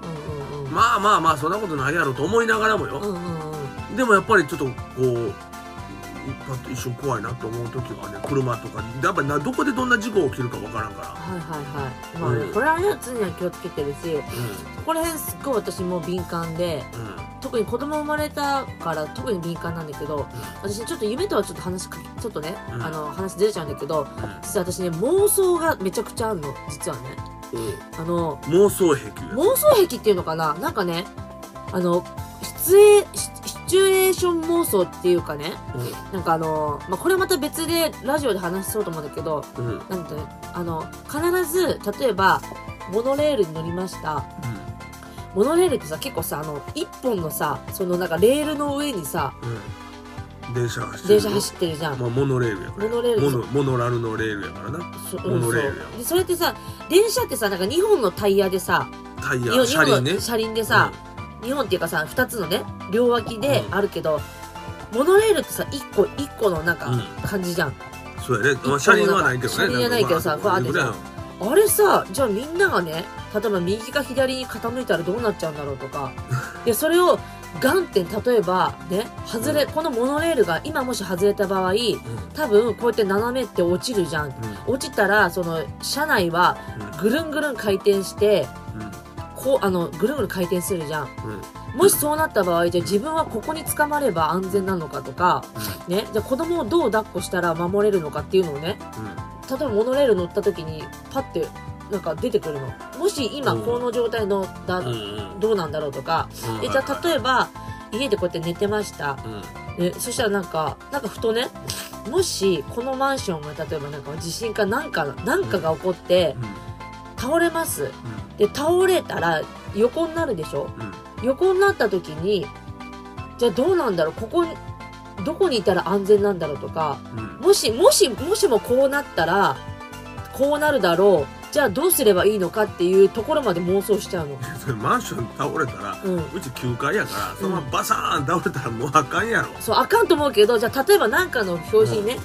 Speaker 1: うんうん
Speaker 2: まあまあまあそんなことないやろと思いながらも
Speaker 1: う
Speaker 2: よ、
Speaker 1: んうんうん
Speaker 2: でもやっぱりちょっとこうパッと一瞬怖いなと思う時はね車とかやっぱりなどこでどんな事故起きるかわからんか
Speaker 1: はいはいはいまあね
Speaker 2: うん
Speaker 1: これはね常には気をつけてるし
Speaker 2: らう
Speaker 1: ここら辺すっごい私もう敏感で
Speaker 2: んうん
Speaker 1: 特に子供生まれたから特に敏感なんだけど私ちょっと夢とはちょっと話かちょっとね、
Speaker 2: うん
Speaker 1: あの話ずれちゃうんだけど実は私ね妄想がめちゃくちゃあるの実はねあの
Speaker 2: うんうん妄想癖や
Speaker 1: 妄想癖っていうのかななんかねあのシチュエシシチュエーション妄想っていうかねなんかあの、まあ、これまた別でラジオで話そうと思うんだけど
Speaker 2: うんうん
Speaker 1: なんてねあの必ず例えばモノレールに乗りましたモノレールってさ結構さあの一本のさそのなんかレールの上にさ
Speaker 2: うん電車走って
Speaker 1: 電
Speaker 2: る
Speaker 1: 車走ってるじゃん
Speaker 2: まあ、モノレールやから
Speaker 1: モノレール
Speaker 2: モノモノラルのレールやからな
Speaker 1: そ
Speaker 2: モノレール
Speaker 1: うんそうでそれってさ電車ってさなんか2本のタイヤでさ
Speaker 2: タイ
Speaker 1: に
Speaker 2: ヤ
Speaker 1: 二
Speaker 2: 車
Speaker 1: 本の
Speaker 2: 輪ね
Speaker 1: 車輪でさ、日本っていうかさ2つのね両脇であるけど、モノレールってさ1個1個のなんか
Speaker 2: うん
Speaker 1: 感じじゃん、
Speaker 2: うんそうやね、まあ、車輪はないけどね
Speaker 1: 車輪はないけどさ
Speaker 2: なんか
Speaker 1: バーってさあれさじゃあみんながね例えば右か左に傾いたらどうなっちゃうんだろうと
Speaker 2: (laughs)
Speaker 1: かでそれを眼点例えばね外れ、このモノレールが今もし外れた場合多分こうやって斜めって落ちるじゃん
Speaker 2: うん
Speaker 1: 落ちたらその車内はぐるんぐるん回転してこうあのぐるんぐるん回転するじゃん
Speaker 2: うんうんうん
Speaker 1: もしそうなった場合じゃあ自分はここに捕まれば安全なのかとか、ね、じゃあ子供をどう抱っこしたら守れるのかっていうのをね例えばモノレール乗った時にパッてなんか出てくるのもし今
Speaker 2: うん
Speaker 1: この状態のだ、
Speaker 2: うんうんうん
Speaker 1: どうなんだろうとか
Speaker 2: うん
Speaker 1: えじゃあ例えば家でこうやって寝てました
Speaker 2: うん
Speaker 1: えそしたらなんかなんかふとねもしこのマンションが例えばなんか地震かなんかなんかが起こって倒れますで倒れたら横になるでしょ
Speaker 2: うんうん
Speaker 1: 横になった時にじゃあどうなんだろうここにどこにいたら安全なんだろうとか
Speaker 2: うん
Speaker 1: もしもしもしもこうなったらこうなるだろうじゃあどうすればいいのかっていうところまで妄想しちゃうの。
Speaker 2: それマンション倒れたら
Speaker 1: うん
Speaker 2: うち9階やからそのままバサーン倒れたらもうあかんやろ
Speaker 1: そうあかんと思うけどじゃあ例えばなんかの表紙にね、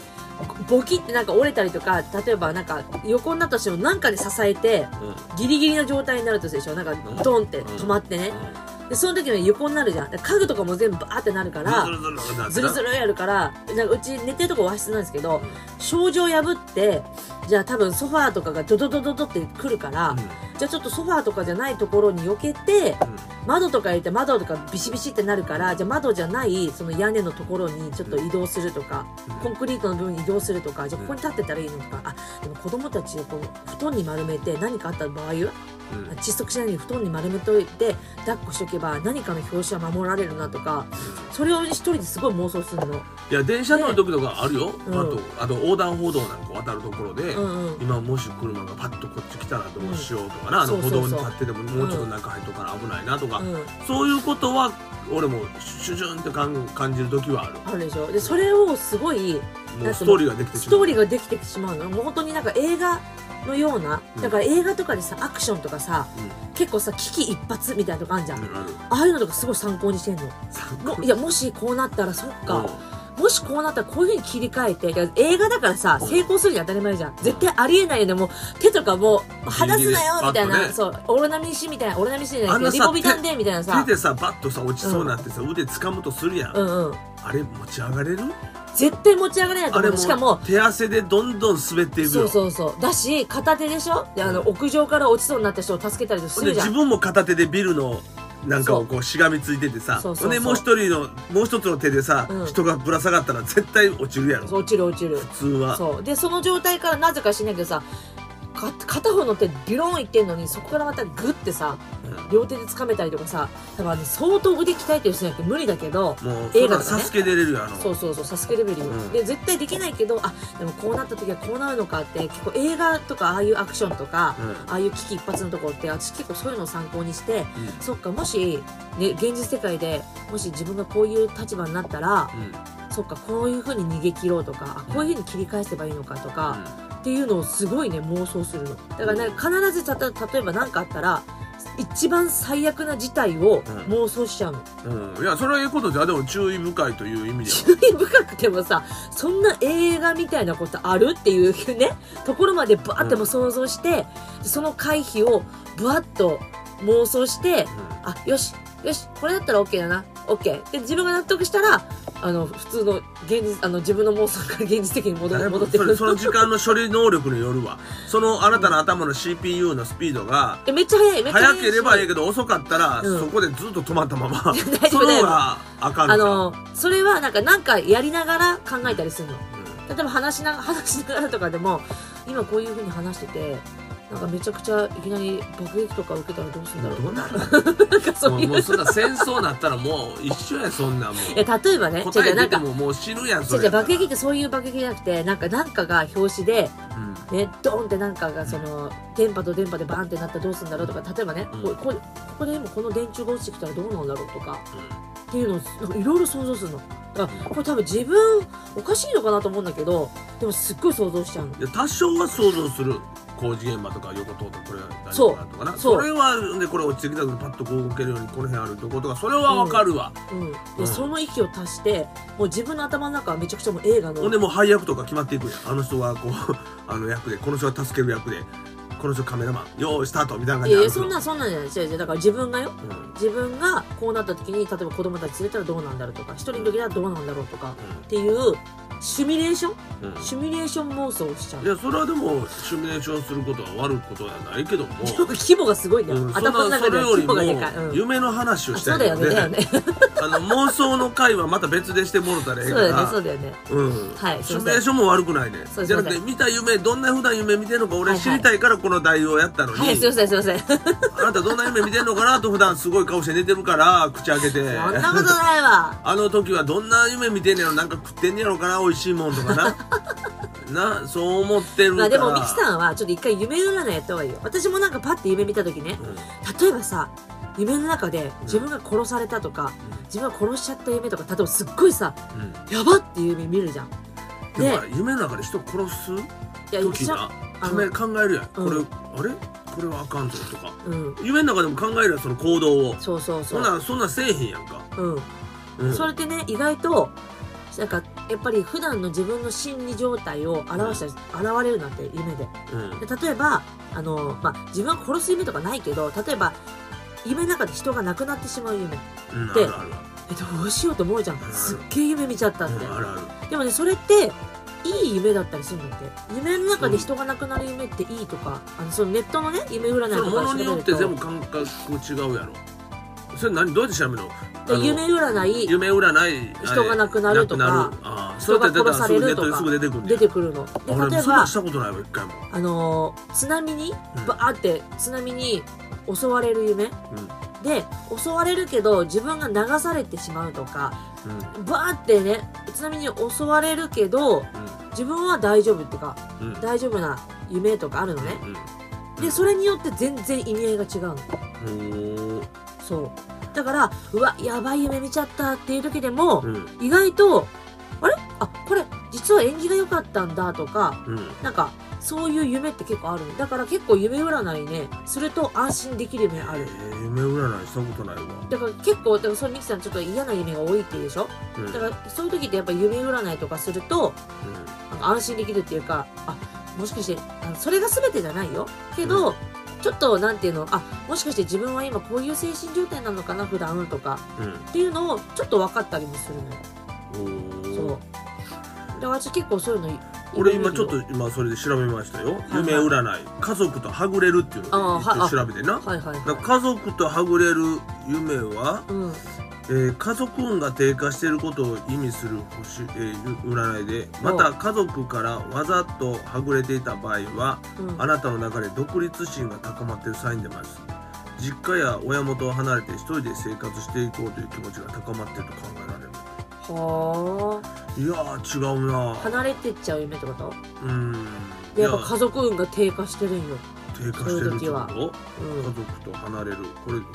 Speaker 1: ボキってなんか折れたりとか例えばなんか横になったとしてもなんかで支えて
Speaker 2: うん
Speaker 1: ギリギリの状態になるとするでしょなんか
Speaker 2: ん
Speaker 1: ドンって止まってね、でその時に横になるじゃんで家具とかも全部バーってなるから
Speaker 2: ずるずるずるなって
Speaker 1: ズ
Speaker 2: な
Speaker 1: ルズルやるからなんかうち寝てるとこ和室なんですけど症状破ってじゃあ多分ソファーとかがドドドドドってくるから、じゃあちょっとソファーとかじゃないところに避けて
Speaker 2: うんうん
Speaker 1: 窓とか入れて窓とかビシビシってなるからじゃあ窓じゃないその屋根のところにちょっと移動するとか、コンクリートの部分に移動するとかじゃあここに立ってたらいいのとか、あでも子供たちをこう布団に丸めて何かあった場合は
Speaker 2: うん
Speaker 1: 窒息しないように布団に丸めておいて抱っこしとけば何かの表紙は守られるなとかそれを一人ですごい妄想するの。
Speaker 2: いや電車乗る時とかあるよ、
Speaker 1: うん
Speaker 2: あとあと横断歩道なんか渡るところで、
Speaker 1: うんうん
Speaker 2: 今もし車がパッとこっち来たらどうしようとかな、
Speaker 1: うん
Speaker 2: あの
Speaker 1: そう
Speaker 2: 歩
Speaker 1: そう
Speaker 2: 道
Speaker 1: そう
Speaker 2: に立ってでももうちょっと中入っとかな危ないなと
Speaker 1: うん
Speaker 2: か、そういうことは俺もシュシュンって感感じる時はある
Speaker 1: あるでしょでそれをすごい
Speaker 2: もうストーリーができてし
Speaker 1: ス
Speaker 2: まう
Speaker 1: トーリーができてしまうのもう本当になんか映画のような
Speaker 2: うん
Speaker 1: だから映画とかでさアクションとかさ、結構さ危機一髪みたいなとこあるじゃん、
Speaker 2: うんある
Speaker 1: ああいうのとかすごい参考にしてんのもいやもしこうなったらそっか、もしこうなったらこういうふうに切り替えていや映画だからさ成功するじゃん当たり前じゃん絶対ありえないよねもう手とかもう離すなよみたい
Speaker 2: ギリギリ
Speaker 1: な、
Speaker 2: ね
Speaker 1: そうオロナミンシみたいなオロナミンシじゃない
Speaker 2: あ
Speaker 1: け
Speaker 2: んな
Speaker 1: ど
Speaker 2: さ
Speaker 1: リコビタンでみたいな
Speaker 2: うん
Speaker 1: さ
Speaker 2: 手でさバッとさ落ちそうになってさ、腕掴むとするやん、
Speaker 1: うんうん
Speaker 2: あれ持ち上がれる
Speaker 1: 絶対持ち上がれないと
Speaker 2: あれ
Speaker 1: 思
Speaker 2: も
Speaker 1: うしかも
Speaker 2: 手汗でどんどん滑っていくよ
Speaker 1: そうそうそうだし片手でしょであの屋上から落ちそうになった人を助けたりす
Speaker 2: で
Speaker 1: るじゃ
Speaker 2: 自
Speaker 1: ん
Speaker 2: 分も片手でビルのなんかをこうしがみついててさ
Speaker 1: そうそうそう
Speaker 2: ほんでもう一人のもう一つの手でさ、
Speaker 1: うん
Speaker 2: 人がぶら下がったら絶対落ちるやろ
Speaker 1: そう落ちる落ちる
Speaker 2: 普通は
Speaker 1: そうでその状態からなぜか知んないけどさか片方の手ビローンいってんのにそこからまたグッてさ
Speaker 2: う
Speaker 1: 両手で掴めたりとかさだからね相当腕鍛えてる人じゃなくて無理だけど
Speaker 2: ん、もうそ
Speaker 1: 映
Speaker 2: ん
Speaker 1: 画
Speaker 2: な
Speaker 1: とかね
Speaker 2: んサスケで出れるよあの
Speaker 1: そうそうそうサスケレベルよ、
Speaker 2: うん
Speaker 1: で絶対できないけどあでもこうなった時はこうなるのかって結構映画とかああいうアクションとか、
Speaker 2: うん
Speaker 1: ああいう危機一髪のところって私結構そういうのを参考にしてそっかもし、ね、現実世界でもし自分がこういう立場になったら
Speaker 2: うんうん
Speaker 1: そっかこういうふうに逃げ切ろうとかあこういうふうに切り返せばいいのかとか、っていうのをすごいね妄想するのだからね必ずたと例えば何かあったら一番最悪な事態を妄想しちゃうの、
Speaker 2: うんうんいやそれはいいことじゃでも注意深いという意味で
Speaker 1: (laughs) 注意深くてもさそんな映画みたいなことあるっていうねところまでバーっても想像して、その回避をぶわっと妄想して
Speaker 2: うん
Speaker 1: あよしよしこれだったら OK だな OK で自分が納得したらあの普通の現実あの自分の妄想から現実的に戻る戻ってく
Speaker 2: それ
Speaker 1: る
Speaker 2: その時間の処理能力によるわそのあなたの頭の CPU のスピードが
Speaker 1: えめっちゃ早いめっちゃ
Speaker 2: 早ければいい
Speaker 1: し
Speaker 2: けど遅かったら、
Speaker 1: うん
Speaker 2: そこでずっと止まったまま
Speaker 1: 大丈夫
Speaker 2: その方があかん
Speaker 1: あ
Speaker 2: のか
Speaker 1: のそれはなんかなんかやりながら考えたりするの例えば話しな話しながらとかでも今こういうふうに話しててなんかめちゃくちゃいきなり爆撃とか受けたらどうするんだろう
Speaker 2: どうなる
Speaker 1: なんかそ
Speaker 2: も
Speaker 1: う
Speaker 2: う
Speaker 1: いう
Speaker 2: もうそんな戦争なったらもう一緒やそんなんも
Speaker 1: (laughs) いや例えばね
Speaker 2: う
Speaker 1: 違う
Speaker 2: 答
Speaker 1: 違
Speaker 2: え
Speaker 1: うな
Speaker 2: 出
Speaker 1: ん
Speaker 2: て
Speaker 1: か
Speaker 2: ももう死ぬやん
Speaker 1: 違
Speaker 2: そうれ
Speaker 1: 違う
Speaker 2: やったら
Speaker 1: 爆撃ってそういう爆撃じゃなくてなんかなんかが表紙で
Speaker 2: うん
Speaker 1: ねドーンってなんかがその電波と電波でバーンってなったらどうするんだろうとか例えばね、
Speaker 2: うん
Speaker 1: こうこうここで今この電柱が落ちてきたらどうなんだろうとかっていうのをなんかいろいろ想像するのだからこれ多分自分おかしいのかなと思うんだけどでもすっごい想像しちゃうの
Speaker 2: いや多少は想像する工事現場とか横通ったこれ何
Speaker 1: そう
Speaker 2: かなとかな
Speaker 1: そう
Speaker 2: それはでこれ落ちてきた時パッとこう動けるようにこの辺歩いとこうとかそれはわかるわ、
Speaker 1: うん、で、
Speaker 2: うん
Speaker 1: その息を足してもう自分の頭の中はめちゃくちゃもう映画の
Speaker 2: ほんでもう配役とか決まっていくやんあの人はこう (laughs) あの役でこの人が助ける役でこの人カメラマンよーいスタートみたいない感じ
Speaker 1: やい
Speaker 2: で
Speaker 1: や
Speaker 2: 歩く
Speaker 1: そ
Speaker 2: の
Speaker 1: んなそんなんじゃない違う違うだから自分がよ
Speaker 2: うんうん
Speaker 1: 自分がこうなった時に例えば子供たち連れたらどうなんだろうとか一人の時はどうなんだろうとかっていうシミュレーション
Speaker 2: うん
Speaker 1: シミュレーション妄想をしちゃう (laughs)
Speaker 2: いやそれはでもシミュレーションすることは悪いことはないけども、
Speaker 1: 規模がすごいんだよ、
Speaker 2: うんそんな
Speaker 1: 頭の中
Speaker 2: そ
Speaker 1: で
Speaker 2: れ
Speaker 1: は
Speaker 2: より
Speaker 1: 規模
Speaker 2: も
Speaker 1: がでかい、うん、
Speaker 2: 夢の話を
Speaker 1: あ
Speaker 2: し
Speaker 1: そ
Speaker 2: た
Speaker 1: う
Speaker 2: い
Speaker 1: だよねだよね
Speaker 2: (laughs) あの妄想の回はまた別でしてもろたらえ
Speaker 1: そ
Speaker 2: え
Speaker 1: う
Speaker 2: か
Speaker 1: だよね
Speaker 2: ら
Speaker 1: そうだよね
Speaker 2: うん
Speaker 1: はいすい
Speaker 2: シミ
Speaker 1: ま
Speaker 2: ュ
Speaker 1: せ
Speaker 2: レ
Speaker 1: ん
Speaker 2: ーションも悪くないね
Speaker 1: そうです
Speaker 2: じゃなく
Speaker 1: すい
Speaker 2: て
Speaker 1: ま
Speaker 2: 見た夢どんな普段夢見てるのか
Speaker 1: は
Speaker 2: 俺
Speaker 1: い
Speaker 2: 知りたいからこの題をやったのに、
Speaker 1: はいすいませんすいませんそん
Speaker 2: (laughs) あなたどんな夢見てるのかなと普段すごい顔して寝てるから口開けて
Speaker 1: なことないわ
Speaker 2: あの時はどんな夢見てんねやろなんか食ってんねやろかな美味しいもんと
Speaker 1: (laughs)
Speaker 2: かなな (laughs) そう思ってるか
Speaker 1: ま
Speaker 2: ら
Speaker 1: あでもミキさんはちょっと一回夢占いやった方がいいよ私もなんかパッて夢見た時ね
Speaker 2: うん
Speaker 1: 例えばさ夢の中で自分が殺されたとか、
Speaker 2: うん
Speaker 1: 自分が殺しちゃった夢とか例えばすっごいさ
Speaker 2: うん
Speaker 1: やばっていう夢見るじゃん
Speaker 2: で
Speaker 1: ね
Speaker 2: も夢の中で人殺す
Speaker 1: いや
Speaker 2: 時
Speaker 1: 一緒
Speaker 2: な
Speaker 1: あ
Speaker 2: 考え
Speaker 1: の
Speaker 2: 考えるやんこれ、
Speaker 1: う
Speaker 2: あれこれはあかんぞとか
Speaker 1: うん
Speaker 2: 夢の中でも考えるやんその行動を
Speaker 1: そうそうそ
Speaker 2: そん
Speaker 1: う
Speaker 2: なんそんなんせえへんやんか、
Speaker 1: うん
Speaker 2: うん、
Speaker 1: それってね意外となんかやっぱり普段の自分の心理状態を表したり現れるなんて夢で
Speaker 2: うん
Speaker 1: で例えばあの、まあ、自分は殺す夢とかないけど例えば夢の中で人が亡くなってしまう夢
Speaker 2: うん、あ
Speaker 1: で
Speaker 2: るある
Speaker 1: えどうしようと思うじゃん
Speaker 2: うん
Speaker 1: すっげえ夢見ちゃった
Speaker 2: う
Speaker 1: って、
Speaker 2: んあるある
Speaker 1: でもねそれっていい夢だったりするんだって夢の中で人が亡くなる夢っていいとかあのそのネットのね夢占いと
Speaker 2: それ
Speaker 1: か
Speaker 2: ものによって全部感覚違うやろそれ何どうやって調べるのあの
Speaker 1: で夢占い
Speaker 2: 夢占いあれ
Speaker 1: 人が亡くなるとか
Speaker 2: 亡くなるああ
Speaker 1: 人が殺されるとか
Speaker 2: そうやって出たらすぐネットですぐ出てくるんだ
Speaker 1: 出
Speaker 2: よ
Speaker 1: てくるので
Speaker 2: 俺
Speaker 1: 例え
Speaker 2: そんな
Speaker 1: ば
Speaker 2: んしたことないわ一回も
Speaker 1: あのー津波に
Speaker 2: うん
Speaker 1: バーって津波に襲われる夢、で襲われるけど自分が流されてしまうとか
Speaker 2: うん
Speaker 1: バーってね津波に襲われるけど自分は大丈夫とか
Speaker 2: うんうん
Speaker 1: 大丈夫な夢とかあるのねでそれによって全然意味合いが違うの
Speaker 2: うん
Speaker 1: そうだからうわやばい夢見ちゃったっていう時でも、
Speaker 2: うん
Speaker 1: 意外とあれあこれ実は縁起が良かったんだとか
Speaker 2: うん
Speaker 1: なんかそういう夢って結構あるのだから結構夢占いねすると安心できる夢あ
Speaker 2: え
Speaker 1: る
Speaker 2: ー夢占いしたことないわ
Speaker 1: だから結構だからそれミキさんちょっと嫌な夢が多いっていうでしょ
Speaker 2: う
Speaker 1: だ
Speaker 2: ん
Speaker 1: からそういう時ってやっぱ夢占いとかすると
Speaker 2: うん
Speaker 1: なんか安心できるっていうかあもしかしてあのそれが全てじゃないよけど、ちょっとなんていうのあもしかして自分は今こういう精神状態なのかな普段とかっていうのをちょっと分かったりもするのよ
Speaker 2: うん
Speaker 1: そう
Speaker 2: おー
Speaker 1: だから私結構そういうの
Speaker 2: 俺今ちょっと今それで調べましたよ
Speaker 1: い
Speaker 2: 夢占い家族とはぐれるっていうのを
Speaker 1: あーはあ
Speaker 2: 調べてな
Speaker 1: はいはい
Speaker 2: だ
Speaker 1: は
Speaker 2: か
Speaker 1: い
Speaker 2: ら家族とはぐれる夢は
Speaker 1: うん
Speaker 2: えー家族運が低下していることを意味する星、えー占いでま
Speaker 1: お
Speaker 2: た家族からわざとはぐれていた場合は
Speaker 1: うん
Speaker 2: あなたの中で独立心が高まっているサインでもあります実家や親元を離れて一人で生活していこうという気持ちが高まっていると考えられる
Speaker 1: はあ
Speaker 2: いやー違うなー
Speaker 1: 離れてっちゃう夢ってこと
Speaker 2: うーん
Speaker 1: でやっぱ家族運が低下してるんよ
Speaker 2: いや低下してるって
Speaker 1: そういう時
Speaker 2: こ
Speaker 1: は
Speaker 2: と
Speaker 1: うん
Speaker 2: 家族と離れるこれこれなんか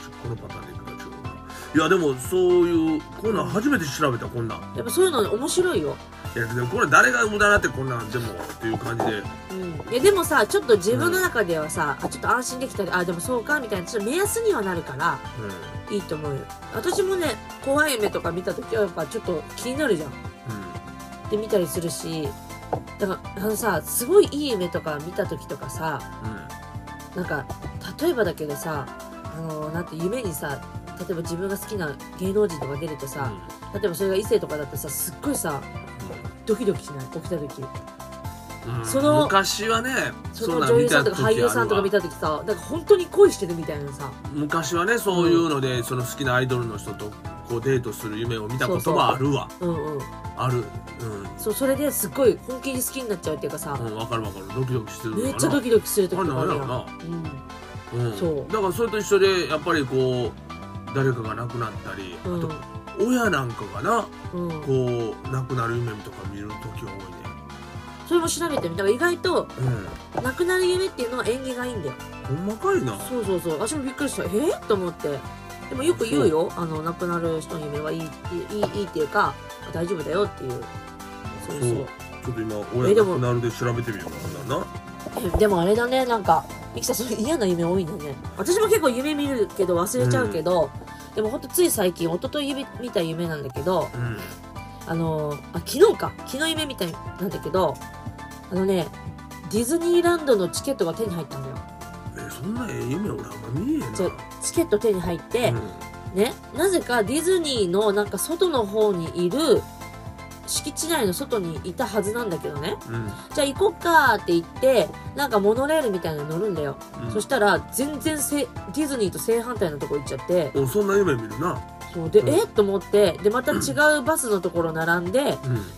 Speaker 2: ちこのパターンでいくか違うないやでもそういうこんなん初めて調べたこんなん
Speaker 1: やっぱそういうの面白いよ、
Speaker 2: いやでもこれ誰が無駄なってこんなんでもっていう感じで
Speaker 1: うん、いやでもさちょっと自分の中ではさ、あちょっと安心できたりあでもそうかみたいなちょっと目安にはなるから
Speaker 2: う
Speaker 1: いいと思うよ私もね怖い夢とか見た時はやっぱちょっと気になるじゃん
Speaker 2: ん
Speaker 1: って見たりするしだからあのさすごいいい夢とか見た時とかさなんか例えばだけどさあのなんて夢にさ例えば自分が好きな芸能人とか出るとさ、例えばそれが異性とかだったらさすっごいさドキドキしない起きた時
Speaker 2: うん
Speaker 1: その
Speaker 2: 昔はね
Speaker 1: そ
Speaker 2: ん
Speaker 1: の
Speaker 2: なん
Speaker 1: 女優さんとか
Speaker 2: 見た
Speaker 1: 俳
Speaker 2: 時あるわ
Speaker 1: 優さんとか見た時さなんか本当に恋してるみたいなさ
Speaker 2: 昔はねそういうので、その好きなアイドルの人とこうデートする夢を見たことはあるわ
Speaker 1: うんうん
Speaker 2: ある
Speaker 1: そうそれですっごい本気に好きになっちゃうっていうかさ
Speaker 2: う、ん、うん、分かる分かるドキドキしてるのかな
Speaker 1: めっちゃドキドキする時
Speaker 2: あれ
Speaker 1: とか
Speaker 2: な
Speaker 1: ある
Speaker 2: んや
Speaker 1: や
Speaker 2: ろ
Speaker 1: ん
Speaker 2: な、
Speaker 1: うん
Speaker 2: うん、
Speaker 1: そう
Speaker 2: だからそれと一緒でやっぱりこう誰かが亡くなったり、
Speaker 1: うん
Speaker 2: あと親なんかがな
Speaker 1: うん、
Speaker 2: こう亡くなる夢とか見る時は多
Speaker 1: それも調べてみたら意外と
Speaker 2: いね
Speaker 1: 亡くなる夢っていうのは縁起がいいんだよ
Speaker 2: うんほんまかいな
Speaker 1: そうそうそう私もびっくりしたえー、と思ってでもよく言うよあの亡くなる人の夢はいいいいいいいっていうか大丈夫だよっていうそうそう
Speaker 2: ちょっと今
Speaker 1: えで
Speaker 2: 親
Speaker 1: も
Speaker 2: 亡くなるで調べてみようかなな
Speaker 1: えでもあれだねなんかミキさんそういう嫌な夢多いんだね私も結構夢見るけど忘れちゃうけど、でもほんとつい最近一昨日夢見た夢なんだけど
Speaker 2: うん
Speaker 1: あのーあ昨日か昨日夢みたいなんだけどあのねディズニーランドのチケットが手に入ったんだよ
Speaker 2: えそんなええ夢俺あんま見えへんな
Speaker 1: そうチケット手に入って、ねなぜかディズニーのなんか外の方にいる敷地内の外にいたはずなんだけどね
Speaker 2: うんうん
Speaker 1: じゃあ行こっかって言ってなんかモノレールみたいなの乗るんだよ、
Speaker 2: うん
Speaker 1: そしたら全然せディズニーと正反対のとこ行っちゃって
Speaker 2: おそんな夢見るな
Speaker 1: そうで、
Speaker 2: うん
Speaker 1: えっと思ってでまた違うバスのところ並んで
Speaker 2: う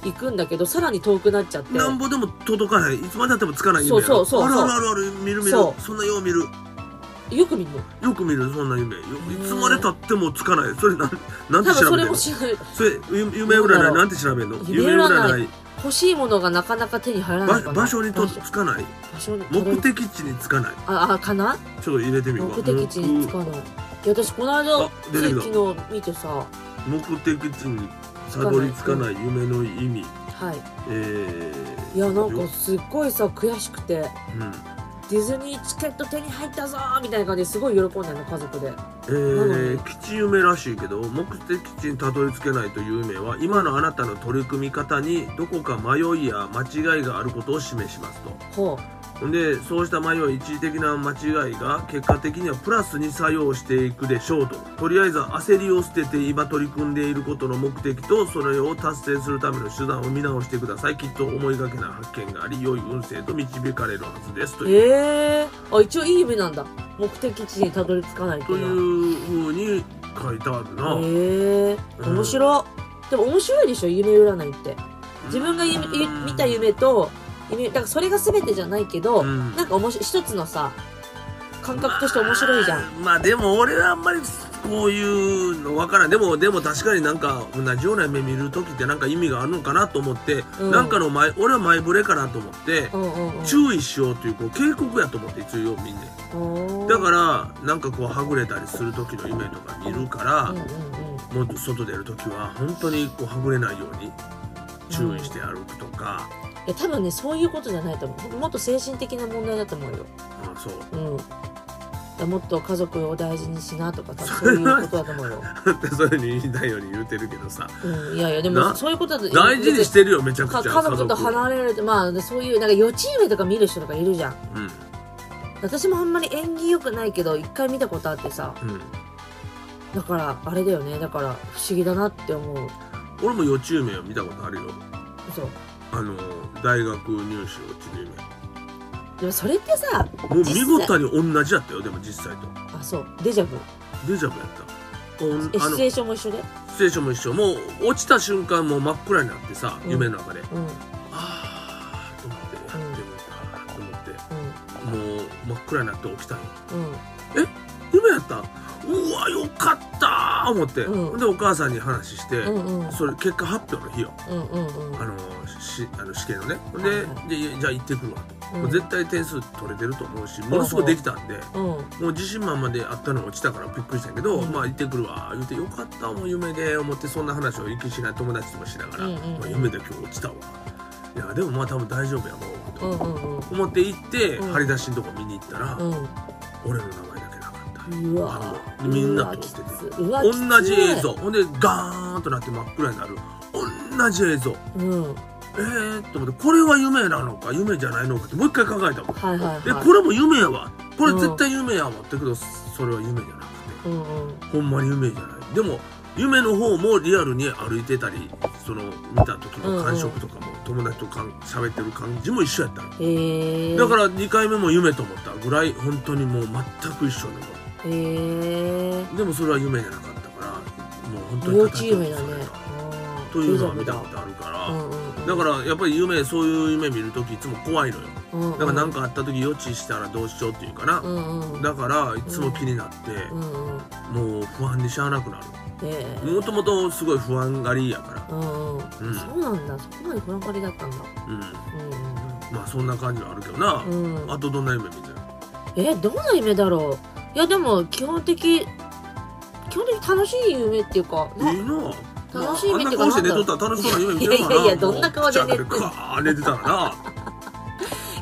Speaker 1: 行くんだけどさらに遠くなっちゃって
Speaker 2: んなんぼでも届かないいつまでたってもつかない夢や
Speaker 1: そう
Speaker 2: ろ
Speaker 1: そうそうそう
Speaker 2: あるあるあるある見る見
Speaker 1: そ
Speaker 2: るそうそんなよう見る
Speaker 1: よく見るの
Speaker 2: よく見るそんな夢よ
Speaker 1: ー
Speaker 2: いつまでたってもつかないそれなんなん
Speaker 1: 多分
Speaker 2: て調
Speaker 1: そ
Speaker 2: べ
Speaker 1: れ
Speaker 2: てん
Speaker 1: も
Speaker 2: の
Speaker 1: 知らない
Speaker 2: それゆ夢占
Speaker 1: なんだろ
Speaker 2: いうなんて調べんの
Speaker 1: 夢
Speaker 2: 夢
Speaker 1: 占
Speaker 2: 占
Speaker 1: い
Speaker 2: い
Speaker 1: 欲しいものがなかなか手に入らな
Speaker 2: ば
Speaker 1: いかな
Speaker 2: 場所にと
Speaker 1: 場所
Speaker 2: つかない
Speaker 1: 場所に
Speaker 2: 目的地につかない
Speaker 1: ああかな
Speaker 2: ちょっと入れてみようか
Speaker 1: 目的地に使うのいや私この間
Speaker 2: あ出
Speaker 1: つ
Speaker 2: て
Speaker 1: い
Speaker 2: きた
Speaker 1: 昨日見てさ
Speaker 2: 目的地にたどり着かない夢の意味
Speaker 1: はい
Speaker 2: えー
Speaker 1: いやなんかすっごいさ悔しくて
Speaker 2: うん
Speaker 1: ディズニーチケット手に入ったぞーみたいな感じですごい喜んでるの家族で
Speaker 2: え
Speaker 1: なの
Speaker 2: ー、基地夢らしいけど目的地にたどり着けないという夢は今のあなたの取り組み方にどこか迷いや間違いがあることを示しますと
Speaker 1: ほ
Speaker 2: ほんでそうした迷い一時的な間違いが結果的にはプラスに作用していくでしょうととりあえず焦りを捨てて今取り組んでいることの目的とそれを達成するための手段を見直してくださいきっと思いがけない発見があり良い運勢と導かれるはずですと
Speaker 1: う
Speaker 2: いう,、
Speaker 1: えー、あ一応いい夢なんだ目的地にたどり着かないって
Speaker 2: と
Speaker 1: い
Speaker 2: いう
Speaker 1: の
Speaker 2: うふうに書いてあるな。
Speaker 1: はえー、面白いでも面白いでしょ夢占いって自分が夢
Speaker 2: う
Speaker 1: ゆ
Speaker 2: ん
Speaker 1: 見た夢と夢だからそれが全てじゃないけど、
Speaker 2: うん
Speaker 1: なんか面白い一つのさ感覚として面白いじゃん、
Speaker 2: まあでも俺はあんまりこういうのわからんでもでも確かになんか同じような夢見る時ってなんか意味があるのかなと思って、
Speaker 1: うん
Speaker 2: なんかの前俺は前触れかなと思って、
Speaker 1: うんうんうん、
Speaker 2: 注意しようというこう警告やと思って一応みんな
Speaker 1: だ
Speaker 2: だからなんかこうはぐれたりする時の夢とか見るから、
Speaker 1: うんうんうん、
Speaker 2: もっと外出る時は本当にこうはぐれないように注意して歩くとか、
Speaker 1: いや多分ねそういうことじゃないと思うもっと精神的な問題だと思うよ、
Speaker 2: うんそう (laughs)
Speaker 1: うん、だからもっと家族を大事にしなとか多分そういうことだと思うよ、
Speaker 2: そういうふうに言いたいように言うてるけどさ
Speaker 1: うん、いやいやでも
Speaker 2: な
Speaker 1: そういうことだと
Speaker 2: 大事にしてるよめちゃく
Speaker 1: か
Speaker 2: ちゃ
Speaker 1: 家族と離れるってまあでそういうなんか予知夢とか見る人とかいるじゃん
Speaker 2: うん
Speaker 1: 私もあんまり縁起良くないけど一回見たことあってさ
Speaker 2: うん
Speaker 1: だからあれだよねだから不思議だなって思う
Speaker 2: 俺も予知夢は見たことあるよ
Speaker 1: そう
Speaker 2: あの大学入試落ちる
Speaker 1: でもそれってさ
Speaker 2: 夢もう見事に同じやったよでも実際と
Speaker 1: あそうデジャブ
Speaker 2: デジャブやったお
Speaker 1: え
Speaker 2: あ
Speaker 1: シ
Speaker 2: の
Speaker 1: チュエーションも一緒で
Speaker 2: シチュエーションも一緒もう落ちた瞬間もう真っ暗になってさ、
Speaker 1: うん
Speaker 2: 夢の中で
Speaker 1: うんうん
Speaker 2: ああと思ってやって
Speaker 1: うん
Speaker 2: もたと思ってもう真っ暗になって起きたの
Speaker 1: う
Speaker 2: 夢やったうわよかったー思って、
Speaker 1: うん
Speaker 2: でお母さんに話して、
Speaker 1: んうんうん
Speaker 2: それ結果発表の日よ
Speaker 1: うんうんうん
Speaker 2: あのしあの試験のねで,、
Speaker 1: はいは
Speaker 2: でじゃあ行ってくるわと
Speaker 1: うん
Speaker 2: もう絶対点数取れてると思うしものすごくできたんで
Speaker 1: うん
Speaker 2: もう自信満々であったの落ちたからびっくりしたけど、
Speaker 1: うん
Speaker 2: まあ行ってくるわ言うてよかったもう夢で思ってそんな話を息しない友達ともしながら、
Speaker 1: うんうんうん
Speaker 2: まあ、夢で今日落ちたわいやでもまあ多分大丈夫やもう
Speaker 1: うん
Speaker 2: と
Speaker 1: うん
Speaker 2: 思って行って、
Speaker 1: うん
Speaker 2: 張り出しのとこ見に行ったら、
Speaker 1: うん
Speaker 2: 俺の名前だけなかった
Speaker 1: うんうわ
Speaker 2: わ
Speaker 1: うわ
Speaker 2: みんな
Speaker 1: き
Speaker 2: 撮っ
Speaker 1: つ
Speaker 2: てて
Speaker 1: うわ
Speaker 2: 同じ映
Speaker 1: き
Speaker 2: 像ほんでガーンとなって真っ暗になる同じ映像
Speaker 1: ついうん
Speaker 2: えー、と思ってこれは夢なのか夢じゃないのかってもう一回考えたもん
Speaker 1: はいはい
Speaker 2: え
Speaker 1: はい
Speaker 2: これも夢やわこれ絶対夢や思ってけどそれは夢じゃなく
Speaker 1: うんうん
Speaker 2: てほんまに夢じゃないでも夢の方もリアルに歩いてたりその見た時の感触とかも友達とかん喋ってる感じも一緒やったの
Speaker 1: へえ
Speaker 2: だから2回目も夢と思ったぐらい本当にもう全く一緒なの
Speaker 1: へえ
Speaker 2: でもそれは夢じゃなかったからもう本当に
Speaker 1: 幼稚夢だね
Speaker 2: 形を作れ
Speaker 1: あ
Speaker 2: た
Speaker 1: ー
Speaker 2: というのは見たことあるから、
Speaker 1: うんうんうん
Speaker 2: だからやっぱり夢そういう夢見るときいつも怖いのよ
Speaker 1: うんうん
Speaker 2: だから何かあったとき予知したらどうしようっていうかな、
Speaker 1: うんうん
Speaker 2: だからいつも気になって、
Speaker 1: うんうん
Speaker 2: もう不安にしゃあなくな
Speaker 1: え
Speaker 2: るもともとすごい不安がりやか
Speaker 1: うんうん
Speaker 2: らうん、うん、
Speaker 1: そうなんだそこまでフランカリだったんだ
Speaker 2: まあそんな感じはあるけどな、
Speaker 1: うんうんうん
Speaker 2: あとどんな夢見てる
Speaker 1: えどんな夢だろういやでも基本的基本的に楽しい夢っていうかない
Speaker 2: いなあ
Speaker 1: 楽しい夢っていうか
Speaker 2: あんな顔して寝とったら楽しそうな夢見てるから
Speaker 1: いやいやいやどんな顔で寝て
Speaker 2: る
Speaker 1: んの
Speaker 2: かー寝てたらな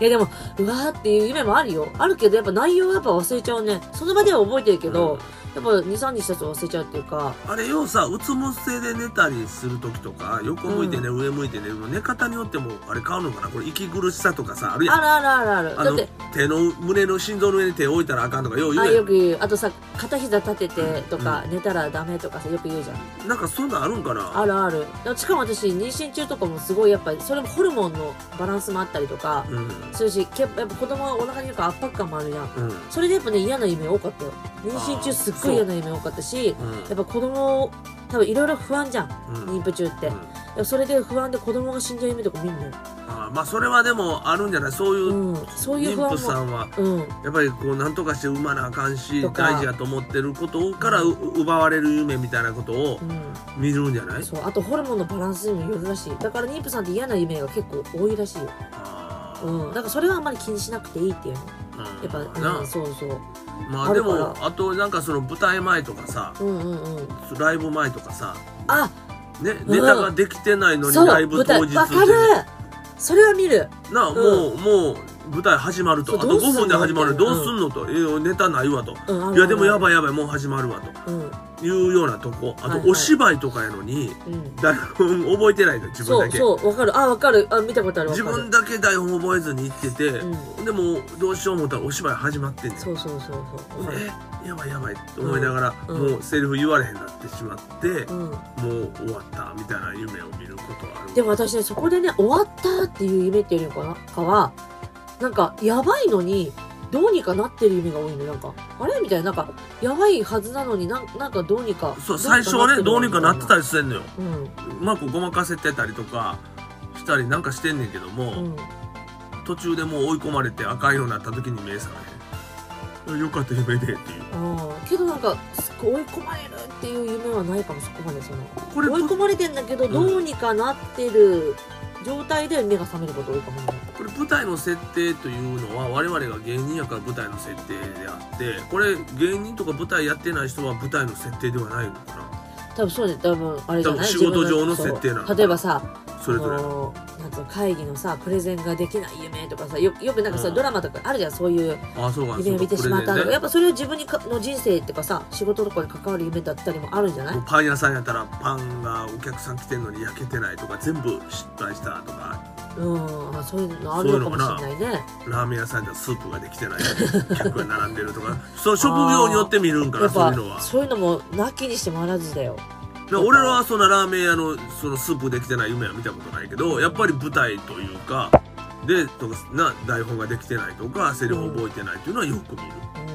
Speaker 1: えでもうわーっていう夢もあるよあるけどやっぱ内容はやっぱ忘れちゃうねその場では覚えてるけど、やっぱ23日経つと忘れちゃうっていうか
Speaker 2: あれよさうつむせで寝たりする時とか横向いてね、上向いて寝るの寝方によってもあれ変わるのかなこれ息苦しさとかさあるやん
Speaker 1: あるあるあるある
Speaker 2: あ
Speaker 1: だっ
Speaker 2: の
Speaker 1: て
Speaker 2: 手の胸の心臓の上に手を置いたらあかんとかよう言
Speaker 1: あ
Speaker 2: うや
Speaker 1: よ
Speaker 2: ん
Speaker 1: く言うあとさ片膝立ててとか、寝たらダメとかさよく言うじゃん
Speaker 2: なんかそんなんあるんかな
Speaker 1: あるあるだしかも私妊娠中とかもすごいやっぱりそれもホルモンのバランスもあったりとか
Speaker 2: うんうん
Speaker 1: するしけやっぱ子供がお腹にいるから圧迫感もあるやんそれでやっぱね嫌な夢多かったよ妊娠中すっごい嫌な夢多かったし
Speaker 2: うん
Speaker 1: やっぱ子供を多分いろいろ不安じゃん
Speaker 2: うん
Speaker 1: 妊婦中って、
Speaker 2: うん
Speaker 1: いやそれで不安で子供が死んじゃう夢とか見んのよ、
Speaker 2: あーまあそれはでもあるんじゃないそういう、
Speaker 1: うん、そういう不
Speaker 2: 妊婦
Speaker 1: 安
Speaker 2: さ
Speaker 1: も
Speaker 2: んは
Speaker 1: うん
Speaker 2: やっぱりこう何とかして産まなあかんし
Speaker 1: とか
Speaker 2: 大事やと思ってることからう奪われる夢みたいなことを
Speaker 1: う
Speaker 2: 見るんじゃない
Speaker 1: ん、そうあとホルモンのバランスにもよるらしいだから妊婦さんって嫌な夢が結構多いらしいよ、
Speaker 2: あー
Speaker 1: うん、だからそれはあんまり気にしなくていいっていうの
Speaker 2: うん
Speaker 1: やっぱ、
Speaker 2: な
Speaker 1: うん、そうそう
Speaker 2: ま
Speaker 1: あ
Speaker 2: あで
Speaker 1: るから
Speaker 2: もあとなんかその舞台前とかさ
Speaker 1: うんうんうん
Speaker 2: ライブ前とかさ
Speaker 1: あ
Speaker 2: ね
Speaker 1: ん
Speaker 2: ネタができてないのに
Speaker 1: そう
Speaker 2: ライブ
Speaker 1: 舞台
Speaker 2: 当
Speaker 1: わ
Speaker 2: 日
Speaker 1: かるそれは見る
Speaker 2: なあ、
Speaker 1: ん
Speaker 2: もうもう舞台始まると
Speaker 1: そ
Speaker 2: あ
Speaker 1: うど
Speaker 2: と
Speaker 1: うすん
Speaker 2: 5
Speaker 1: の
Speaker 2: 分で始まる
Speaker 1: みたいな
Speaker 2: どうすんのと、えーネタないわと
Speaker 1: うんある
Speaker 2: いやでもや
Speaker 1: い
Speaker 2: ばいやばいもう始まるわ
Speaker 1: うんうん
Speaker 2: というようなとこ
Speaker 1: は
Speaker 2: あ
Speaker 1: いはい
Speaker 2: とお芝居とかやのに台本覚えてないの自分
Speaker 1: そ
Speaker 2: だ
Speaker 1: う
Speaker 2: け
Speaker 1: そうわかるあわかるあ見たことあるわか
Speaker 2: 自
Speaker 1: る
Speaker 2: 分だけ台本覚えずに行ってて、
Speaker 1: う
Speaker 2: でもどうしよう思ったらお芝居始まってんねん
Speaker 1: そうそうそうそうわかる
Speaker 2: えやばいやばいと思いながら、
Speaker 1: うんうん
Speaker 2: もうセリフ言われへんなってしまって、
Speaker 1: うん
Speaker 2: もう終わったみたいな夢を見ることはある
Speaker 1: でも私ねそこでね終わったっていう夢っていうよりかなかはなんかやばいのにどうにかなってる夢が多いのなんかあれみたいななんかやばいはずなのになんなんかどうにか
Speaker 2: そう最初はねどうにかなってた
Speaker 1: り
Speaker 2: りしてんのよ
Speaker 1: うん
Speaker 2: うまくごまかせてたりとかしたりなんかしてんねんけども、
Speaker 1: うん
Speaker 2: 途中でもう追い込まれて赤いようになった時に目覚めへんよかった夢でっていう
Speaker 1: あーけどなんかすっごい追い込まれるっていう夢はないかもそこまでその
Speaker 2: これ
Speaker 1: 追い込
Speaker 2: こ
Speaker 1: まれてんだけど
Speaker 2: ん
Speaker 1: どうにかなってる状態で目が覚めること多いかもね
Speaker 2: れ舞台の設定というのは我々が芸人やから舞台の設定であってこれ芸人とか舞台やってない人は舞台の設定ではないのか
Speaker 1: 多分そうね多分あれじゃない
Speaker 2: 多分仕事
Speaker 1: 自分
Speaker 2: 上の設定なの
Speaker 1: そう例えばさ
Speaker 2: なそれぞれ
Speaker 1: あ
Speaker 2: の
Speaker 1: のなんつうの会議のさプレゼンができない夢とかさよよくなんかさ、
Speaker 2: うん
Speaker 1: ドラマとかあるじゃんそういう
Speaker 2: ああそうかそ
Speaker 1: 夢を
Speaker 2: う
Speaker 1: 見て
Speaker 2: か
Speaker 1: し
Speaker 2: プ
Speaker 1: ま
Speaker 2: レ
Speaker 1: っ
Speaker 2: ゼ
Speaker 1: たの
Speaker 2: ン
Speaker 1: や
Speaker 2: ね
Speaker 1: っぱそれは自分にかの人生とかさ仕事とかに関わる夢だったりもあるんじゃない
Speaker 2: もうパン屋さんやったらパンがお客さん来てんのに焼けてないとか全部失敗したとか
Speaker 1: うんあそういうのあるのかもしれないね
Speaker 2: ラーメン屋さんではスープができてない客が並んでるとかその職業によって見るんか
Speaker 1: や
Speaker 2: な
Speaker 1: っ
Speaker 2: そう
Speaker 1: ぱ
Speaker 2: いうのは
Speaker 1: そういうのもなきにしてもあらずだよ
Speaker 2: で俺らはそんなラーメン屋のそのスープできてない夢は見たことないけどやっぱり舞台というかでとかな台本ができてないとかセリフ覚えてないというのはよく見る、
Speaker 1: うん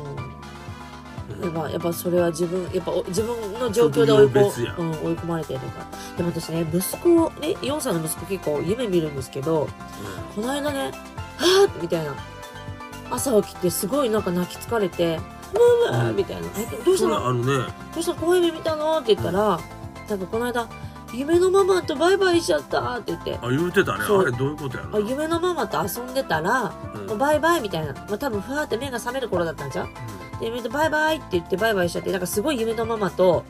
Speaker 2: う
Speaker 1: や
Speaker 2: ん
Speaker 1: っぱやっぱそれは自分やっぱお自分の状況で追い
Speaker 2: 職業別や
Speaker 1: 込,、うん、追い込まれてるからでも私ね息子をね4歳の息子結構夢見るんですけど、この間ね、はぁみたいな。朝起きてすごいなんか泣き疲れて、ママみたいな。えどうし
Speaker 2: そ
Speaker 1: た
Speaker 2: れ
Speaker 1: のど
Speaker 2: はあるね
Speaker 1: うしたの怖い夢見たのって言ったら、なんかこの間、夢のママとバイバイしちゃったって言って。
Speaker 2: あ言うてたね
Speaker 1: そう
Speaker 2: あれどういうことや
Speaker 1: あ
Speaker 2: ろな
Speaker 1: 夢のママと遊んでたら、
Speaker 2: うん
Speaker 1: もうバイバイみたいな。まあ、多分ふわーって目が覚める頃だったんじゃんで、夢とバイバイって言ってバイバイしちゃって、なんかすごい夢のママと、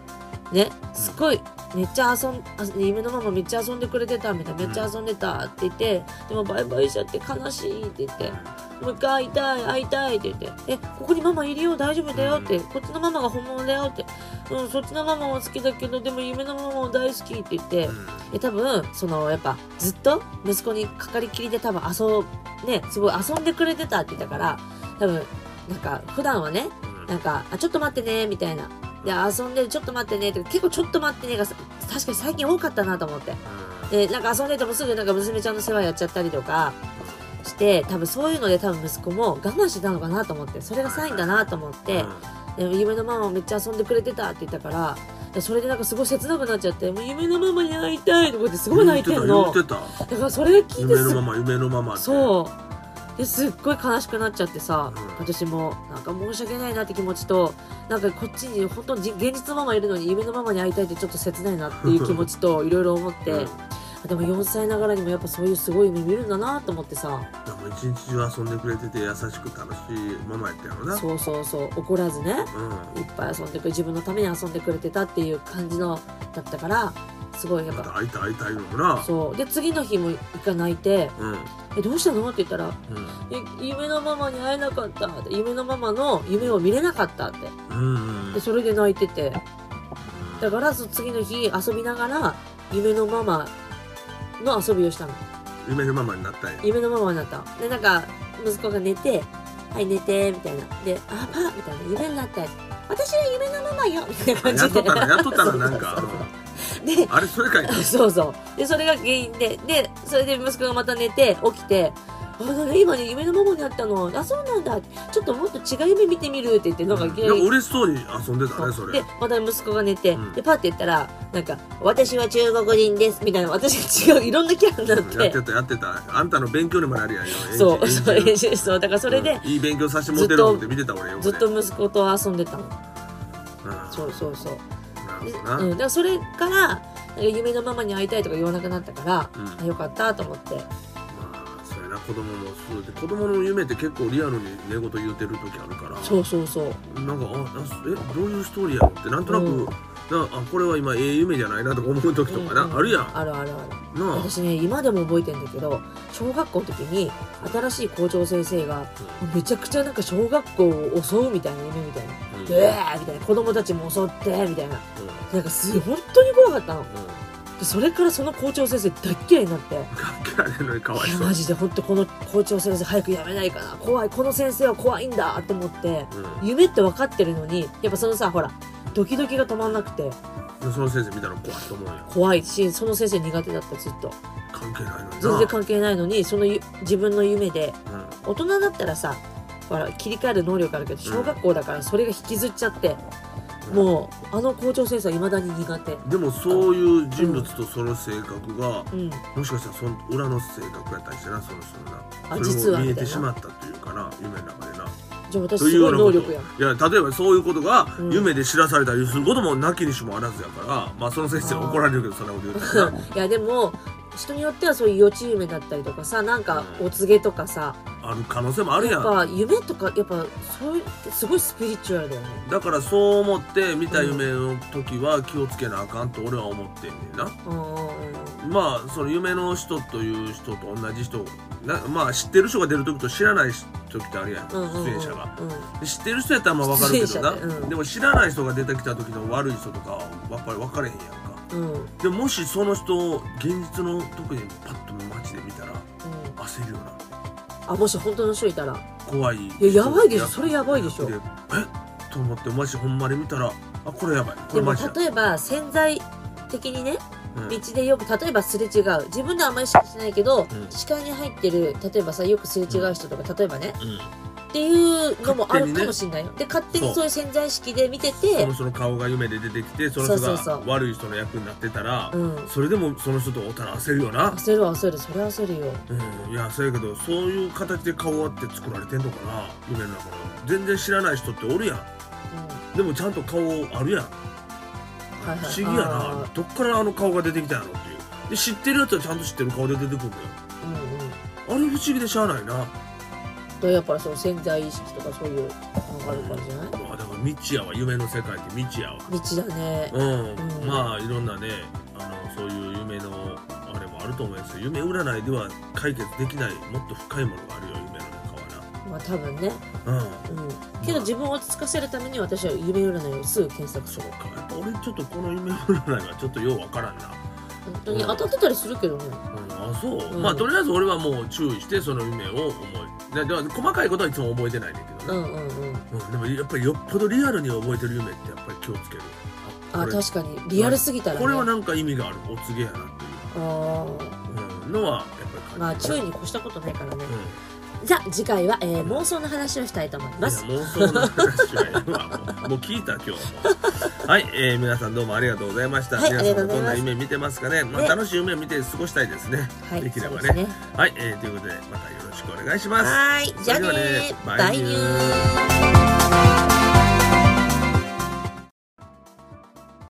Speaker 1: ね、すごい、めっちゃ遊ん、あ夢のママめっちゃ遊んでくれてたみたいな、めっちゃ遊んでたって言って、でもバイバイしちゃって悲しいって言って、もう一回会いたい会いたいって言って「えここにママいるよ大丈夫だよ」って、こっちのママが本物だよ」って「うんそっちのママも好きだけどでも夢のママも大好き」って言って、え多分そのやっぱずっと息子にかかりきりで多分遊ねすごい遊んでくれてたって言ったから多分なんか普段はね
Speaker 2: うん
Speaker 1: なんかあちょっと待ってねみたいなで遊んでるちょっと待ってねって結構ちょっと待ってねがさ確かに最近多かったなと思ってでなんか遊んでてもすぐなんか娘ちゃんの世話やっちゃったりとかして多分そういうので多分息子も我慢してたのかなと思ってそれがサインだなと思ってで夢のママめっちゃ遊んでくれてたって言ったからでそれでなんかすごい切なくなっちゃって「もう夢のママに会いたい」とかってすごい泣いてんの
Speaker 2: 言
Speaker 1: だ
Speaker 2: ってた
Speaker 1: からそれ聞い
Speaker 2: 言って
Speaker 1: て
Speaker 2: た夢
Speaker 1: す
Speaker 2: のまま夢のままって
Speaker 1: そうですっごい悲しくなっちゃってさ、
Speaker 2: うん
Speaker 1: 私もなんか申し訳ないなって気持ちとなんかこっちに本当にじ現実のママいるのに夢のママに会いたいってちょっと切ないなっていう気持ちといろいろ思って、
Speaker 2: うん
Speaker 1: でも4歳ながらにもやっぱそういうすごい夢見るんだなと思ってさ
Speaker 2: でも一日中遊んでくれてて優しく楽しいママやったよな
Speaker 1: そうそうそう怒らずね
Speaker 2: うん
Speaker 1: いっぱい遊んでくれ自分のために遊んでくれてたっていう感じのだったからすごいやっ
Speaker 2: また
Speaker 1: ぱ
Speaker 2: 会いたい会いたいのもな
Speaker 1: そうで次の日も一回泣いて
Speaker 2: うん
Speaker 1: 「えどうしたの?」って言ったら
Speaker 2: うん
Speaker 1: ゆ夢のママに会えなかったって夢のママの夢を見れなかったって
Speaker 2: うん
Speaker 1: でそれで泣いててだからそ次の日遊びながら夢のママの遊びをしたの
Speaker 2: 夢のママになったんや
Speaker 1: 夢のママになったのでなんか息子が寝て「はい寝て」みたいなで「あパ」みたいな「夢になったよ」私は夢のママよみたいな感
Speaker 2: やっ
Speaker 1: じ
Speaker 2: と
Speaker 1: で
Speaker 2: ったらやっとったらなんか
Speaker 1: そうそうそう (laughs)
Speaker 2: うん
Speaker 1: で
Speaker 2: あれそれかいな
Speaker 1: そうそう。で、それが原因で、で、それで息子がまた寝て、起きて、あ、なんか今ね、夢のママになったの。あ、そうなんだ。ちょっともっと違う夢見てみるって言って、なんかいきな
Speaker 2: なんか
Speaker 1: り。
Speaker 2: 嬉しそうに遊んでたねそれ
Speaker 1: で、また息子が寝て、
Speaker 2: うん
Speaker 1: で、パッて言ったら、なんか、私は中国人です、みたいな、私が違う、いろんなキャラにな
Speaker 2: うん
Speaker 1: っ
Speaker 2: やって
Speaker 1: て、
Speaker 2: たやってたあんたの勉強にもなるやんよ
Speaker 1: そう、
Speaker 2: 演じ
Speaker 1: そう、
Speaker 2: 演じ
Speaker 1: そう、だからそれで
Speaker 2: う、んいい勉強させてもらってる思って見てた俺よ
Speaker 1: ずっと息子と遊んでたの。そうそうそう。で
Speaker 2: う
Speaker 1: うん、
Speaker 2: ん
Speaker 1: だからそれから、なんか夢のママに会いたいとか言わなくなったから、
Speaker 2: うん
Speaker 1: あ、よかったと思って。
Speaker 2: まあそうやな子供もそうで子供の夢って結構リアルに寝言言うてる時あるから
Speaker 1: そうそうそう。
Speaker 2: なんかああえどういうストーリーやろってなんとなく、
Speaker 1: うん
Speaker 2: なあこれは今ええ夢じゃないなとか思う時とかな、
Speaker 1: うんうん
Speaker 2: あるやん
Speaker 1: あるあるある。
Speaker 2: なあ
Speaker 1: 私ね今でも覚えてんだけど小学校の時に新しい校長先生がめちゃくちゃなんか小学校を襲うみたいな夢みたいな
Speaker 2: う
Speaker 1: 「
Speaker 2: んう
Speaker 1: で
Speaker 2: ん
Speaker 1: えー!」みたいな子供たちも襲ってみたいななんかす本当に怖かったのでそれからその校長先生大っ嫌いになってい
Speaker 2: 関係あれのにかわい
Speaker 1: や
Speaker 2: そう
Speaker 1: マジで本当この校長先生早くやめないかな怖いこの先生は怖いんだと思って
Speaker 2: う
Speaker 1: 夢って分かってるのにやっぱそのさほらドキドキが止まんなくて
Speaker 2: ん、その先生見たら怖いと思うよ
Speaker 1: 怖いしその先生苦手だったずっと
Speaker 2: 関係ないのに
Speaker 1: 全
Speaker 2: な
Speaker 1: 然関係ないのにそのゆ自分の夢で
Speaker 2: うん
Speaker 1: 大人だったらさほら切り替える能力あるけど小学校だからそれが引きずっちゃって、
Speaker 2: うん
Speaker 1: もうあの校長先生はいまだに苦手
Speaker 2: でもそういう人物とその性格が、
Speaker 1: うん
Speaker 2: もしかしたらその裏の性格やったりしてなその人のな
Speaker 1: あ
Speaker 2: そ
Speaker 1: 実
Speaker 2: れ
Speaker 1: は
Speaker 2: も見え
Speaker 1: みた
Speaker 2: て
Speaker 1: い
Speaker 2: しま
Speaker 1: な
Speaker 2: ったというかな夢の中でな
Speaker 1: じゃあ私
Speaker 2: とい
Speaker 1: す
Speaker 2: うよ
Speaker 1: ご
Speaker 2: う
Speaker 1: い
Speaker 2: なこ
Speaker 1: 能力
Speaker 2: と
Speaker 1: やん
Speaker 2: いや例えばそういうことが
Speaker 1: うん
Speaker 2: 夢で知らされたりすることもなきにしもあらずやから、まあその先生は怒られるけどそんなこと言うたらな (laughs)
Speaker 1: いやでも人によってはそういう予知夢だったりとかさなんか
Speaker 2: うん
Speaker 1: お告げとかさ、
Speaker 2: ある可能性もあるや
Speaker 1: やっ
Speaker 2: ん
Speaker 1: ぱ夢とかやっぱそういうすごいスピリチュアルだよね
Speaker 2: だからそう思って見た夢の時は気をつけなあかんと俺は思ってんねんな
Speaker 1: うんうんうん
Speaker 2: まあその夢の人という人と同じ人なまあ知ってる人が出る時と知らない時ってあるやん出
Speaker 1: うんうんうん
Speaker 2: 演者が
Speaker 1: うん
Speaker 2: 知ってる人やったらまあ分かるけどな、
Speaker 1: 出演者ねうん
Speaker 2: でも知らない人が出てきた時の悪い人とかはやっぱり分かれへんやんか
Speaker 1: うんうん
Speaker 2: でもしその人を現実の特にパッと街で見たら焦るよな
Speaker 1: あもし本当の人いたら
Speaker 2: 怖い
Speaker 1: いややばいでしょ
Speaker 2: 役
Speaker 1: それやばいでしょ
Speaker 2: 役えと思ってもしほんまに見たらあこれやばいこ
Speaker 1: で
Speaker 2: れ
Speaker 1: も
Speaker 2: マジだ
Speaker 1: 例えば潜在的にね
Speaker 2: うん
Speaker 1: 道でよく例えばすれ違う自分ではあんまり意識しないけど、
Speaker 2: うん
Speaker 1: 視界に入ってる例えばさよくすれ違う人とか、例えばねっていうのもあるかもしれないよ、で勝手にそういう潜在意識で見て
Speaker 2: そ
Speaker 1: て
Speaker 2: の人の顔が夢で出てきてその
Speaker 1: そ
Speaker 2: 人
Speaker 1: うそう
Speaker 2: が
Speaker 1: そう
Speaker 2: 悪い人の役になってたら
Speaker 1: うん
Speaker 2: それでもその人とおったら焦るよな、
Speaker 1: 焦る焦るそれは焦るよ
Speaker 2: うん、いやそうやけどそういう形で顔あって作られてんのかな夢の中の全然知らない人っておるやんでもちゃんと顔あるやん
Speaker 1: はいはい
Speaker 2: 不思議や
Speaker 1: あ
Speaker 2: などっからあの顔が出てきたんやろっていうで知ってるやつはちゃんと知ってる顔で出てくるのよ
Speaker 1: うんうんうん
Speaker 2: あれ不思議でしゃあないな
Speaker 1: でやっぱりその潜在意識とかそういうのがあるからじゃない
Speaker 2: まあだから未知やわ夢の世界って未知やわ
Speaker 1: 道だね
Speaker 2: うん、
Speaker 1: うん
Speaker 2: まあいろんなねあのそういう夢のあれもあると思いますけど夢占いでは解決できないもっと深いものがあるよ夢の
Speaker 1: まあ多分ね
Speaker 2: 中はなうん
Speaker 1: うんけど自分を落ち着かせるために私は夢占いをすぐ検索す
Speaker 2: そ
Speaker 1: る
Speaker 2: うかやっぱ俺ちょっとこの夢占いはちょっとようわからんな、
Speaker 1: 本当に当たってたりするけどね
Speaker 2: うん、あそう、
Speaker 1: うん
Speaker 2: まあとりあえず俺はもう注意してその夢を思いだだから細かいことはいつも覚えてないねんだけど
Speaker 1: う
Speaker 2: ど、
Speaker 1: んうんうん
Speaker 2: うん、でもやっぱりよっぽどリアルに覚えてる夢ってやっぱり気をつける
Speaker 1: あ
Speaker 2: これ
Speaker 1: 確かにリアルすぎたら、ね、
Speaker 2: これはなんか意味があるお告げやなって
Speaker 1: あー
Speaker 2: いう、うん、のはやっぱり感じる
Speaker 1: まあ注意に越したことないからね
Speaker 2: うん
Speaker 1: じゃあ次回は、えー妄想の話をしたいと思います
Speaker 2: いや妄想の話はええわもうもう聞いた
Speaker 1: (laughs)
Speaker 2: 今日はもうはい、えー皆さんどうもありがとうございました、
Speaker 1: はい
Speaker 2: 皆さん
Speaker 1: ありがとう
Speaker 2: もど
Speaker 1: ご
Speaker 2: ん
Speaker 1: ざ
Speaker 2: ない
Speaker 1: ます
Speaker 2: 夢見てますかね、まあ、
Speaker 1: ね
Speaker 2: 楽しい夢見て過ごしたいですね
Speaker 1: はい
Speaker 2: できればね
Speaker 1: そうですね
Speaker 2: はい、えーということでまたよろしくお願いします
Speaker 1: はーいじゃあね
Speaker 2: それではね
Speaker 1: バ
Speaker 2: バ
Speaker 1: イ
Speaker 2: イ
Speaker 1: ニ
Speaker 2: ニ
Speaker 1: ュ
Speaker 2: ュー
Speaker 1: ー